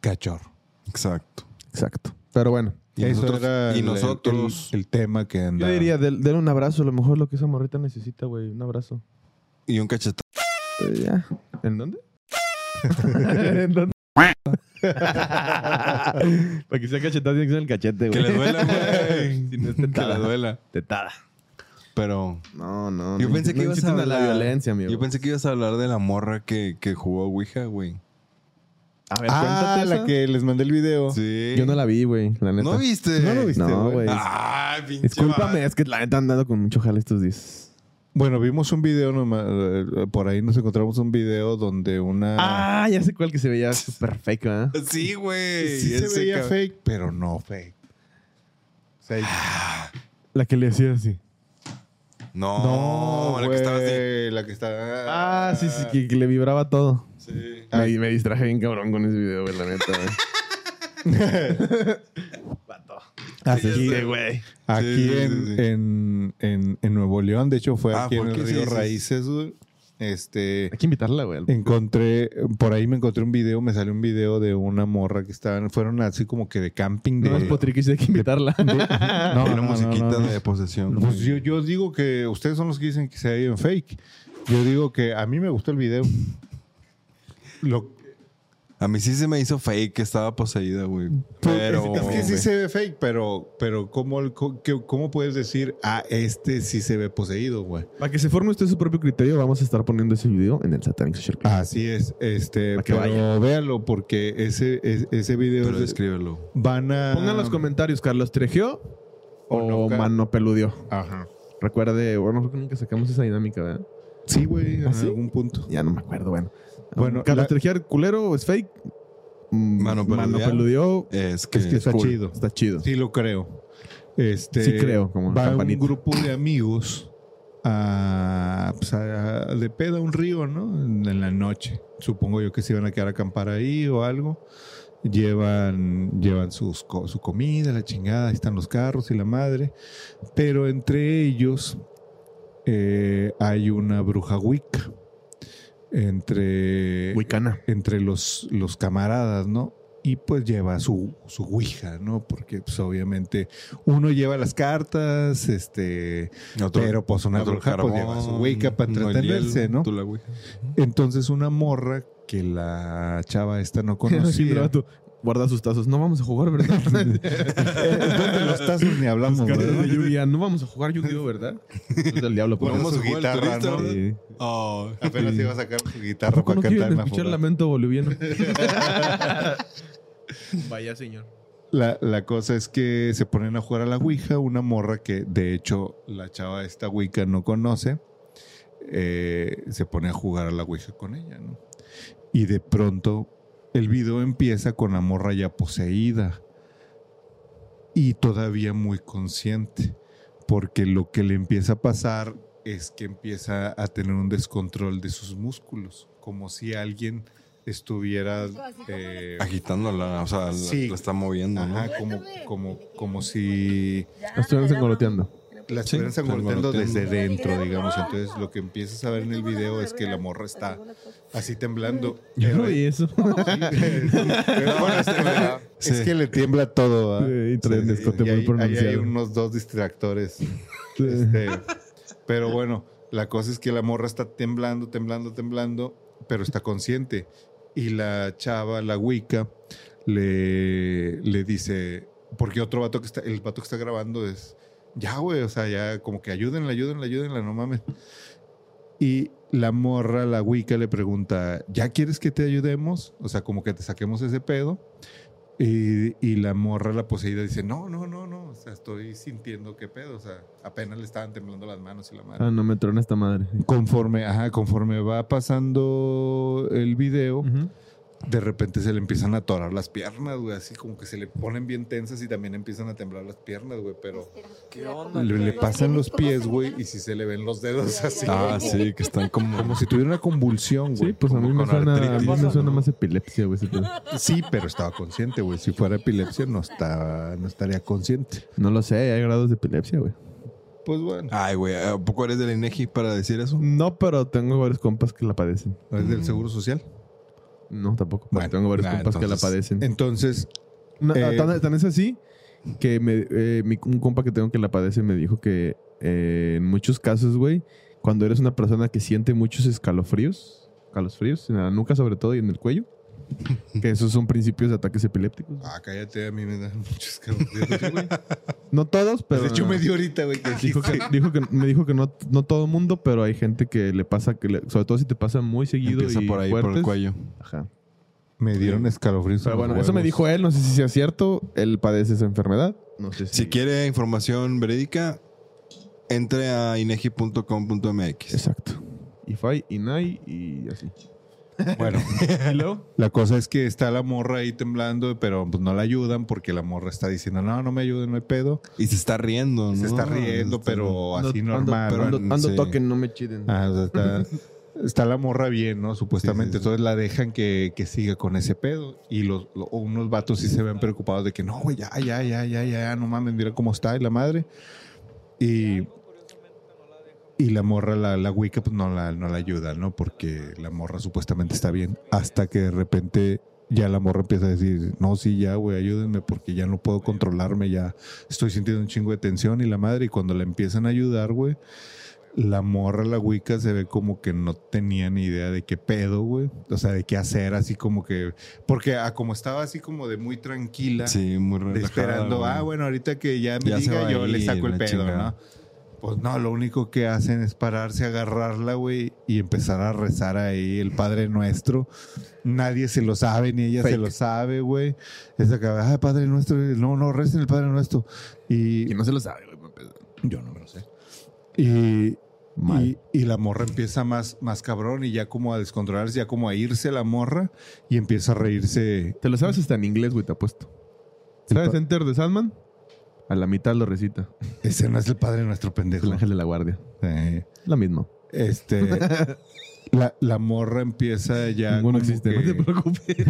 cachorro. Exacto. Exacto. Pero bueno. Y Eso nosotros- era y el- el- nosotros- el, tema que Yo andaba. diría, del- denle un abrazo. A lo mejor lo que esa morrita necesita, güey. Un abrazo. Y un cachetón. Eh, ya. ¿En dónde? ¿En dónde? Para que sea cachetado, tiene que ser el cachete, güey. Que le duela, güey. Si no es Que le tetada. duela. Tetada. Pero No, no. Yo no pensé inciten- que no ibas a inciten la hablar- violencia, amigo. yo pensé que ibas a hablar de la morra que, que jugó Ouija, güey. A ver, Ah, cuéntate la esa. que les mandé el video. Sí. Yo no la vi, güey, la neta. ¿No viste? No lo viste, No, güey. güey. Ah, pinche. Discúlpame, vato. es que la neta han dado con mucho jale estos días. Bueno, vimos un video, nomás, eh, por ahí nos encontramos un video donde una... Ah, ya sé cuál que se veía súper fake, ¿verdad? Sí, güey. sí se Ese veía cab- fake, pero no fake. O sea, La que le hacía así. No, Oh, la que estaba así. güey, la que estaba- Ah, sí, sí, que, que le vibraba todo. Sí. Me, me distraje bien cabrón con ese video, güey, la neta, güey. Así Sí, ya sé. Ah, güey. Aquí Sí, sí, en, sí, sí. En, en- en Nuevo León, de hecho fue Ah, aquí en fue el aquí, Río sí, sí. Raíces, güey. Este... Hay que invitarla, güey. al- Encontré, por ahí me encontré un video, me salió un video de una morra que estaban, fueron así como que de camping de... No es potriquis, hay que invitarla. No, Una no, no, musiquita no, no. de posesión. Pues yo, yo digo que ustedes son los que dicen que se veía en fake. Yo digo que a mí me gustó el video. Lo, A mí sí se me hizo fake que estaba poseída, güey. Pero. Pues, es, es que sí se ve fake, pero, pero ¿cómo, el- co- que- ¿cómo puedes decir, ah, este sí se ve poseído, güey? Para que se forme usted su propio criterio, vamos a estar poniendo ese video en el Satanic Social Club. Así es, este, Pa' Ah. que pero vaya. véalo porque ese, es- ese video Pero es- escríbelo. van a... Pongan en los comentarios, Carlos, ¿trejeó O o, no, mano peludió? Ajá. Recuerde, bueno, creo que nunca sacamos esa dinámica, ¿verdad? Sí, güey, en ¿Ah, sí? algún punto. Ya no me acuerdo, bueno. Bueno, Bueno, Carlos la- Trejear, culero, es fake. Mm, Mano peludear. peludeó, Es que. Es que- está cool, chido. Está chido. Sí, lo creo. Este, Sí creo, como va campanita. un grupo de amigos a, pues, a- de peda a un río, ¿no? En, en la noche. Supongo yo que se iban a quedar a acampar ahí o algo. Llevan, llevan sus, co- su comida, la chingada, ahí están los carros y la madre. Pero entre ellos eh, hay una bruja Wicca. Entre Wicana. entre los, los camaradas, ¿no? Y pues lleva su, su Ouija, ¿no? Porque pues obviamente uno lleva las cartas, este, Otro- pero pues una otro bruja pues carbón, lleva su Ouija para no, el entretenerse, hiel, ¿no? tú la ouija. Entonces una morra que la chava esta no Sí, el conocía. vato Guarda sus tazos. No vamos a jugar, ¿verdad? Entonces de los tazos Pues, ni hablamos, Las cartas de ¿verdad? Yu-Gi-Oh! No vamos a jugar Yu-Gi-Oh, ¿verdad? Es del diablo. por Bueno, favor. ¿Cómo su se jugó el guitarra, turista, ¿no? verdad? Sí. Oh. Apenas iba a sacar su ¿A guitarra poco no para cantar quieren en la escuchar fogata. lamento boliviano? Vaya, señor. La, la cosa es que se ponen a jugar a la Ouija, una morra que de hecho la chava de esta Ouija no conoce, eh, se pone a jugar a la Ouija con ella, ¿no? Y de pronto el video empieza con la morra ya poseída y todavía muy consciente, porque lo que le empieza a pasar es que empieza a tener un descontrol de sus músculos, como si alguien estuviera... eh, Agitándola, o sea, la- Sí. la, está moviendo, ¿no? Ajá, como, como, como si. Nos estuvieron engoloteando. la Sí, estuvieran sangoloteando. sangoloteando desde dentro, digamos. Entonces, lo que empiezas a ver en el video es que la morra está así temblando. Yo no Pero- vi eso. Pero bueno, es, que- es Sí. que le tiembla todo. ¿va? Sí, y traen Sí, escote y muy ahí- ahí hay pronunciado. unos dos distractores. Este, pero bueno, la cosa es que la morra está temblando, temblando, temblando, pero está consciente. Y la chava, la Wicca, le, le dice, porque otro vato que está, el vato que está grabando es, ya, güey, o sea, ya como que ayúdenla, ayúdenla, ayúdenla, no mames. Y la morra, la Wicca, le pregunta, ¿ya quieres que te ayudemos? O sea, como que te saquemos ese pedo. Y, y la morra, la poseída, dice, no, no, no, no, o sea, estoy sintiendo qué pedo, o sea, apenas le estaban temblando las manos y la madre. Ah, no me trona esta madre. Conforme, ajá, conforme va pasando el video, Ujú. de repente se le empiezan a atorar las piernas, güey, así como que se le ponen bien tensas y también empiezan a temblar las piernas, güey, pero ¿Qué onda? le, le pasan los pies, güey, y si se le ven los dedos así. Ah, sí, que están como. Como si tuviera una convulsión, güey. Sí, pues a como mí me con suena, a mí artritis, me ¿no? suena más epilepsia, güey. ese pedo. Sí, pero estaba consciente, güey. Si fuera epilepsia, no, está, no estaría consciente. No lo sé, hay grados de epilepsia, güey. Pues bueno, Ay, güey, ¿a poco eres del INEGI para decir eso? No, pero tengo varios compas que la padecen. Ah, es Mm, del Seguro Social. No, tampoco. pero Bueno, tengo varios ah, compas que la entonces- padecen. Entonces, No, Eh, tan, tan es así que me- eh, mi- un compa que tengo que la padece me dijo que eh, en muchos casos, güey, cuando eres una persona que siente muchos escalofríos, escalofríos en la nuca sobre todo y en el cuello, que esos son principios de ataques epilépticos. ah, cállate, a mí me dan muchos escalofríos, güey. No todos, pero... De hecho, me dio ahorita, güey, que Dijo que, dijo que- me dijo que no, no todo mundo, pero hay gente que le pasa, que le- sobre todo si te pasa muy seguido Empieza y por ahí, por fuertes. el cuello. Ajá. me dieron escalofríos. Pero en los bueno, eso me huevos. dijo él, no sé si sea cierto, él padece esa enfermedad. No sé si... Si quiere información verídica, entre a inegi.com.mx. Exacto. IFAI, INAI y así. Bueno, ¿Y luego? la cosa es que está la morra ahí temblando, pero pues no la ayudan porque la morra está diciendo, no, no me ayuden, no hay pedo. Y se está riendo, ¿no? Se está riendo, Está- pero así normal. Ando, ¿no? ando, ando sí. toquen, no me chiden. Ah, o sea, está, está la morra bien, ¿no? Supuestamente. Sí, sí, sí. Entonces la dejan que, que siga con ese pedo. Y los, lo- unos vatos sí se ven preocupados de que no, güey, ya, ya, ya, ya, ya, no mames, mira cómo está y la madre. Y, y la morra, la, la Wicca, pues no la, no la ayuda, ¿no? Porque la morra supuestamente está bien. Hasta que de repente ya la morra empieza a decir, no, sí, ya, güey, ayúdenme porque ya no puedo controlarme, ya estoy sintiendo un chingo de tensión y la madre. Y cuando la empiezan a ayudar, güey, la morra, la Wicca, se ve como que no tenía ni idea de qué pedo, güey. O sea, de qué hacer, así como que... Porque ah, como estaba así como de muy tranquila, Sí, muy de relajada. esperando, güey. ah, bueno, ahorita que ya me Ya se va diga, a yo le ir, saco el la pedo, chingada. ¿no? Pues no, lo único que hacen es pararse, agarrarla, güey, y empezar a rezar ahí el Padre Nuestro. Nadie se lo sabe, ni ella se Fake. lo sabe, güey. Es acá, ah, Padre Nuestro, no, no, recen el Padre Nuestro. Y no se lo sabe, güey. yo no me lo sé. Y, Mal. y, y la morra empieza más, más cabrón y ya como a descontrolarse, ya como a irse la morra y empieza a reírse. Te lo sabes hasta en inglés, güey, te apuesto. ¿Sabes Enter de Sandman? A la mitad lo recita. Ese no es el padre nuestro pendejo. El ángel de la guardia. Eh, La misma. este, la, la morra empieza ya. Ninguno como existe. No te que- preocupes.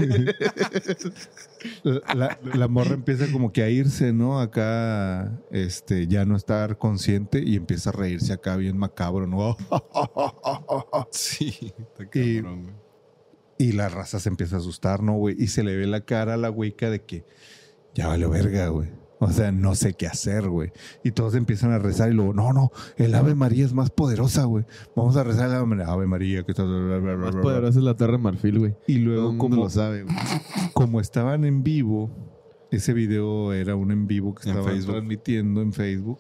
la, la morra empieza como que a irse, ¿no? Acá, este, ya no estar consciente y empieza a reírse acá bien macabro, ¿no? Sí, está Y- cabrón, güey. Y la raza se empieza a asustar, ¿no, güey? Y se le ve la cara a la hueca de que ya vale verga, güey. O sea, no sé qué hacer, güey. Y todos empiezan a rezar y luego, no, no, el Ave María es más poderosa, güey. Vamos a rezar el Ave María, Ave María, que está... bla, bla, bla, bla, Más bla". poderosa es la Torre Marfil, güey. Y Todo luego, el mundo como, lo sabe, güey. como estaban en vivo, ese video era un en vivo que En estaban Facebook. transmitiendo en Facebook,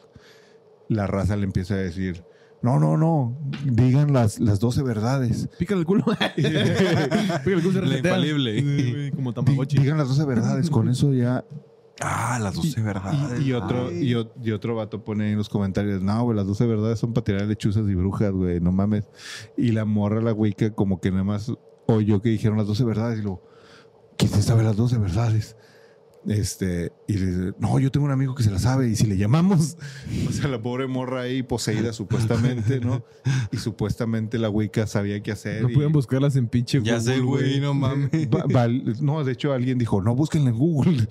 la raza le empieza a decir, no, no, no, digan las, las 12 verdades. Pícale el culo. Pícale el culo. La se resetea. infalible. Sí, güey, Como Di- Tamagotchi. digan las 12 verdades, con eso ya Ah, las 12 verdades. Y, y otro, Ay. y, o- y otro vato pone en los comentarios, no, güey, las 12 verdades son para tirar lechuzas y brujas, güey, no mames. Y la morra, la wicca, como que nada más oyó que dijeron las 12 verdades y luego, ¿quién se sabe las 12 verdades? Este, y le dice, no, yo tengo un amigo que se la sabe, y si le llamamos, o sea, la pobre morra ahí poseída supuestamente, ¿no? Y supuestamente la Wicca sabía qué hacer. No y- pueden buscarlas en pinche Ya sé, Google, güey, no mames. Va- val- no, de hecho alguien dijo, no, búsquenla en Google.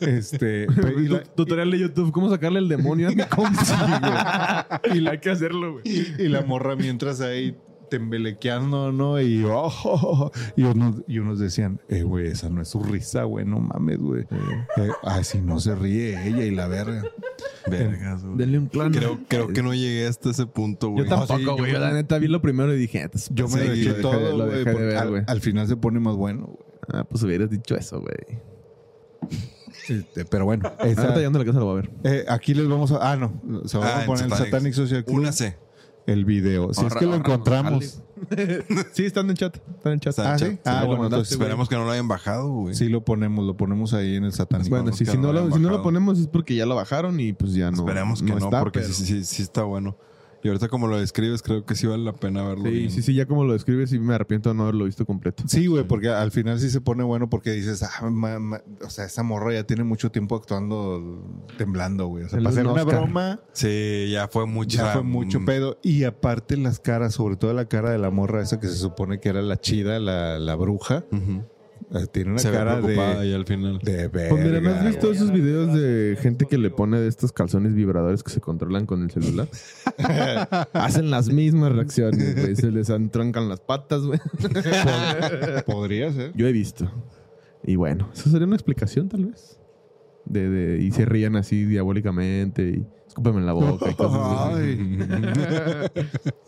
este, pero- y, la, Tu- Tutorial de YouTube, ¿cómo sacarle el demonio a mi compa? y la- Hay que hacerlo, güey. y la morra mientras ahí tembelequeando, ¿no? Y, oh, y, unos, y unos decían, eh, güey, esa no es su risa, güey, no mames, güey. Eh, ay, si no se ríe ella y la verga. Vergas, güey. Denle un clan. Creo, creo que no llegué hasta ese punto, Yo güey. tampoco, güey. yo la neta vi lo primero y dije, "Ah, Yo me Sí, lo lo eché dejé de- lo todo, güey, dejé de porque ver, güey. al, al final se pone más bueno, güey. Ah, pues hubieras dicho eso, güey. Este, pero bueno, esa- Ahorita llegando a la casa lo va a ver. eh, aquí les vamos a... Ah, no, se va Ah, a en poner el Satanic. Satanic Social Club, Una C. el video. Si es Ahorra- que lo ahorra- encontramos. sí, están en chat. Están en chat. Está en Ah, chat. ¿sí? Ah, lo bueno, mandaste, entonces güey. Esperemos que no lo hayan bajado, güey. Sí lo ponemos, lo ponemos ahí en el satánico. bueno, Bueno, sí, que si, no no lo lo, hayan si no lo bajado. ponemos es porque ya lo bajaron y pues ya no. Esperemos que no, está, porque pero- sí, sí, sí está bueno. Y ahorita como lo describes, creo que sí vale la pena verlo. Sí, bien. sí, sí, ya como lo describes, sí me arrepiento de no haberlo visto completo. Sí, güey, porque al final sí se pone bueno porque dices, ah, ma- ma- o sea, esa morra ya tiene mucho tiempo actuando temblando, güey. O sea, Denle para un hacer una Oscar. broma, Sí, ya fue mucho. ya o sea, fue mucho mm, pedo. Y aparte las caras, sobre todo la cara de la morra esa que se supone que era la chida, la, la bruja, ujú. eh, tiene una Se ve cara preocupada de... y al final. De Pues mira, ¿no has verga, visto güey. esos videos de gente que le pone de estos calzones vibradores que se controlan con el celular? Hacen las mismas reacciones, güey. Se les entroncan las patas, güey. Podría ser. Yo he visto. Y bueno, eso sería una explicación, tal vez. De, de- y se rían así diabólicamente y escúpeme en la boca y cosas así.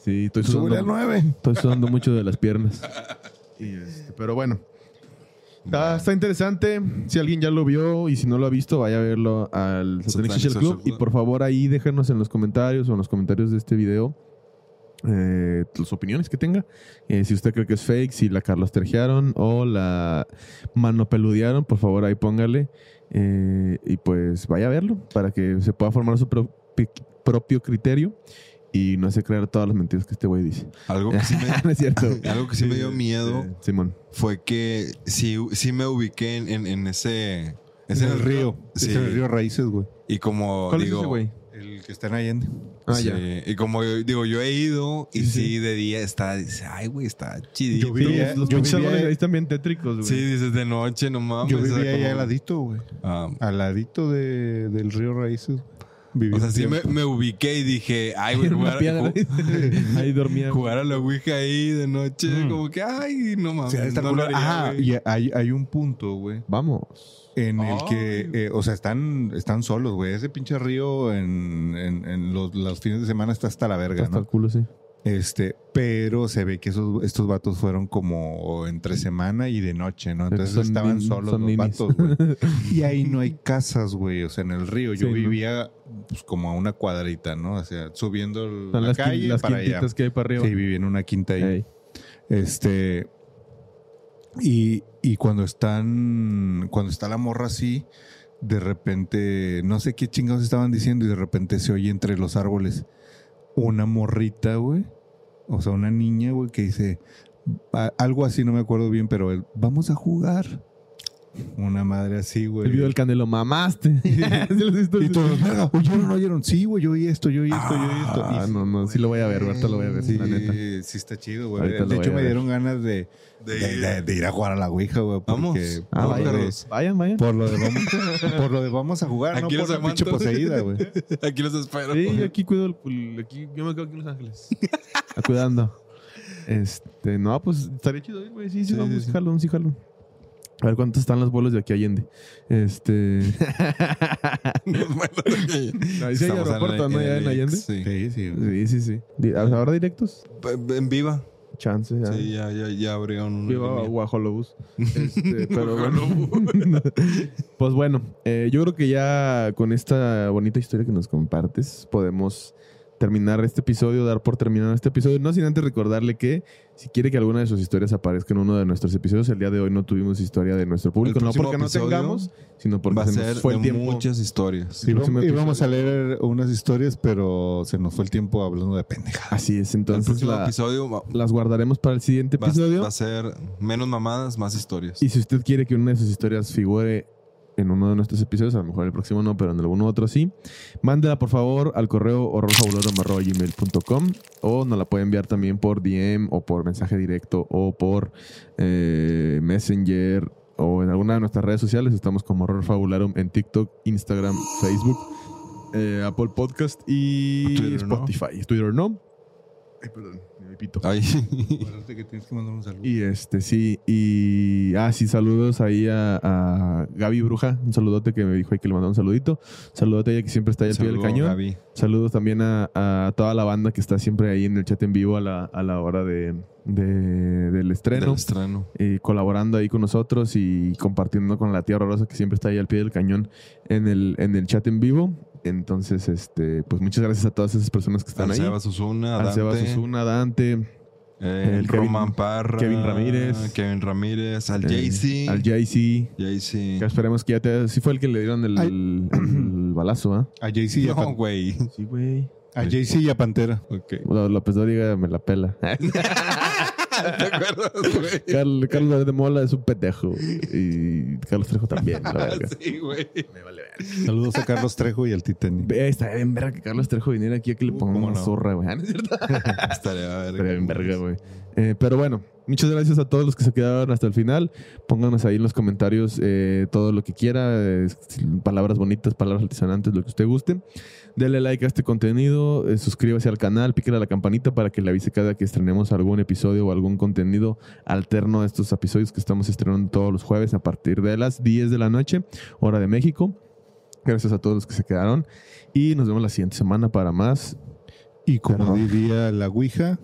Sí, estoy Súbele al sudando, 9. estoy sudando mucho de las piernas. Y, este, pero bueno. Está, está interesante. Si alguien ya lo vio y si no lo ha visto, vaya a verlo al Satanic Satanic Social Club. Social Y Club. por favor, ahí déjenos en los comentarios o en los comentarios de este video eh, sus opiniones que tenga. Eh, si usted cree que es fake, si la Carlos terjearon o la manopeludearon, por favor ahí póngale. Eh, y pues vaya a verlo para que se pueda formar su pro- pi- propio criterio y no se creer todas las mentiras que este güey dice. Algo que sí me, Ah, no es cierto. algo que sí me dio miedo Eh, Simón. fue que sí, sí me ubiqué en, en- en ese. Es en el río. Sí. Es en el río Raíces, güey. Y como ¿Cuál es digo. ese güey? El que está en Allende. Ah, sí, ya. Y como yo- digo, yo he ido y Sí, sí, sí. de día está. Dice, ay, güey, está chidito. Yo Sí, vivía- los yo pinches vivía- árboles ahí también tétricos, güey. Sí, dices de noche, no mames. Yo o sea, vivía ahí como- al ladito, güey. Ah, Al ladito de, del río Raíces. Viví o sea, un sí me, tiempo. me ubiqué y dije, ay, güey, Era una jugar, piedra. ju- ahí dormía. jugar a la Ouija ahí de noche, Mm. como que, ay, no mames. Sí, ha de estar no lo culero. haría, Ah, güey. y hay, hay un punto, güey, Vamos. en el Ay. que, eh, o sea, están, están solos, güey. Ese pinche río en, en- en los, los fines de semana está hasta la verga, Hasta el ¿no? culo, sí. Este, pero se ve que esos, estos vatos fueron como entre semana y de noche, ¿no? Entonces Son estaban nin- solos los son ninis. vatos, güey. Y ahí no hay casas, güey. O sea, en el río. Yo Sí, ¿no? vivía pues, como a una cuadrita, ¿no? O sea, subiendo la Están las, quin- calle las para allá. quintitas que hay para arriba. Sí, viví en una quinta ahí. Ey. Este. Y, y cuando están. Cuando está la morra así, de repente. No sé qué chingados estaban diciendo y de repente se oye entre los árboles una morrita, güey. O sea, una niña, güey, que dice. a- Algo así, no me acuerdo bien, pero él. Vamos a jugar. Una madre así, güey. El video del Canelo, mamaste. ¿Sí lo has visto? Y todos, "Verga, oyeron, oyeron. Sí, güey, yo oí esto, yo oí esto, yo oí esto. Ah, Y- no, no, sí lo voy a ver, ahorita lo voy a ver, Sí, la neta. sí está chido, güey. Ahorita lo De voy hecho, a me ver. dieron ganas de, De de- ir. de- de ir a jugar a la Ouija, güey. porque- Vamos. Ah, por, vaya. vayan, lo de, vayan, vayan. por lo de vamos, por lo de vamos a jugar, Aquí no los por la pinche aguanto. poseída, güey. Aquí los espero. Sí, yo aquí cuido el, el- aquí, yo me quedo aquí en Los Ángeles. Ah, Cuidando. Este, no, pues estaría chido, ir, güey. Sí, sí, Sí, vamos, sí, sí. jalo, vamos, sí, jalo. A ver cuántos están los vuelos de aquí a Allende. Este. Ahí sí hay Estamos en aeropuerto, el- ¿no? Ya el en Allende. Ix, sí. Sí, sí. güey. Sí, sí, sí. Di- ¿Ahora directos? En viva. Chance, ya. Sí, ya, ya, ya abrieron una Viva línea. Guajolobús. Este, pero bueno. pues bueno, eh, yo creo que ya con esta bonita historia que nos compartes, podemos terminar este episodio, dar por terminado este episodio. No sin antes recordarle que si quiere que alguna de sus historias aparezca en uno de nuestros episodios, el día de hoy no tuvimos historia de nuestro público. No próximo porque no episodio tengamos, sino porque Va a se nos ser fue de el tiempo. muchas historias. Sí, vamos- próximo episodio. íbamos a leer unas historias, pero se nos fue el tiempo hablando de pendejadas. Así es, el entonces próximo la- episodio va, las guardaremos para el siguiente va- episodio. va a ser menos mamadas, más historias. Y si usted quiere que una de sus historias figure en uno de nuestros episodios, a lo mejor en el próximo no, pero en alguno otro sí. Mándela por favor al correo horrorfabuloso@gmail.com o nos la puede enviar también por DM o por mensaje directo o por eh, Messenger o en alguna de nuestras redes sociales. Estamos como Horror Fabularum en TikTok, Instagram, Facebook, eh, Apple Podcast y Twitter no. Spotify. Ah, Twitter no. Ay, perdón, me pito. Ay, Acuérdate que tienes que mandar un saludo. Y este, sí, y. Ah, sí, saludos ahí a, a Gaby Bruja. Un saludote que me dijo ahí que le mandó un saludito. Saludote a ella que siempre está ahí al pie del saludo, cañón. Gaby. Saludos también a, a toda la banda que está siempre ahí en el chat en vivo a la, a la hora de, de- del estreno. Del estreno. eh, colaborando ahí con nosotros y compartiendo con la tía Rosa que siempre está ahí al pie del cañón en el, en el chat en vivo. Entonces, este, pues muchas gracias a todas esas personas que Al están ahí. Sebas Osuna, Al Dante, Sebas Osuna, Dante, eh, el Román Kevin- Parra, Kevin Ramírez. Kevin Ramírez, al eh, Jay-Z. al Jay-Z, Jay-Z. Que esperemos que ya te. Sí, fue el que le dieron el, Ay. el balazo, ¿ah? A Jay-Z y, a No, Pan- güey. Sí, güey. a Jay-Z y a Pantera. Ok. López Dóriga me la pela. Ah, ¿Te acuerdas, güey? Carl- Carlos Loret de Mola es un pendejo. Y Carlos Trejo también, la verga. Sí, güey. Saludos a Carlos Trejo y al Titanic. Ve, Estaría bien verga que Carlos Trejo viniera aquí a que le Uh, pongan cómo una no. zorra, güey. Ah, ¿no es cierto? Estaría verga. Estaría bien verga, güey. Eh, pero bueno, muchas gracias a todos los que se quedaron hasta el final. Pónganos ahí en los comentarios eh, todo lo que quiera, eh, palabras bonitas, palabras altisonantes, lo que usted guste. Dele like a este contenido, eh, suscríbase al canal, píquele a la campanita para que le avise cada que estrenemos algún episodio o algún contenido alterno a estos episodios que estamos estrenando todos los jueves a partir de las 10 de la noche, hora de México. Gracias a todos los que se quedaron y nos vemos la siguiente semana para más. Y como Perdón. diría la Ouija,